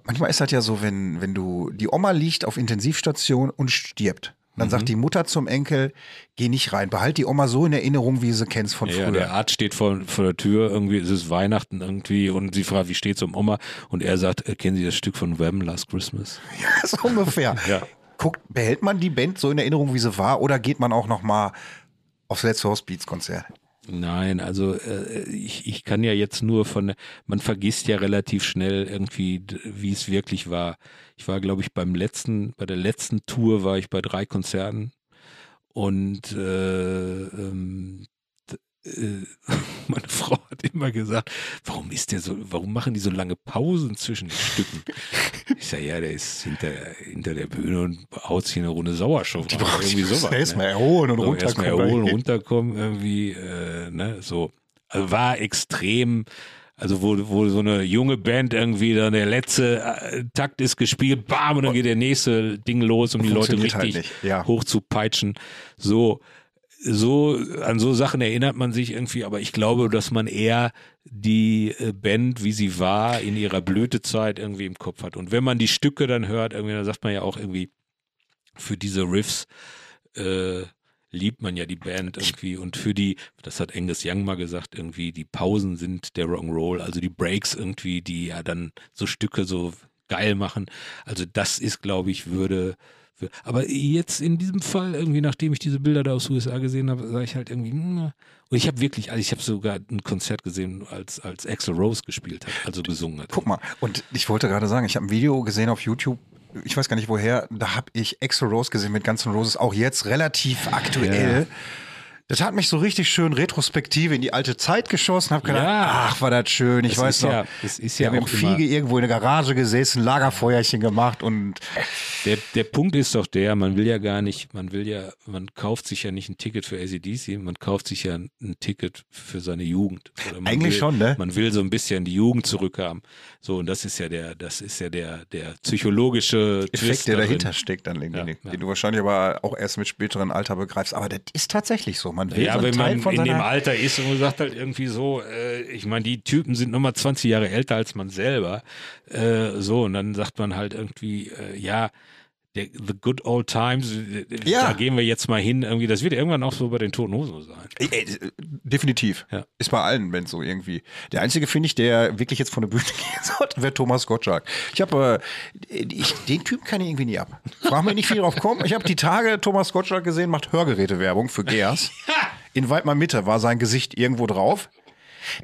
Speaker 3: Manchmal ist das ja so, wenn, wenn du, die Oma liegt auf Intensivstation und stirbt.
Speaker 2: Mhm.
Speaker 3: Dann sagt die Mutter zum Enkel, geh nicht rein, behalt die Oma so in Erinnerung, wie sie kennst von
Speaker 2: Ja, ja,
Speaker 3: früher.
Speaker 2: der Arzt steht vor, vor der Tür, irgendwie ist es Weihnachten irgendwie und sie fragt, wie steht's um Oma? Und er sagt, äh, kennen Sie das Stück von Wham, Last Christmas?
Speaker 3: so ungefähr.
Speaker 2: Ja.
Speaker 3: Guckt, behält man die Band so in Erinnerung, wie sie war, oder geht man auch noch mal aufs letzte Hospiz-Konzert?
Speaker 2: Nein, also äh, ich, ich kann ja jetzt nur von, man vergisst ja relativ schnell irgendwie, d- wie es wirklich war. Ich war, glaube ich, beim letzten, bei der letzten Tour war ich bei drei Konzerten und äh, ähm, d- äh, meine Frau hat immer gesagt, warum ist der so, warum machen die so lange Pausen zwischen den Stücken? Ich sage, ja, der ist hinter, hinter der Bühne und haut sich eine Runde Sauerstoff rein, irgendwie sowas. ne?
Speaker 3: Erstmal erholen und
Speaker 2: so, erstmal
Speaker 3: runterkommen.
Speaker 2: erholen, runterkommen, irgendwie, äh, ne, so. Also war extrem, also wo, wo so eine junge Band irgendwie dann der letzte äh, Takt ist gespielt, bam, und dann geht der nächste Ding los, um die Leute
Speaker 3: Funktioniert
Speaker 2: richtig
Speaker 3: halt nicht, ja.
Speaker 2: hoch zu peitschen. So, so, an so Sachen erinnert man sich irgendwie, aber ich glaube, dass man eher die äh, Band, wie sie war, in ihrer Blütezeit irgendwie im Kopf hat. Und wenn man die Stücke dann hört, irgendwie, dann sagt man ja auch irgendwie, für diese Riffs äh, liebt man ja die Band irgendwie und für die, das hat Angus Young mal gesagt, irgendwie die Pausen sind der Rock'n'Roll, also die Breaks irgendwie, die ja dann so Stücke so geil machen. Also das ist, glaube ich, würde. wür- Aber jetzt in diesem Fall, irgendwie, nachdem ich diese Bilder da aus USA gesehen habe, sage ich halt irgendwie, hm, und ich habe wirklich, also ich habe sogar ein Konzert gesehen, als, als Axel Rose gespielt hat, also gesungen hat.
Speaker 3: Guck mal, und ich wollte gerade sagen, ich habe ein Video gesehen auf YouTube, ich weiß gar nicht woher, da habe ich Exo Rose gesehen mit ganzen Roses, auch jetzt relativ aktuell. Das hat mich so richtig schön retrospektive in die alte Zeit geschossen, habe gedacht,
Speaker 2: Ja.
Speaker 3: ach, war das schön, ich
Speaker 2: Das
Speaker 3: weiß
Speaker 2: ist
Speaker 3: noch.
Speaker 2: ja- das ist
Speaker 3: wir
Speaker 2: ja
Speaker 3: haben im
Speaker 2: auch immer-
Speaker 3: Fiege irgendwo in der Garage gesessen, Lagerfeuerchen gemacht und
Speaker 2: Der, der Punkt ist doch der, man will ja gar nicht, man will ja, man kauft sich ja nicht ein Ticket für ACDC, man kauft sich ja ein, ein Ticket für seine Jugend. Oder man
Speaker 3: Eigentlich
Speaker 2: will,
Speaker 3: schon, ne?
Speaker 2: Man will so ein bisschen die Jugend zurückhaben. So, und das ist ja der, das ist ja der, der psychologische
Speaker 3: Effekt,
Speaker 2: Twist
Speaker 3: der
Speaker 2: darin.
Speaker 3: dahinter steckt, dann, den,
Speaker 2: Ja,
Speaker 3: den,
Speaker 2: ja.
Speaker 3: den du wahrscheinlich aber auch erst mit späterem Alter begreifst. Aber das ist tatsächlich so. Man will so
Speaker 2: Ja,
Speaker 3: einen
Speaker 2: wenn
Speaker 3: Teil
Speaker 2: man
Speaker 3: von
Speaker 2: in dem
Speaker 3: seiner
Speaker 2: Alter ist und man sagt halt irgendwie so, äh, ich meine, die Typen sind nochmal 20 Jahre älter als man selber. Äh, so, und dann sagt man halt irgendwie, äh, ja, der, the good old times, äh,
Speaker 3: Ja.
Speaker 2: da gehen wir jetzt mal hin. Irgendwie, das wird irgendwann auch so bei den Toten Hosen sein.
Speaker 3: Äh, äh, Definitiv.
Speaker 2: Ja.
Speaker 3: Ist bei allen, wenn so irgendwie. Der einzige, finde ich, der wirklich jetzt von der Bühne gehen sollte, wäre Thomas Gottschalk. Ich habe, äh, ich, den Typen kann ich irgendwie nie ab. Frag mich nicht viel drauf kommen. Ich habe die Tage Thomas Gottschalk gesehen, macht Hörgerätewerbung für Gears. In Weidmar Mitte war sein Gesicht irgendwo drauf.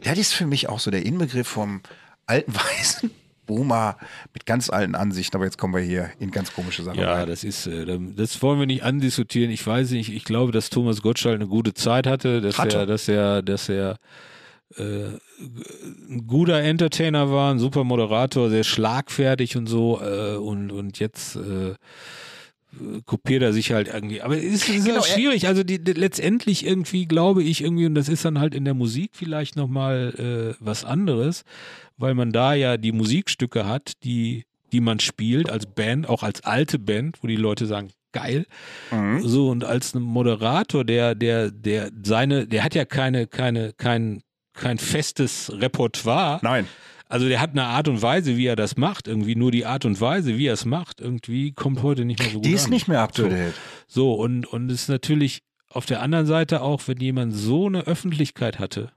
Speaker 3: Das ist für mich auch so der Inbegriff vom alten Weißen. Boomer mit ganz alten Ansichten, aber jetzt kommen wir hier in ganz komische Sachen.
Speaker 2: Ja, das ist, äh, dann- das wollen wir nicht andiskutieren. Ich weiß nicht, ich glaube, dass Thomas Gottschalk eine gute Zeit hatte, dass
Speaker 3: Hatte.
Speaker 2: er, dass er, dass er äh, ein guter Entertainer war, ein super Moderator, sehr schlagfertig und so äh, und und jetzt äh, äh, kopiert er sich halt irgendwie. Aber es ist, es ist
Speaker 3: Genau,
Speaker 2: auch
Speaker 3: er-
Speaker 2: schwierig. Also die, die, letztendlich irgendwie glaube ich irgendwie und das ist dann halt in der Musik vielleicht noch mal äh, was anderes, weil man da ja die Musikstücke hat, die die man spielt als Band, auch als alte Band, wo die Leute sagen, geil.
Speaker 3: Mhm. Hm?
Speaker 2: So und als ein Moderator, der der der seine, der hat ja keine keine kein kein festes Repertoire.
Speaker 3: Nein.
Speaker 2: Also der hat eine Art und Weise, wie er das macht, irgendwie nur die Art und Weise, wie er es macht, irgendwie kommt heute nicht mehr so gut
Speaker 3: Die ist
Speaker 2: an.
Speaker 3: nicht mehr up to date.
Speaker 2: So, und, und es ist natürlich auf der anderen Seite auch, wenn jemand so eine Öffentlichkeit hatte,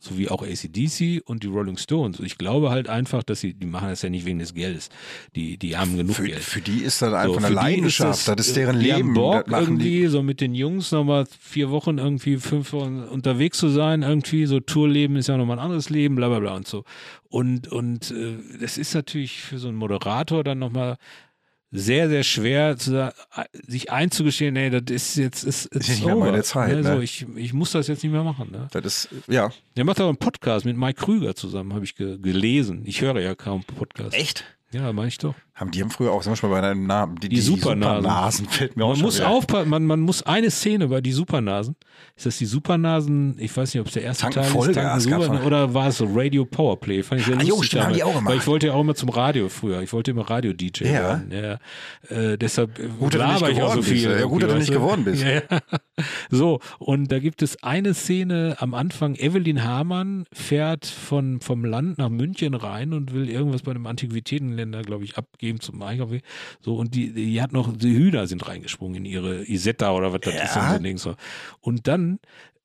Speaker 2: so wie auch ACDC und die Rolling Stones. Und ich glaube halt einfach, dass sie, die machen das ja nicht wegen des Geldes. Die, die haben genug
Speaker 3: Für,
Speaker 2: Geld.
Speaker 3: für die ist das einfach
Speaker 2: So,
Speaker 3: eine
Speaker 2: für die
Speaker 3: Leidenschaft.
Speaker 2: es,
Speaker 3: das ist deren
Speaker 2: äh, die Haben
Speaker 3: Leben. Das
Speaker 2: Bock,
Speaker 3: machen die.
Speaker 2: irgendwie so mit den Jungs nochmal vier Wochen irgendwie fünf Wochen unterwegs zu sein, irgendwie so Tourleben ist ja nochmal ein anderes Leben, bla bla bla und so. Und, und äh, das ist natürlich für so einen Moderator dann nochmal sehr, sehr schwer, zu, sa- äh, sich einzugestehen, ey, das ist jetzt ist,
Speaker 3: Ist nicht mehr meine Zeit,
Speaker 2: Ne? So,
Speaker 3: ne?
Speaker 2: ich, ich muss das jetzt nicht mehr machen. Ne?
Speaker 3: Das ist, ja.
Speaker 2: Der macht aber einen Podcast mit Mike Krüger zusammen, habe ich ge gelesen. Ich höre ja kaum Podcasts.
Speaker 3: Echt?
Speaker 2: Ja, meine ich doch.
Speaker 3: Haben die haben früher auch, sind wir schon mal bei deinem Namen,
Speaker 2: Die Supernasen.
Speaker 3: Supernasen fällt mir auch
Speaker 2: Man
Speaker 3: schon
Speaker 2: muss
Speaker 3: wieder.
Speaker 2: aufpassen, man, man muss eine Szene bei die Supernasen. Ist das die Supernasen? Ich weiß nicht, ob es der erste
Speaker 3: Tanken
Speaker 2: Teil ist.
Speaker 3: Vollgas gab's
Speaker 2: Supernasen,
Speaker 3: noch.
Speaker 2: oder war es so Radio Powerplay? Fand ich sehr
Speaker 3: Ah,
Speaker 2: lustig
Speaker 3: jo, stimmt, haben die
Speaker 2: damals.
Speaker 3: auch gemacht.
Speaker 2: Weil ich wollte ja auch immer zum Radio früher. Ich wollte immer Radio-DJ
Speaker 3: Ja.
Speaker 2: werden. Ja. Äh, deshalb äh,
Speaker 3: Gut, dass du nicht
Speaker 2: laber ich auch so
Speaker 3: geworden
Speaker 2: viel.
Speaker 3: bist. Ja, gut, dass du
Speaker 2: irgendwie, weißt
Speaker 3: nicht geworden bist.
Speaker 2: Ja, ja. So, und da gibt es eine Szene am Anfang. Evelyn Hamann fährt von, vom Land nach München rein und will irgendwas bei einem Antiquitätenländer, glaube ich, abgeben zum Einkauf. So, und die, die hat noch, die Hühner sind reingesprungen in ihre Isetta oder was das ist. Und,
Speaker 3: Ja.
Speaker 2: so ein Ding so. und dann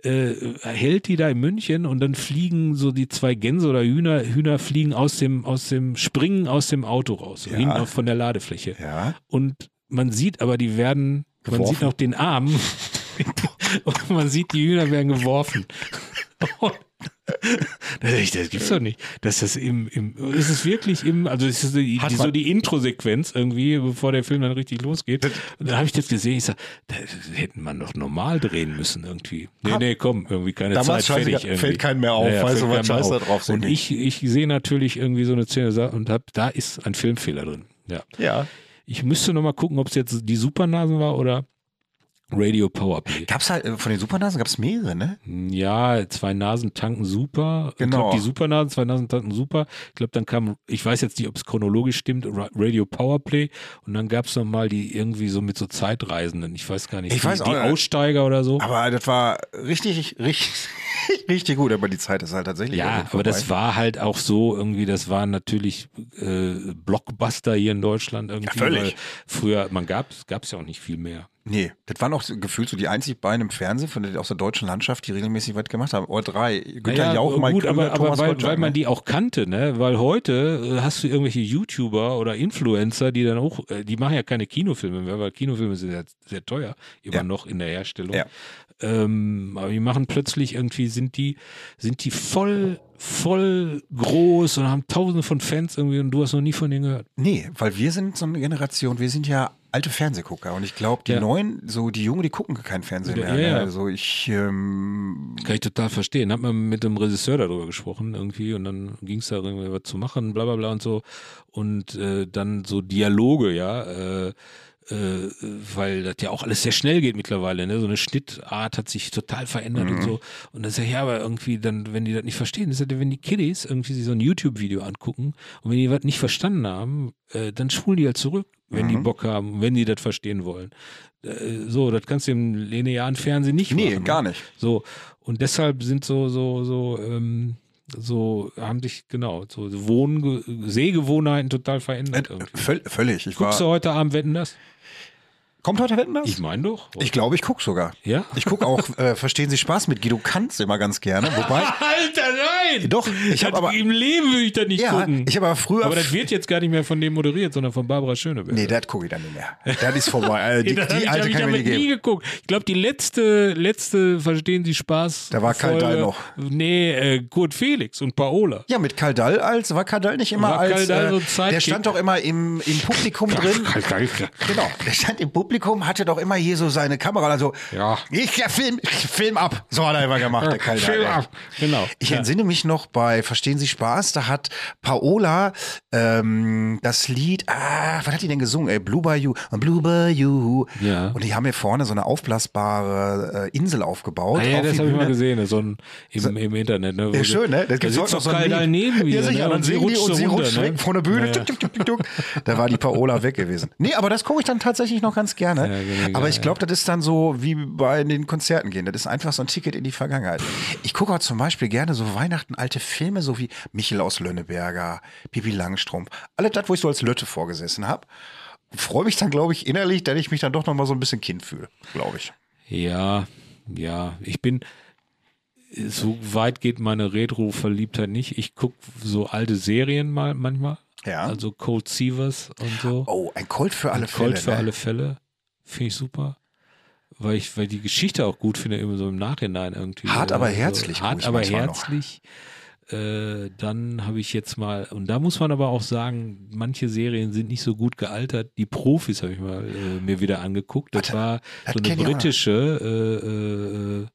Speaker 2: äh, hält die da in München und dann fliegen so die zwei Gänse oder Hühner, Hühner fliegen aus dem, aus dem, springen aus dem Auto raus, so
Speaker 3: Ja.
Speaker 2: hinten auf, von der Ladefläche.
Speaker 3: Ja.
Speaker 2: Und man sieht aber, die werden, man
Speaker 3: Geworfen.
Speaker 2: sieht noch den Arm und man sieht, die Hühner werden geworfen. Und da dachte ich, das gibt's doch nicht. Dass das im, im ist es wirklich im, also es ist die,
Speaker 3: Hat
Speaker 2: die,
Speaker 3: man-
Speaker 2: so die Intro-Sequenz irgendwie, bevor der Film dann richtig losgeht. Und dann habe ich das gesehen, ich sag, das hätten man doch normal drehen müssen irgendwie. Nee,
Speaker 3: Hab-
Speaker 2: nee, komm, irgendwie keine
Speaker 3: Damals
Speaker 2: Zeit, fertig.
Speaker 3: scheißegal,
Speaker 2: Irgendwie.
Speaker 3: fällt keinem mehr auf, weißt du,
Speaker 2: fällt
Speaker 3: was
Speaker 2: keinem mehr
Speaker 3: Scheiß da
Speaker 2: auf.
Speaker 3: drauf sind.
Speaker 2: Und ich, ich sehe natürlich irgendwie so eine Szene sa- und hab, da ist ein Filmfehler drin. Ja.
Speaker 3: Ja.
Speaker 2: Ich müsste noch mal gucken, ob es jetzt die Supernasen war oder Radio Powerplay.
Speaker 3: Gab's halt, äh, von den Supernasen gab es mehrere, ne?
Speaker 2: Ja, zwei Nasen tanken super. Ich
Speaker 3: Genau.
Speaker 2: glaube, die Supernasen, zwei Nasen tanken super. Ich glaube, dann kam, ich weiß jetzt nicht, ob es chronologisch stimmt, Ra- Radio Powerplay. Und dann gab es nochmal die irgendwie so mit so Zeitreisenden. Ich weiß gar nicht.
Speaker 3: Ich
Speaker 2: die,
Speaker 3: weiß auch
Speaker 2: die
Speaker 3: nicht.
Speaker 2: Aussteiger oder so.
Speaker 3: Aber das war richtig, richtig, richtig gut, aber die Zeit ist halt tatsächlich.
Speaker 2: Ja,
Speaker 3: irgendwie
Speaker 2: aber das
Speaker 3: vorbei.
Speaker 2: war halt auch so irgendwie, das waren natürlich äh, Blockbuster hier in Deutschland irgendwie.
Speaker 3: völlig.
Speaker 2: weil Früher, man gab es ja auch nicht viel mehr.
Speaker 3: Nee, das waren auch so gefühlt so die einzig beiden im Fernsehen von der, aus der deutschen Landschaft, die regelmäßig was gemacht haben. Oder drei. Günther
Speaker 2: Naja,
Speaker 3: Jauch, Mike
Speaker 2: gut,
Speaker 3: Krüger,
Speaker 2: aber, aber
Speaker 3: Thomas
Speaker 2: weil,
Speaker 3: Gottschalk,
Speaker 2: weil man
Speaker 3: ne?
Speaker 2: die auch kannte, ne? Weil heute äh, hast du irgendwelche YouTuber oder Influencer, die dann auch, äh, die machen ja keine Kinofilme mehr, weil Kinofilme sind ja sehr teuer, immer
Speaker 3: Ja.
Speaker 2: noch in der Herstellung.
Speaker 3: Ja.
Speaker 2: Ähm, aber die machen plötzlich irgendwie, sind die, sind die voll, voll groß und haben tausende von Fans irgendwie und du hast noch nie von denen gehört.
Speaker 3: Nee, weil wir sind so eine Generation, wir sind ja alte Fernsehgucker und ich glaube, die
Speaker 2: Ja.
Speaker 3: Neuen, so die Jungen, die gucken kein Fernsehen
Speaker 2: Ja,
Speaker 3: mehr. ne?
Speaker 2: ja.
Speaker 3: Also ich, ähm,
Speaker 2: Kann ich total verstehen. Hab mal mit dem Regisseur darüber gesprochen irgendwie und dann ging's da irgendwie was zu machen, bla bla bla und so. Und äh, dann so Dialoge, ja, äh, äh, weil das ja auch alles sehr schnell geht mittlerweile, ne? So eine Schnittart hat sich total verändert
Speaker 3: Mhm.
Speaker 2: und so. Und das ist ja, ja, aber irgendwie dann, wenn die das nicht verstehen, das ist ja, wenn die Kiddies irgendwie sich so ein YouTube-Video angucken und wenn die was nicht verstanden haben, äh, dann spulen die halt zurück, wenn
Speaker 3: Mhm.
Speaker 2: die Bock haben, wenn die das verstehen wollen. Äh, so, das kannst du im linearen Fernsehen nicht
Speaker 3: nee,
Speaker 2: machen. ne?
Speaker 3: gar nicht.
Speaker 2: So, und deshalb sind so, so, so, ähm, so haben sich, genau, so Wohnge Sehgewohnheiten total verändert. irgendwie.
Speaker 3: Äh, Völ völlig. Ich
Speaker 2: Guckst du
Speaker 3: war,
Speaker 2: heute Abend wetten das?
Speaker 3: kommt heute Wetten das?
Speaker 2: Ich meine doch.
Speaker 3: Ich glaube, ich gucke sogar.
Speaker 2: Ja?
Speaker 3: Ich gucke auch, äh, verstehen Sie Spaß mit Guido Kanz immer ganz gerne. Wobei,
Speaker 2: Alter, nein!
Speaker 3: Doch, ich
Speaker 2: Das-
Speaker 3: hab aber-
Speaker 2: Im Leben würde ich das nicht
Speaker 3: ja,
Speaker 2: gucken.
Speaker 3: ich habe aber früher.
Speaker 2: aber das wird jetzt gar nicht mehr von dem moderiert, sondern von Barbara Schöneberg.
Speaker 3: nee, das gucke ich dann nicht mehr. Das ist vorbei. Äh, die
Speaker 2: das
Speaker 3: die
Speaker 2: habe
Speaker 3: alte
Speaker 2: ich,
Speaker 3: kann ich mir
Speaker 2: damit nie
Speaker 3: nicht geben.
Speaker 2: geguckt. Ich glaube, die letzte, letzte, verstehen Sie Spaß.
Speaker 3: Da war Karl
Speaker 2: Folge-
Speaker 3: Dahl noch.
Speaker 2: Nee, äh, Kurt Felix und Paola.
Speaker 3: Ja, mit Kaldal als, war Kaldal nicht immer
Speaker 2: War
Speaker 3: als,
Speaker 2: Kaldal so ein
Speaker 3: äh, der
Speaker 2: Sidekick?
Speaker 3: stand doch immer im, im Publikum drin. Genau, der stand im Publikum, hatte doch immer hier so seine Kamera. Also,
Speaker 2: Ja.
Speaker 3: ich ja, film, film ab. So hat er immer gemacht, der Kaldal.
Speaker 2: Film ab. Genau.
Speaker 3: Ich
Speaker 2: Ja.
Speaker 3: entsinne mich noch bei Verstehen Sie Spaß, da hat Paola ähm, das Lied, ah, was hat die denn gesungen? Ey, Blue Bayou, Blue Bayou.
Speaker 2: Ja.
Speaker 3: Und die haben hier vorne so eine aufblasbare äh, Insel aufgebaut.
Speaker 2: Ah, ja,
Speaker 3: auf
Speaker 2: das
Speaker 3: die
Speaker 2: habe ich mal
Speaker 3: Bühne.
Speaker 2: gesehen, ne, so ein, im, im Internet. Ne, wo
Speaker 3: Ja,
Speaker 2: du-
Speaker 3: schön, ne? Das
Speaker 2: Da
Speaker 3: gibt's
Speaker 2: sitzt
Speaker 3: heute noch
Speaker 2: doch
Speaker 3: so ein
Speaker 2: Karl
Speaker 3: Lied.
Speaker 2: daneben
Speaker 3: Ja,
Speaker 2: wieder.
Speaker 3: sicher,
Speaker 2: ne,
Speaker 3: dann
Speaker 2: und sie
Speaker 3: singen die
Speaker 2: rutscht
Speaker 3: und
Speaker 2: so
Speaker 3: sie
Speaker 2: runter,
Speaker 3: rutscht
Speaker 2: ne?
Speaker 3: weg von der Bühne.
Speaker 2: Ja,
Speaker 3: Tuk, tuk, tuk, tuk. Da war die Paola weg gewesen. Nee, aber das gucke ich dann tatsächlich noch ganz gerne.
Speaker 2: Ja, genau,
Speaker 3: aber ich glaube, das ist dann so wie bei den Konzerten gehen. Das ist einfach so ein Ticket in die Vergangenheit. Ich gucke auch zum Beispiel gerne so Weihnachten alte Filme, so wie Michel aus Lönneberger, Bibi Langstrumpf. Alle das, wo ich so als Lötte vorgesessen habe. Freue mich dann, glaube ich, innerlich, dass ich mich dann doch noch mal so ein bisschen Kind fühle, glaube ich.
Speaker 2: ja, ja, ich bin, so weit geht meine Retro-Verliebtheit nicht. Ich gucke so alte Serien mal manchmal.
Speaker 3: Ja.
Speaker 2: Also Cold Seavers und so.
Speaker 3: Oh, ein Colt für alle Fälle.
Speaker 2: Cold für
Speaker 3: ne?
Speaker 2: alle Fälle. Finde ich super. Weil ich, weil die Geschichte auch gut finde, immer so im Nachhinein irgendwie.
Speaker 3: Hart, aber
Speaker 2: Also,
Speaker 3: herzlich guck
Speaker 2: Hart,
Speaker 3: ich
Speaker 2: aber
Speaker 3: manchmal noch.
Speaker 2: herzlich. Äh, dann habe ich jetzt mal, und da muss man aber auch sagen, manche Serien sind nicht so gut gealtert. Die Profis habe ich mal äh, mir wieder angeguckt. Das
Speaker 3: Warte,
Speaker 2: war
Speaker 3: das
Speaker 2: so eine
Speaker 3: kenn ich auch noch.
Speaker 2: britische, äh, äh, äh,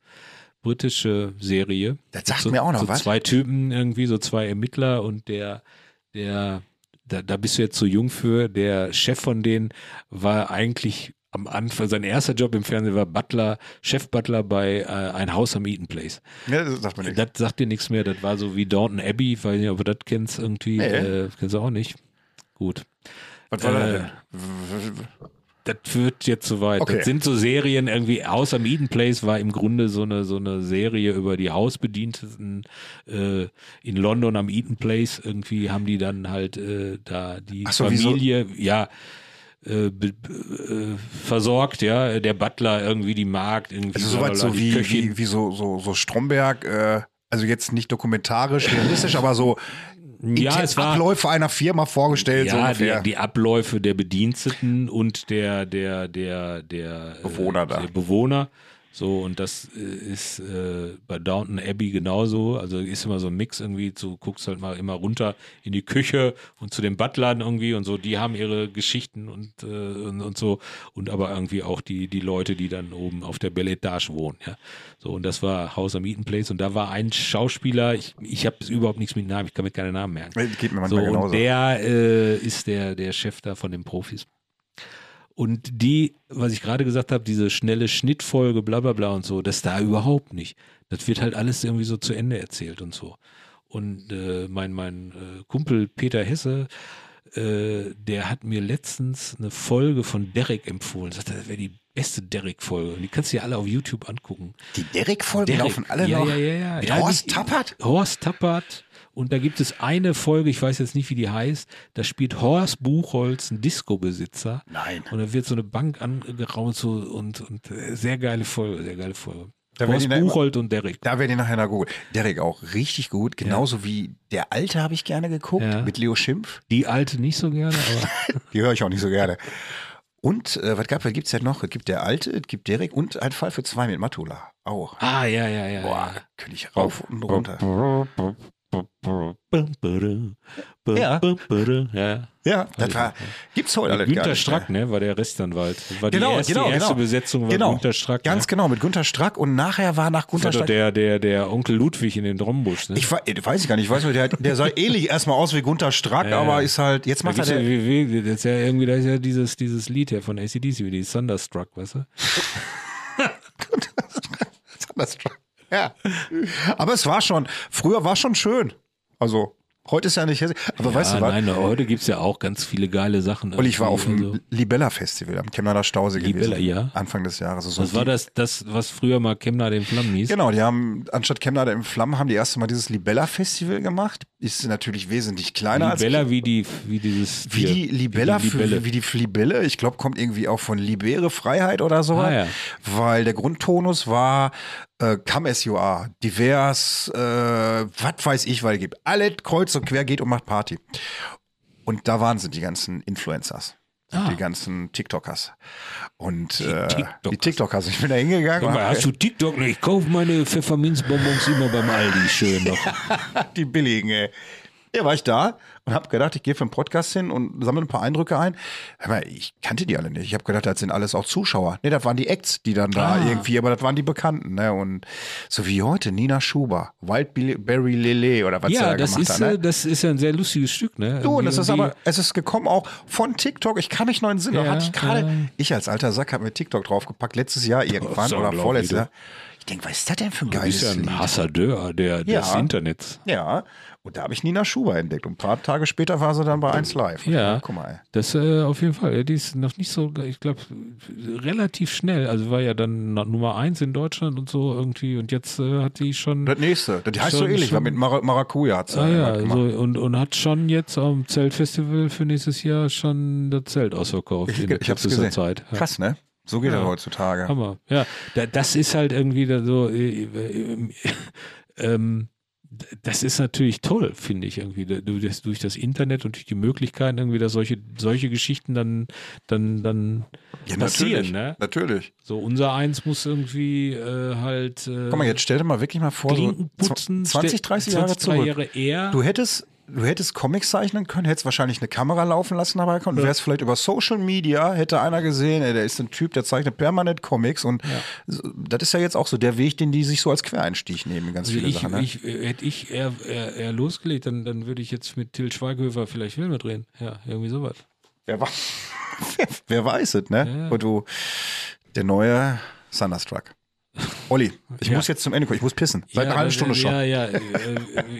Speaker 2: britische Serie.
Speaker 3: Das sagt
Speaker 2: so,
Speaker 3: mir auch noch
Speaker 2: so
Speaker 3: was.
Speaker 2: Zwei Typen irgendwie, so zwei Ermittler und der, der da, da bist du jetzt zu jung für. Der Chef von denen war eigentlich am Anfang, sein erster Job im Fernsehen war Butler, Chef-Butler bei äh, Ein Haus am Eaton Place.
Speaker 3: Ja, das sagt man nicht.
Speaker 2: Das sagt dir nichts mehr, das war so wie Downton Abbey, ich weiß nicht, ob du das kennst irgendwie,
Speaker 3: Nee.
Speaker 2: äh, kennst du auch nicht. Gut.
Speaker 3: Was war
Speaker 2: äh,
Speaker 3: das denn?
Speaker 2: Das führt jetzt zu weit.
Speaker 3: Okay.
Speaker 2: Das sind so Serien irgendwie. Haus am Eden Place war im Grunde so eine, so eine Serie über die Hausbedienteten äh, in London am Eden Place. Irgendwie haben die dann halt äh, da die
Speaker 3: Ach so, wie so-
Speaker 2: Familie, ja. Äh, be, be- äh, versorgt, ja, der Butler irgendwie die Magd, irgendwie
Speaker 3: Also
Speaker 2: bla,
Speaker 3: soweit
Speaker 2: bla,
Speaker 3: so
Speaker 2: die
Speaker 3: wie,
Speaker 2: Köchin.
Speaker 3: wie, wie so, so, so Stromberg, äh, also jetzt nicht dokumentarisch, realistisch, aber so
Speaker 2: ja,
Speaker 3: interne
Speaker 2: es war,
Speaker 3: Abläufe einer Firma vorgestellt, so
Speaker 2: ja,
Speaker 3: ungefähr.
Speaker 2: die, die Abläufe der Bediensteten und der, der, der, der äh,
Speaker 3: Bewohner da.
Speaker 2: Der Bewohner. So, und das äh, ist äh, bei Downton Abbey genauso. Also ist immer so ein Mix irgendwie. Du guckst halt mal immer runter in die Küche und zu den Butlern irgendwie und so. Die haben ihre Geschichten und, äh, und, und so. Und aber irgendwie auch die, die Leute, die dann oben auf der Belle Etage wohnen. Ja. So, und das war House am Eaton Place. Und da war ein Schauspieler, ich, ich habe überhaupt nichts mit Namen, ich kann mir keine Namen merken.
Speaker 3: Äh, Geht mir
Speaker 2: So,
Speaker 3: manchmal
Speaker 2: und
Speaker 3: genauso.
Speaker 2: der äh, ist der, der Chef da von den Profis. Und die, was ich gerade gesagt habe, diese schnelle Schnittfolge, bla bla bla und so, das da überhaupt nicht. Das wird halt alles irgendwie so zu Ende erzählt und so. Und äh, mein, mein äh, Kumpel Peter Hesse, äh, der hat mir letztens eine Folge von Derek empfohlen. Sagt, das wäre die beste Derek-Folge. Und die kannst du dir alle auf YouTube angucken.
Speaker 3: die Derek-Folgen
Speaker 2: Derek.
Speaker 3: laufen alle
Speaker 2: ja,
Speaker 3: noch.
Speaker 2: Ja, ja, ja.
Speaker 3: Mit
Speaker 2: ja,
Speaker 3: Horst
Speaker 2: die-
Speaker 3: Tappert?
Speaker 2: Horst Tappert. Und da gibt es eine Folge, ich weiß jetzt nicht, wie die heißt, da spielt Horst Buchholz, ein Disco-Besitzer.
Speaker 3: Nein.
Speaker 2: Und da wird so eine Bank angeraumt so, und, und äh, sehr geile Folge, sehr geile Folge.
Speaker 3: Da werden die
Speaker 2: Horst
Speaker 3: da immer-
Speaker 2: Buchholz und Derek.
Speaker 3: Da werde ich nachher noch googeln. Derek auch richtig gut, genauso wie Der Alte habe ich gerne geguckt,
Speaker 2: Ja.
Speaker 3: mit Leo Schimpf.
Speaker 2: Die alte nicht so gerne, aber
Speaker 3: Die höre ich auch nicht so gerne. Und äh, was gab es gibt's ja noch? Es gibt Der Alte, es gibt Derek und Ein Fall für zwei mit Matula. Auch.
Speaker 2: ah ja, ja, ja.
Speaker 3: Boah,
Speaker 2: ja.
Speaker 3: könnte ich rauf und runter.
Speaker 2: Bum, bada, bum,
Speaker 3: Ja.
Speaker 2: bum, bada, ja.
Speaker 3: Ja, das war, gibt's heute alles gar
Speaker 2: Günter
Speaker 3: nicht,
Speaker 2: Strack,
Speaker 3: ne?
Speaker 2: ne, war der Rechtsanwalt. Das war
Speaker 3: Genau,
Speaker 2: die erste,
Speaker 3: genau,
Speaker 2: erste
Speaker 3: genau.
Speaker 2: Besetzung war
Speaker 3: Genau.
Speaker 2: Günter Strack.
Speaker 3: Ganz genau, mit Gunter Strack und nachher war nach
Speaker 2: ne?
Speaker 3: Gunter
Speaker 2: war doch
Speaker 3: Strack.
Speaker 2: der, der, der Onkel Ludwig in den Drombusch. Ne?
Speaker 3: Ich weiß, weiß ich gar nicht, ich weiß nur, der, der sah ähnlich erstmal aus wie Gunter Strack,
Speaker 2: Ja, ja.
Speaker 3: aber ist halt, jetzt
Speaker 2: Da
Speaker 3: macht er
Speaker 2: gibt's ja,
Speaker 3: der,
Speaker 2: wie, wie, das ist ja irgendwie, da ist ja dieses, dieses Lied hier von ACDC, wie die Thunderstruck, weißt du?
Speaker 3: Das schon- Ja. Aber es war schon, früher war schon schön. Also, heute ist ja nicht hässlich. Aber weißt
Speaker 2: ah,
Speaker 3: du was?
Speaker 2: nein, heute gibt es ja auch ganz viele geile Sachen.
Speaker 3: Und ich war auf
Speaker 2: irgendwie,
Speaker 3: dem
Speaker 2: also.
Speaker 3: Libella-Festival am Chemnader Stausee
Speaker 2: Libella,
Speaker 3: gewesen.
Speaker 2: ja.
Speaker 3: Anfang des Jahres. Also so
Speaker 2: Das war
Speaker 3: die,
Speaker 2: das, das, was früher mal Chemner den Flammen hieß.
Speaker 3: Genau, die haben anstatt Chemnader im Flammen haben die erste Mal dieses Libella-Festival gemacht. Ist natürlich wesentlich kleiner als
Speaker 2: Libella wie, die, wie dieses
Speaker 3: wie
Speaker 2: Tier.
Speaker 3: die Libella,
Speaker 2: Wie die Libelle.
Speaker 3: Für, wie die Libelle. Ich glaube, kommt irgendwie auch von Libere Freiheit oder so.
Speaker 2: Ah, ja.
Speaker 3: Weil der Grundtonus war äh, Come SUA, divers, äh, was weiß ich, weil es gibt alle kreuz und quer geht und macht Party. Und da waren sie, die ganzen Influencers.
Speaker 2: Ah.
Speaker 3: Die ganzen TikTokers. Und äh,
Speaker 2: TikTokers.
Speaker 3: die TikTokers. Ich bin da hingegangen.
Speaker 2: Guck
Speaker 3: und
Speaker 2: mal,
Speaker 3: hab
Speaker 2: hast du TikTok noch? Ich kaufe meine Pfefferminzbonbons immer beim Aldi schön noch.
Speaker 3: die billigen, ey. Ja, war ich da und habe gedacht, ich gehe für einen Podcast hin und sammle ein paar Eindrücke ein. Aber ich kannte die alle nicht. Ich habe gedacht, das sind alles auch Zuschauer. Nee, das waren die Acts, die dann da
Speaker 2: Ah.
Speaker 3: irgendwie, aber das waren die Bekannten. Ne? Und so wie heute, Nina Schuber, Wildberry Lele oder was sie da
Speaker 2: ja, das
Speaker 3: gemacht
Speaker 2: ist,
Speaker 3: hat.
Speaker 2: äh,
Speaker 3: Ne?
Speaker 2: das ist ja ein sehr lustiges Stück, ne?
Speaker 3: Du, und das
Speaker 2: Irgendwie-
Speaker 3: ist aber, es ist gekommen auch von TikTok. Ich kann mich noch in den Sinn.
Speaker 2: Ja,
Speaker 3: hatte ich gerade,
Speaker 2: ja.
Speaker 3: ich als alter Sack habe mir TikTok draufgepackt, letztes Jahr irgendwann
Speaker 2: ist ja
Speaker 3: oder
Speaker 2: unglaublich,
Speaker 3: vorletztes
Speaker 2: du.
Speaker 3: Jahr. Ich denke, was ist das denn für ein
Speaker 2: Du bist
Speaker 3: geiles
Speaker 2: ja
Speaker 3: Lied?
Speaker 2: ein Hassadeur der, des
Speaker 3: Ja.
Speaker 2: Internets.
Speaker 3: Ja, und da habe ich Nina Schuber entdeckt. Und ein paar Tage später war sie dann bei 1 Live.
Speaker 2: Ja.
Speaker 3: Guck mal.
Speaker 2: Das äh, auf jeden Fall. Ja, Die ist noch nicht so, ich glaube, relativ schnell. Also war ja dann noch Nummer eins in Deutschland und so irgendwie. Und jetzt äh, hat die schon.
Speaker 3: Das nächste, das heißt so
Speaker 2: Schon-
Speaker 3: ähnlich,
Speaker 2: schon-
Speaker 3: weil mit Mar Maracuja hat sie
Speaker 2: Ah
Speaker 3: irgendwas
Speaker 2: ja, so,
Speaker 3: gemacht.
Speaker 2: und, und hat schon jetzt am Zeltfestival für nächstes Jahr schon das Zelt ausverkauft.
Speaker 3: Ich,
Speaker 2: in
Speaker 3: ich hab's
Speaker 2: kürzester
Speaker 3: gesehen.
Speaker 2: Zeit. Ja.
Speaker 3: Krass, ne? So geht
Speaker 2: Ja.
Speaker 3: das heutzutage.
Speaker 2: Hammer. Ja, da, das ist halt irgendwie da so. äh, äh, ähm, d- das ist natürlich toll, finde ich irgendwie. Da- du- das- Durch das Internet und durch die Möglichkeiten irgendwie, dass solche, solche Geschichten dann, dann, dann
Speaker 3: Ja,
Speaker 2: passieren, ne?
Speaker 3: Natürlich.
Speaker 2: So, unser Eins muss irgendwie äh, halt äh,
Speaker 3: Guck mal, jetzt stell dir mal wirklich mal vor, so
Speaker 2: Klinken putzen.
Speaker 3: 20, 30 Jahre
Speaker 2: 23
Speaker 3: zurück.
Speaker 2: Jahre eher.
Speaker 3: Du hättest du hättest Comics zeichnen können, hättest wahrscheinlich eine Kamera laufen lassen dabei können, ja. wärst vielleicht über Social Media, hätte einer gesehen, ey, der ist ein Typ, der zeichnet permanent Comics und so, das ist ja jetzt auch so der Weg, den die sich so als Quereinstieg nehmen, ganz
Speaker 2: Also
Speaker 3: viele
Speaker 2: ich,
Speaker 3: Sachen. Ne?
Speaker 2: ich, äh, hätte ich eher, eher, eher losgelegt, dann, dann würde ich jetzt mit Till Schweighöfer vielleicht Filme drehen. Ja, irgendwie sowas.
Speaker 3: wer, wa- wer, wer weiß es, ne?
Speaker 2: Ja.
Speaker 3: Und du, der neue Thunderstruck. Olli, ich
Speaker 2: Ja.
Speaker 3: muss jetzt zum Ende kommen, ich muss pissen. Seit
Speaker 2: ja,
Speaker 3: einer halben
Speaker 2: äh,
Speaker 3: Stunde schon.
Speaker 2: Ja, ja. äh,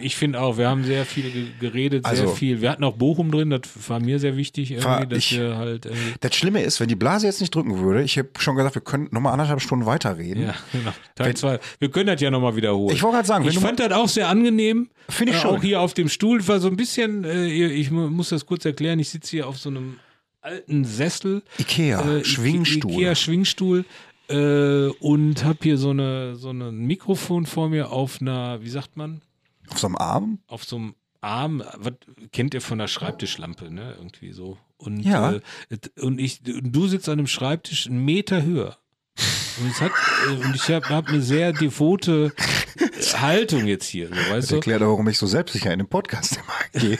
Speaker 2: ich finde auch, wir haben sehr viel ge- geredet, sehr
Speaker 3: Also-
Speaker 2: viel. Wir hatten auch Bochum drin, das war mir sehr wichtig,
Speaker 3: War
Speaker 2: irgendwie, dass
Speaker 3: ich-
Speaker 2: wir halt. Äh,
Speaker 3: Das Schlimme ist, wenn die Blase jetzt nicht drücken würde, ich habe schon gesagt, wir können nochmal anderthalb Stunden weiterreden.
Speaker 2: ja, genau.
Speaker 3: Hm? Wenn-
Speaker 2: Teil zwei. Wir können das ja nochmal wiederholen.
Speaker 3: Ich wollte gerade sagen, wenn
Speaker 2: ich
Speaker 3: du-
Speaker 2: fand das auch sehr angenehm.
Speaker 3: Finde ich
Speaker 2: Äh,
Speaker 3: schon.
Speaker 2: Auch hier auf dem Stuhl war so ein bisschen, äh, ich mu- muss das kurz erklären, ich sitze hier auf so einem alten Sessel.
Speaker 3: Ikea,
Speaker 2: äh,
Speaker 3: Schwingstuhl.
Speaker 2: Ikea Schwingstuhl äh, und habe hier so eine so ein Mikrofon vor mir auf einer, wie sagt man,
Speaker 3: Auf so einem Arm?
Speaker 2: auf so einem Arm, was kennt ihr von der Schreibtischlampe, ne, irgendwie so. Und
Speaker 3: Ja.
Speaker 2: äh, et- und ich und du sitzt an einem Schreibtisch einen Meter höher. Und, es hat, äh, und ich habe hab eine sehr devote äh, Haltung jetzt hier, so, weißt
Speaker 3: Das
Speaker 2: du?
Speaker 3: erklärt auch, warum ich so selbstsicher in dem Podcast immer gehe.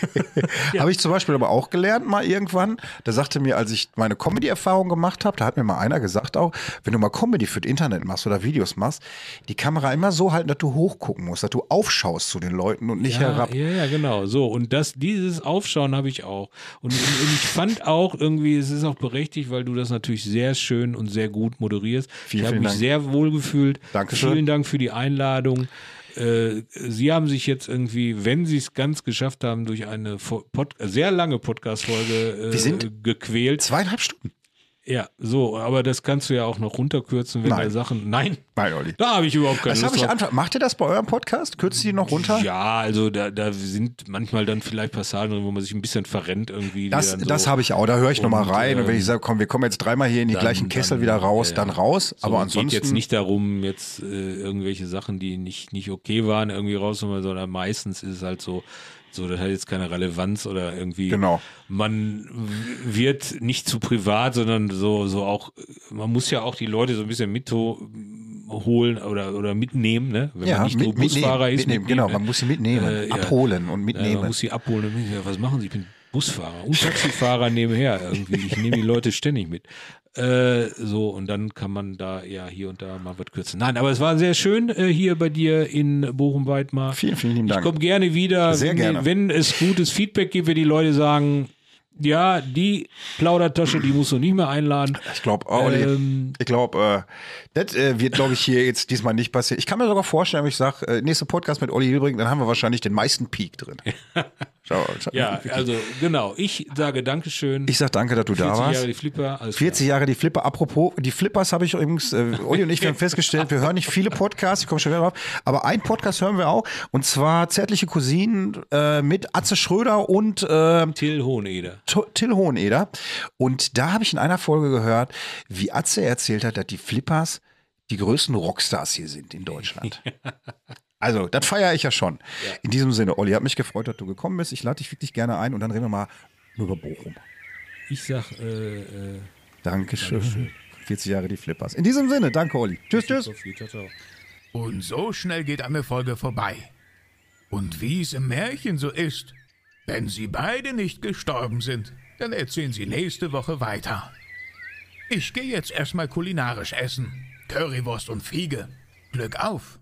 Speaker 3: Habe ich zum Beispiel aber auch gelernt mal irgendwann. Da sagte mir, als ich meine Comedy-Erfahrung gemacht habe, da hat mir mal einer gesagt auch, wenn du mal Comedy für das Internet machst oder Videos machst, die Kamera immer so halten, dass du hochgucken musst, dass du aufschaust zu den Leuten und nicht
Speaker 2: ja,
Speaker 3: herab.
Speaker 2: Ja, ja, genau. So, und das, dieses Aufschauen habe ich auch. Und, und ich fand auch irgendwie, es ist auch berechtigt, weil du das natürlich sehr schön und sehr gut moderierst.
Speaker 3: Vielen,
Speaker 2: ich habe
Speaker 3: vielen
Speaker 2: mich
Speaker 3: Dank.
Speaker 2: sehr wohl gefühlt.
Speaker 3: Dankeschön.
Speaker 2: Vielen Dank für die Einladung. Äh, Sie haben sich jetzt irgendwie, wenn Sie es ganz geschafft haben, durch eine Fo- Pod sehr lange Podcast-Folge äh,
Speaker 3: Wir sind-
Speaker 2: gequält.
Speaker 3: Zweieinhalb Stunden.
Speaker 2: Ja, so, aber das kannst du ja auch noch runterkürzen, wenn
Speaker 3: Nein.
Speaker 2: da Sachen. Nein,
Speaker 3: Nein, Olli.
Speaker 2: da habe ich überhaupt keine
Speaker 3: Das
Speaker 2: Lust
Speaker 3: habe ich
Speaker 2: drauf.
Speaker 3: einfach. Macht ihr das bei eurem Podcast? Kürzt ihr die noch runter?
Speaker 2: Ja, also da, da sind manchmal dann vielleicht Passagen drin, wo man sich ein bisschen verrennt irgendwie. die
Speaker 3: Das,
Speaker 2: dann so,
Speaker 3: das habe ich auch. Da höre ich nochmal
Speaker 2: Und,
Speaker 3: rein. und wenn
Speaker 2: ähm,
Speaker 3: ich sage, komm, wir kommen jetzt dreimal hier in die
Speaker 2: dann-
Speaker 3: gleichen Kessel
Speaker 2: dann-
Speaker 3: wieder raus,
Speaker 2: ja,
Speaker 3: dann
Speaker 2: ja.
Speaker 3: raus.
Speaker 2: So,
Speaker 3: aber
Speaker 2: es
Speaker 3: ansonsten.
Speaker 2: geht jetzt nicht darum, jetzt äh, irgendwelche Sachen, die nicht, nicht okay waren, irgendwie rauszuholen, sondern meistens ist es halt so, so, das hat jetzt keine Relevanz oder irgendwie.
Speaker 3: Genau.
Speaker 2: Man w- wird nicht zu privat, sondern so, so auch, man muss ja auch die Leute so ein bisschen mitholen oder, oder mitnehmen, ne? Wenn man nicht nur
Speaker 3: mit- mitnehmen,
Speaker 2: Busfahrer ist.
Speaker 3: mitnehmen, genau,
Speaker 2: ne?
Speaker 3: man muss sie mitnehmen,
Speaker 2: Äh, ja.
Speaker 3: abholen und
Speaker 2: Ja, man
Speaker 3: mitnehmen.
Speaker 2: muss sie abholen. Und ich, ja, was machen sie? Ich bin Busfahrer und Taxifahrer nebenher. Irgendwie. Ich nehme die Leute ständig mit. Äh, so, und dann kann man da ja hier und da mal was kürzen. Nein, aber es war sehr schön äh, hier bei dir in Bochum-Weidmar.
Speaker 3: vielen, vielen lieben
Speaker 2: Ich
Speaker 3: Dank.
Speaker 2: komme gerne wieder,
Speaker 3: Sehr
Speaker 2: wenn,
Speaker 3: gerne.
Speaker 2: wenn es gutes Feedback gibt, wenn die Leute sagen, ja, die Plaudertasche, die musst du nicht mehr einladen.
Speaker 3: Ich glaube, oh, Olli,
Speaker 2: Ähm,
Speaker 3: ich glaube, äh, das äh, wird, glaube ich, hier jetzt diesmal nicht passieren. Ich kann mir sogar vorstellen, wenn ich sage, äh, nächster Podcast mit Olli Hilbring, dann haben wir wahrscheinlich den meisten Peak drin. Schau, schau,
Speaker 2: Ja, also genau. Ich sage Dankeschön.
Speaker 3: ich sag danke, dass du da
Speaker 2: 40
Speaker 3: warst.
Speaker 2: Jahre die Flipper. Alles
Speaker 3: 40 Jahre die Flipper. Apropos, die Flippers habe ich übrigens, äh, Olli und ich, wir haben festgestellt, wir hören nicht viele Podcasts, ich komme schon wieder drauf, aber einen Podcast hören wir auch, und zwar Zärtliche Cousinen äh, mit Atze Schröder und äh,
Speaker 2: klar. Till Hoheneder.
Speaker 3: T- Till Hoheneder. Und da habe ich in einer Folge gehört, wie Atze erzählt hat, dass die Flippers die größten Rockstars hier sind in Deutschland. Also, das feiere ich ja schon. In diesem Sinne, Olli, hat mich gefreut, dass du gekommen bist. Ich lade dich wirklich gerne ein und dann reden wir mal nur über Bochum.
Speaker 2: Ich sag, äh, äh,
Speaker 3: Dankeschön. 40 Jahre die Flippers. In diesem Sinne, danke, Olli. Tschüss, tschüss.
Speaker 2: Sophie, ciao, ciao.
Speaker 1: Und so schnell geht eine Folge vorbei. Und wie es im Märchen so ist, wenn sie beide nicht gestorben sind, dann erzählen sie nächste Woche weiter. Ich gehe jetzt erstmal kulinarisch essen. Currywurst und Fiege. Glück auf!